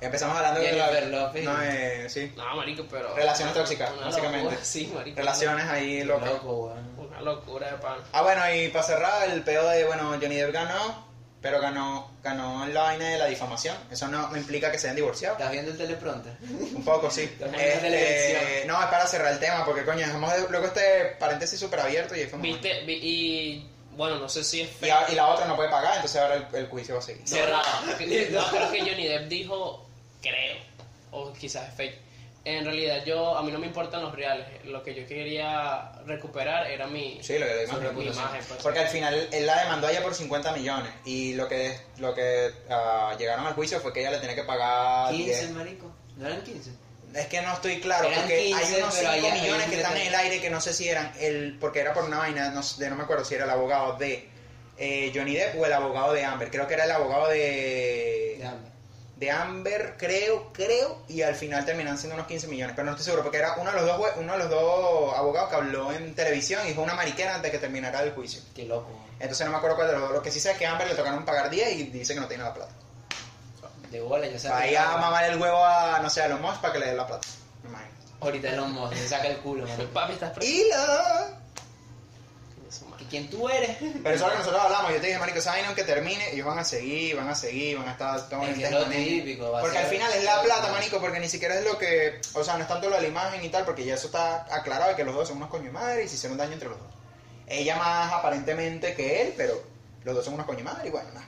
Speaker 1: Empezamos hablando
Speaker 3: Jennifer
Speaker 1: de la...
Speaker 3: López.
Speaker 1: No, eh, sí.
Speaker 2: No, marico, pero.
Speaker 1: Relaciones tóxicas,
Speaker 2: Una
Speaker 1: básicamente.
Speaker 2: locura, sí, marico.
Speaker 1: Relaciones ahí,
Speaker 3: Loco,
Speaker 1: loco.
Speaker 3: weón.
Speaker 2: Una locura de pan.
Speaker 1: Ah, bueno, y para cerrar, el peo de, bueno, Johnny Depp ganó, pero ganó, ganó en la vaina de la difamación. Eso no implica que se hayan divorciado.
Speaker 3: ¿Estás viendo el teleprompter?
Speaker 1: Un poco, sí.
Speaker 3: Los medios de
Speaker 1: Este,
Speaker 3: televisión.
Speaker 1: no, es para cerrar el tema, porque coño, dejamos de- luego este paréntesis súper abierto y ahí fue muy-
Speaker 2: Viste, vi- y. Bueno, no sé si es
Speaker 1: y, a- y la otra no puede pagar, entonces ahora el, el juicio va a seguir.
Speaker 2: No, no, no, creo que Johnny Depp dijo, creo, o quizás es fake, en realidad yo, a mí no me importan los reales. Lo que yo quería recuperar era mi,
Speaker 1: Sí, lo que le
Speaker 2: su
Speaker 1: dimos.
Speaker 2: imagen. pues.
Speaker 1: Porque al final él la demandó a ella por 50 millones y lo que lo que ah, llegaron al juicio fue que ella le tenía que pagar
Speaker 3: 15,
Speaker 1: 10.
Speaker 3: marico. No eran 15.
Speaker 1: Es que no estoy claro,
Speaker 3: Eran
Speaker 1: porque
Speaker 3: 15,
Speaker 1: hay unos 5
Speaker 3: pero ahí- ahí
Speaker 1: millones
Speaker 3: es
Speaker 1: que
Speaker 3: donde
Speaker 1: están
Speaker 3: te-
Speaker 1: en el aire que no sé si eran el porque era por una vaina no, sé- de no me acuerdo si era el abogado de eh, Johnny Depp o el abogado de Amber, creo que era el abogado de
Speaker 3: De hambre.
Speaker 1: de Amber, creo, creo, y al final terminan siendo unos 15 millones, pero no estoy seguro, porque era uno de los dos, jue- uno de los dos abogados que habló en televisión y dijo una mariquera antes de que terminara el juicio.
Speaker 3: Qué loco.
Speaker 1: Entonces no me acuerdo cuál de los dos. Lo que sí sé es que a Amber le tocaron pagar 10 y dice que no tiene la plata.
Speaker 3: De bola, yo sé.
Speaker 1: Ahí a mamar el huevo a, no sé, a los Moss para que le den la plata. Me imagino.
Speaker 3: Ahorita Elon Musk le saca el culo, marico.
Speaker 2: Papi, estás preso.
Speaker 1: Y la...
Speaker 3: ¿Que ¿Quién tú eres?
Speaker 1: Pero eso es lo que nosotros hablamos. Yo te dije, marico, saben que termine, ellos van a seguir, van a seguir, van a estar todo
Speaker 3: Es
Speaker 1: este
Speaker 3: que es lo
Speaker 1: manejo.
Speaker 3: típico, va a
Speaker 1: Porque
Speaker 3: ser-
Speaker 1: al final es la plata, marico, porque ni siquiera es lo que... O sea, no es tanto lo de la imagen y tal, porque ya eso está aclarado de que los dos son unos coño y madre y se hicieron daño entre los dos. Ella más aparentemente que él, pero los dos son unos coño y madre y bueno, nada.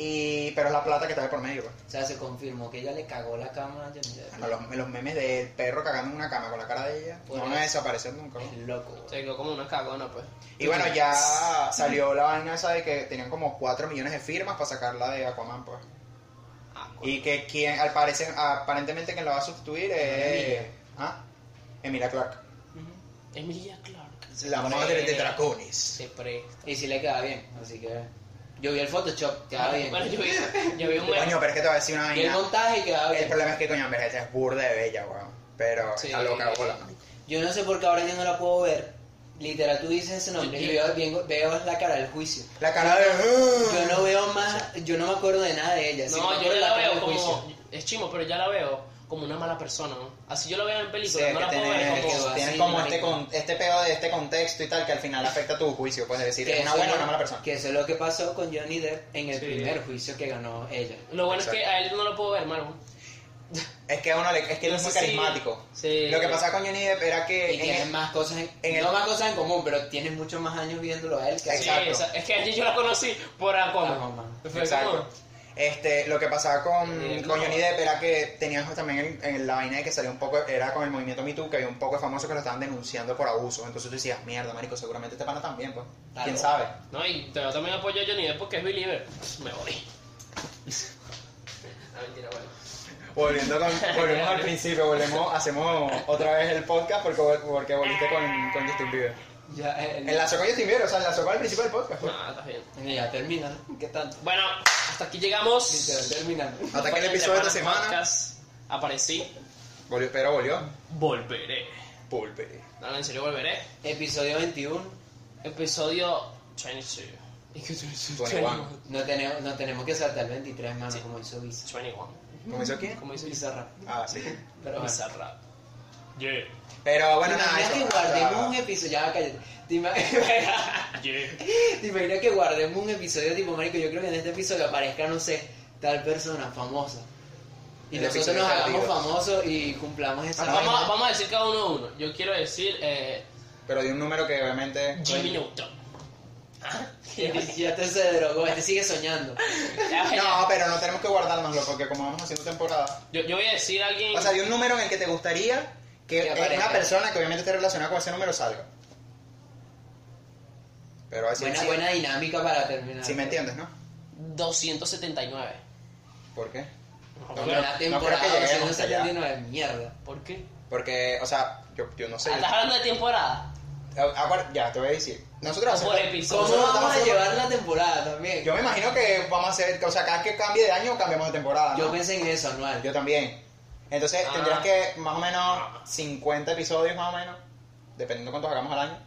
Speaker 1: Y, pero es la plata que está de por medio, pues.
Speaker 3: O sea, se confirmó que ella le cagó la cama a Johnny Depp.
Speaker 1: Bueno, los, los memes del perro cagando en una cama con la cara de ella
Speaker 3: Por
Speaker 1: no van
Speaker 3: eso.
Speaker 1: a desaparecer nunca. ¿no?
Speaker 3: Es loco, güey.
Speaker 2: Tengo como una cagona, pues.
Speaker 1: Y bueno, ya salió la vaina esa de que tenían como 4 millones de firmas para sacarla de Aquaman, pues.
Speaker 2: Ah, coño.
Speaker 1: Y que quien, al parecer, aparentemente quien la va a sustituir es...
Speaker 3: Emilia.
Speaker 1: ¿Ah? Emilia Clark.
Speaker 2: Emilia Clark.
Speaker 1: La
Speaker 3: Sí.
Speaker 1: madre de dragones.
Speaker 2: Se presta.
Speaker 3: Y sí le queda bien, así que. Yo vi el Photoshop, queda bien.
Speaker 2: Bueno, yo vi, yo vi un meme.
Speaker 1: Coño, pero es que te voy a decir una
Speaker 3: Vi el
Speaker 1: vaina.
Speaker 3: montaje y queda
Speaker 1: El
Speaker 3: bien.
Speaker 1: problema es que, coño, Amber Heard es burda de bella, weón. Pero
Speaker 2: Sí.
Speaker 1: está loca bola, ¿no?
Speaker 3: Yo no sé por qué ahora yo no la puedo ver. Literal, tú dices ese nombre y
Speaker 2: Yo-
Speaker 3: veo, vengo- veo la cara del juicio.
Speaker 1: La cara de... ¡Ah!
Speaker 3: Yo no veo más, yo no me acuerdo de nada de ella. sí me
Speaker 2: No, yo
Speaker 3: acuerdo de
Speaker 2: la
Speaker 3: cara
Speaker 2: veo
Speaker 3: del
Speaker 2: como. Es chimo, pero ya la veo como una mala persona, ¿no? Así yo la veo en
Speaker 1: Sí,
Speaker 2: películas,
Speaker 1: es
Speaker 2: no
Speaker 1: que
Speaker 2: la puedo ver
Speaker 1: tienes,
Speaker 2: como.
Speaker 3: que-
Speaker 1: tienes
Speaker 3: así,
Speaker 1: como
Speaker 3: marico.
Speaker 1: este, con, este pedo de este contexto y tal que al final afecta tu juicio, puedes decir,
Speaker 3: Que
Speaker 1: ¿es una
Speaker 3: eso
Speaker 1: buena o
Speaker 3: es-
Speaker 1: una mala persona?
Speaker 3: Que eso es lo que pasó con Johnny Depp en el
Speaker 2: Sí.
Speaker 3: primer juicio que ganó ella.
Speaker 2: Lo bueno es que
Speaker 1: Exacto.
Speaker 2: a él no lo puedo ver, hermano.
Speaker 1: Es que a uno le, es que él es muy
Speaker 2: Sí,
Speaker 1: carismático.
Speaker 2: sí.
Speaker 1: Lo que pasaba con Johnny Depp era que
Speaker 3: Y
Speaker 1: Eh, en este
Speaker 3: tienen
Speaker 1: el-
Speaker 3: más cosas en,
Speaker 1: en el-
Speaker 3: no más cosas en común, pero tienen muchos más años viéndolo a él que a
Speaker 2: Sí,
Speaker 3: ella.
Speaker 1: Exacto.
Speaker 2: esa- es que allí yo la conocí por Aquaman.
Speaker 3: Aquaman.
Speaker 2: Fue como-
Speaker 1: Exacto. Este, lo que pasaba con,
Speaker 2: Johnny Depp,
Speaker 1: con
Speaker 2: no.
Speaker 1: Johnny Depp era que teníamos también en, en la vaina de que salía un poco, era con el movimiento Me Too, que había un poco de famosos que lo estaban denunciando por abuso. Entonces tú decías, mierda, marico, seguramente este pana también, pues.
Speaker 3: Está
Speaker 1: ¿Quién
Speaker 3: loco.
Speaker 1: sabe?
Speaker 2: No, y yo también apoyo a Johnny Depp porque es believer. Me voy. Ah, mentira, bueno.
Speaker 1: Volviendo con, volvemos al principio, volvemos, hacemos otra vez el podcast porque, vol- porque volviste con, con Justin Bieber.
Speaker 3: Ya, eh, él-
Speaker 1: Enlazó con Justin Bieber, o sea, enlazó con el principio del podcast. pues.
Speaker 2: No, estás Ah, bien.
Speaker 3: Venga, ya termina, ¿no? ¿Qué tanto?
Speaker 2: Bueno, hasta aquí llegamos.
Speaker 3: Literal, termina. ¿no?
Speaker 1: Hasta que el episodio de esta semana.
Speaker 2: Podcast. Aparecí.
Speaker 1: Volvió, pero volvió.
Speaker 2: Volveré.
Speaker 1: Pulpe.
Speaker 2: No, no, en serio, volveré.
Speaker 3: Episodio 21.
Speaker 2: Episodio 22. Es que 22.
Speaker 1: 21.
Speaker 3: No tenemos, no tenemos que saltar el 23, mano,
Speaker 2: Sí.
Speaker 3: como hizo Visa.
Speaker 2: 21.
Speaker 1: ¿Cómo hizo aquí?
Speaker 2: ¿Cómo dice?
Speaker 3: Bizarra.
Speaker 1: Ah, sí.
Speaker 3: Pero bueno.
Speaker 2: Bizarrap. Yeah.
Speaker 1: Pero bueno, nada. eso,
Speaker 3: Imagina que
Speaker 1: o sea,
Speaker 3: guardemos un episodio. Ya, cállate. Te ima-
Speaker 2: Yeah.
Speaker 3: ¿Te imaginas que guardemos un episodio tipo, marico, yo creo que en este episodio aparezca, no sé, tal persona famosa? Y
Speaker 1: El
Speaker 3: nosotros
Speaker 1: episodio
Speaker 3: nos hagamos
Speaker 1: perdido.
Speaker 3: famosos y cumplamos esa
Speaker 1: Ah,
Speaker 2: Vamos,
Speaker 3: vaina.
Speaker 2: a- vamos a decir cada uno a uno. Yo quiero decir eh,
Speaker 1: Pero de un número que obviamente.
Speaker 2: Jimmy Newton.
Speaker 3: ya te se drogó, este sigue soñando.
Speaker 1: No, pero no tenemos que guardárnoslo porque como vamos haciendo temporada.
Speaker 2: Yo, yo voy a decir a alguien.
Speaker 1: O sea, de un número en el que te gustaría que,
Speaker 3: Que
Speaker 1: eh,
Speaker 3: aparezca.
Speaker 1: una persona que obviamente esté relacionada con ese número salga. Pero así
Speaker 3: Buena,
Speaker 1: sí-
Speaker 3: buena dinámica para terminar.
Speaker 1: sí me entiendes, ¿no?
Speaker 2: 279.
Speaker 1: ¿Por qué? No,
Speaker 2: No, pero-
Speaker 1: no
Speaker 3: Buena
Speaker 1: creo
Speaker 3: temporada,
Speaker 1: que lleguemos
Speaker 3: 279, mierda.
Speaker 2: ¿Por qué? Ah,
Speaker 1: Porque, o sea, yo, yo no sé.
Speaker 2: ¿Estás hablando de temporada?
Speaker 1: Ah, bueno, ya, te voy a decir. Nosotros
Speaker 2: O por
Speaker 1: hacemos-
Speaker 2: episodio.
Speaker 3: ¿Cómo
Speaker 1: nosotros
Speaker 3: vamos a
Speaker 1: estamos-
Speaker 3: llevar la temporada también?
Speaker 1: Yo me imagino que vamos a hacer, o sea, cada que cambie de año cambiamos de temporada. ¿no?
Speaker 3: Yo pensé en eso, anual.
Speaker 1: Yo también. Entonces
Speaker 2: Ah.
Speaker 1: tendrías que más o
Speaker 2: Ah.
Speaker 1: menos 50 episodios más o menos, dependiendo cuántos hagamos al año.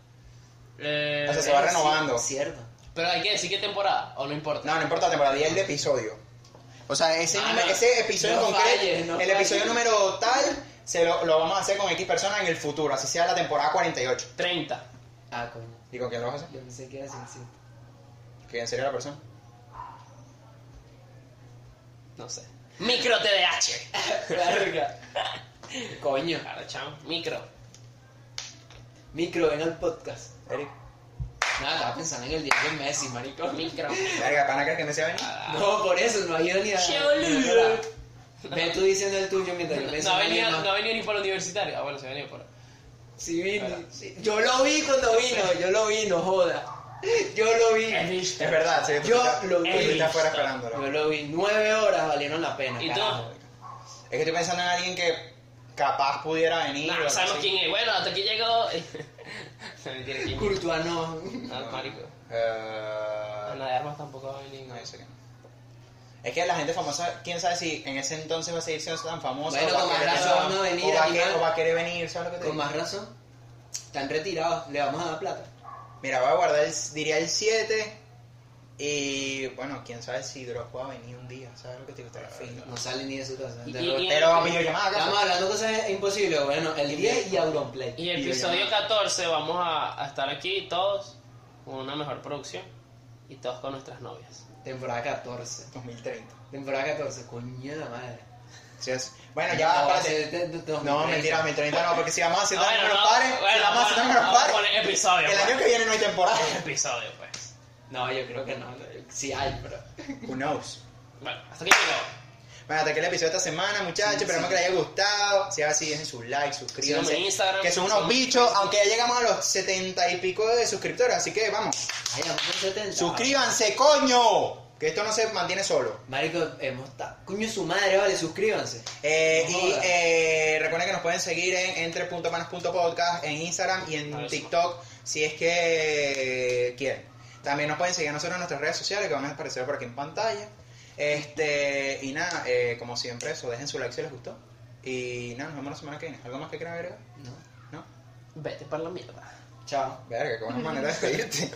Speaker 2: Eh,
Speaker 1: O sea, se va
Speaker 3: Sí,
Speaker 1: renovando.
Speaker 3: Cierto.
Speaker 2: pero hay que decir qué temporada, o no importa.
Speaker 1: No, no importa, temporada 10 de episodio. O sea, ese,
Speaker 2: Ah,
Speaker 1: número-
Speaker 2: no.
Speaker 1: ese episodio
Speaker 3: No
Speaker 1: en concreto,
Speaker 3: falles, no
Speaker 1: el episodio
Speaker 3: falles.
Speaker 1: número tal, se lo, lo vamos a hacer con X personas en el futuro, así sea la temporada 48.
Speaker 2: 30.
Speaker 3: Ah, coño.
Speaker 1: ¿Y con quién lo vas a hacer?
Speaker 3: Yo pensé que era sencillo.
Speaker 1: ¿Quién sería la persona?
Speaker 2: No sé. Micro TDH.
Speaker 3: Larga. Coño.
Speaker 2: Claro, chamo. Micro.
Speaker 3: Micro, ven al podcast.
Speaker 1: Eric.
Speaker 3: Nada, estaba pensando en el día de Messi, marico.
Speaker 2: Micro.
Speaker 1: Verga, ¿pana crees que me sea venir?
Speaker 2: Ah,
Speaker 3: No, por eso no ha ido ni a.
Speaker 2: ¡Qué boludo!
Speaker 3: Ve tú diciendo el tuyo mientras yo pienso
Speaker 2: No
Speaker 3: en alguien
Speaker 2: venía,
Speaker 3: más.
Speaker 2: no venía ni para universitario. Ah, bueno, se venía por.
Speaker 3: Sí, vino.
Speaker 2: Claro.
Speaker 3: sí. Yo lo vi cuando vino, yo lo vi, no joda. Yo lo vi.
Speaker 1: Es verdad, sí. tú
Speaker 3: Yo
Speaker 1: estás-
Speaker 3: lo
Speaker 1: tú
Speaker 3: vi.
Speaker 1: estás afuera esperándolo.
Speaker 3: Yo lo vi. Nueve horas valieron la pena.
Speaker 2: ¿Y tú?
Speaker 3: carajo.
Speaker 1: Es que estoy pensando en alguien que capaz pudiera venir. o
Speaker 2: Nah,
Speaker 1: algo
Speaker 2: sabemos
Speaker 1: así.
Speaker 2: quién es. Bueno, hasta aquí llegó. Se mentira quién es.
Speaker 3: Courtois no.
Speaker 2: Ah, marico.
Speaker 3: Ah,
Speaker 1: Eh,
Speaker 2: Ana de Armas tampoco va a venir.
Speaker 1: no, yo sé que no. Es que la gente famosa, quién sabe si en ese entonces va a seguir siendo tan famosa
Speaker 3: Bueno,
Speaker 1: o, va
Speaker 3: con
Speaker 1: a
Speaker 3: más
Speaker 1: querer,
Speaker 3: razón, no venir
Speaker 1: o, va a
Speaker 3: aquí,
Speaker 1: querer,
Speaker 3: ¿no?
Speaker 1: o va a querer venir, ¿sabes lo que te
Speaker 3: Con
Speaker 1: digo?
Speaker 3: más razón. Están retirados, le vamos a dar plata.
Speaker 1: Mira, voy a guardar, el, diría el 7 y bueno, quién sabe si Dross va a venir un día, ¿sabes lo que te digo? Estará fino.
Speaker 3: No sale ni de su casa.
Speaker 2: Y-
Speaker 3: De
Speaker 2: y-
Speaker 3: verdad.
Speaker 2: y-
Speaker 1: Pero a videollamada,
Speaker 3: Estamos
Speaker 1: ¿acaso?
Speaker 3: hablando de cosas imposibles. Bueno, el 10 y Auronplay.
Speaker 2: Y el episodio 14 vamos a, a estar aquí todos con una mejor producción y todos con nuestras novias.
Speaker 3: Temporada 14.
Speaker 1: 2030.
Speaker 3: Temporada 14, coño de la madre.
Speaker 1: Sí, es- Bueno, ya,
Speaker 3: No, va a
Speaker 1: espérate.
Speaker 3: ser de- de- de-
Speaker 1: No, mentira, 2030 no, porque si vamos a hacer
Speaker 2: Ah,
Speaker 1: números pares, si vamos a hacer
Speaker 2: bueno,
Speaker 1: números
Speaker 2: vamos a
Speaker 1: pares,
Speaker 2: poner episodio.
Speaker 1: el año
Speaker 2: pues.
Speaker 1: que viene no hay temporada.
Speaker 3: Ah.
Speaker 2: Episodio, pues.
Speaker 3: No, yo creo que no. Sí hay, pero.
Speaker 1: Who knows?
Speaker 2: Bueno, hasta aquí llegó.
Speaker 1: Bueno, hasta aquí el episodio de esta semana, muchachos.
Speaker 3: Sí,
Speaker 1: Esperamos
Speaker 3: sí.
Speaker 1: que les haya gustado. Si es así, dejen sus likes, suscríbanse.
Speaker 2: Síganme en Instagram.
Speaker 1: que son unos
Speaker 2: Síganme en
Speaker 1: bichos,
Speaker 2: Facebook.
Speaker 1: aunque ya llegamos a los 70 y pico de suscriptores. Así que vamos,
Speaker 3: Ay, vamos por 70.
Speaker 1: suscríbanse, coño. Que esto no se mantiene solo.
Speaker 3: Marico, hemos estado. Coño, su madre, vale, suscríbanse.
Speaker 1: Eh,
Speaker 3: No
Speaker 1: y
Speaker 3: jodas.
Speaker 1: eh, recuerden que nos pueden seguir en entre.manos.podcast, en Instagram y en
Speaker 2: A ver,
Speaker 1: TikTok, si es que quieren. También nos pueden seguir a nosotros en nuestras redes sociales que van a aparecer por aquí en pantalla. Este, y nada, eh, como siempre, eso, dejen su like si les gustó. Y nada, nos vemos la semana que viene. ¿Algo más que quieran agregar?
Speaker 3: No.
Speaker 1: ¿No?
Speaker 2: Vete para la mierda.
Speaker 3: Chao.
Speaker 1: Verga, qué buena manera de despedirte.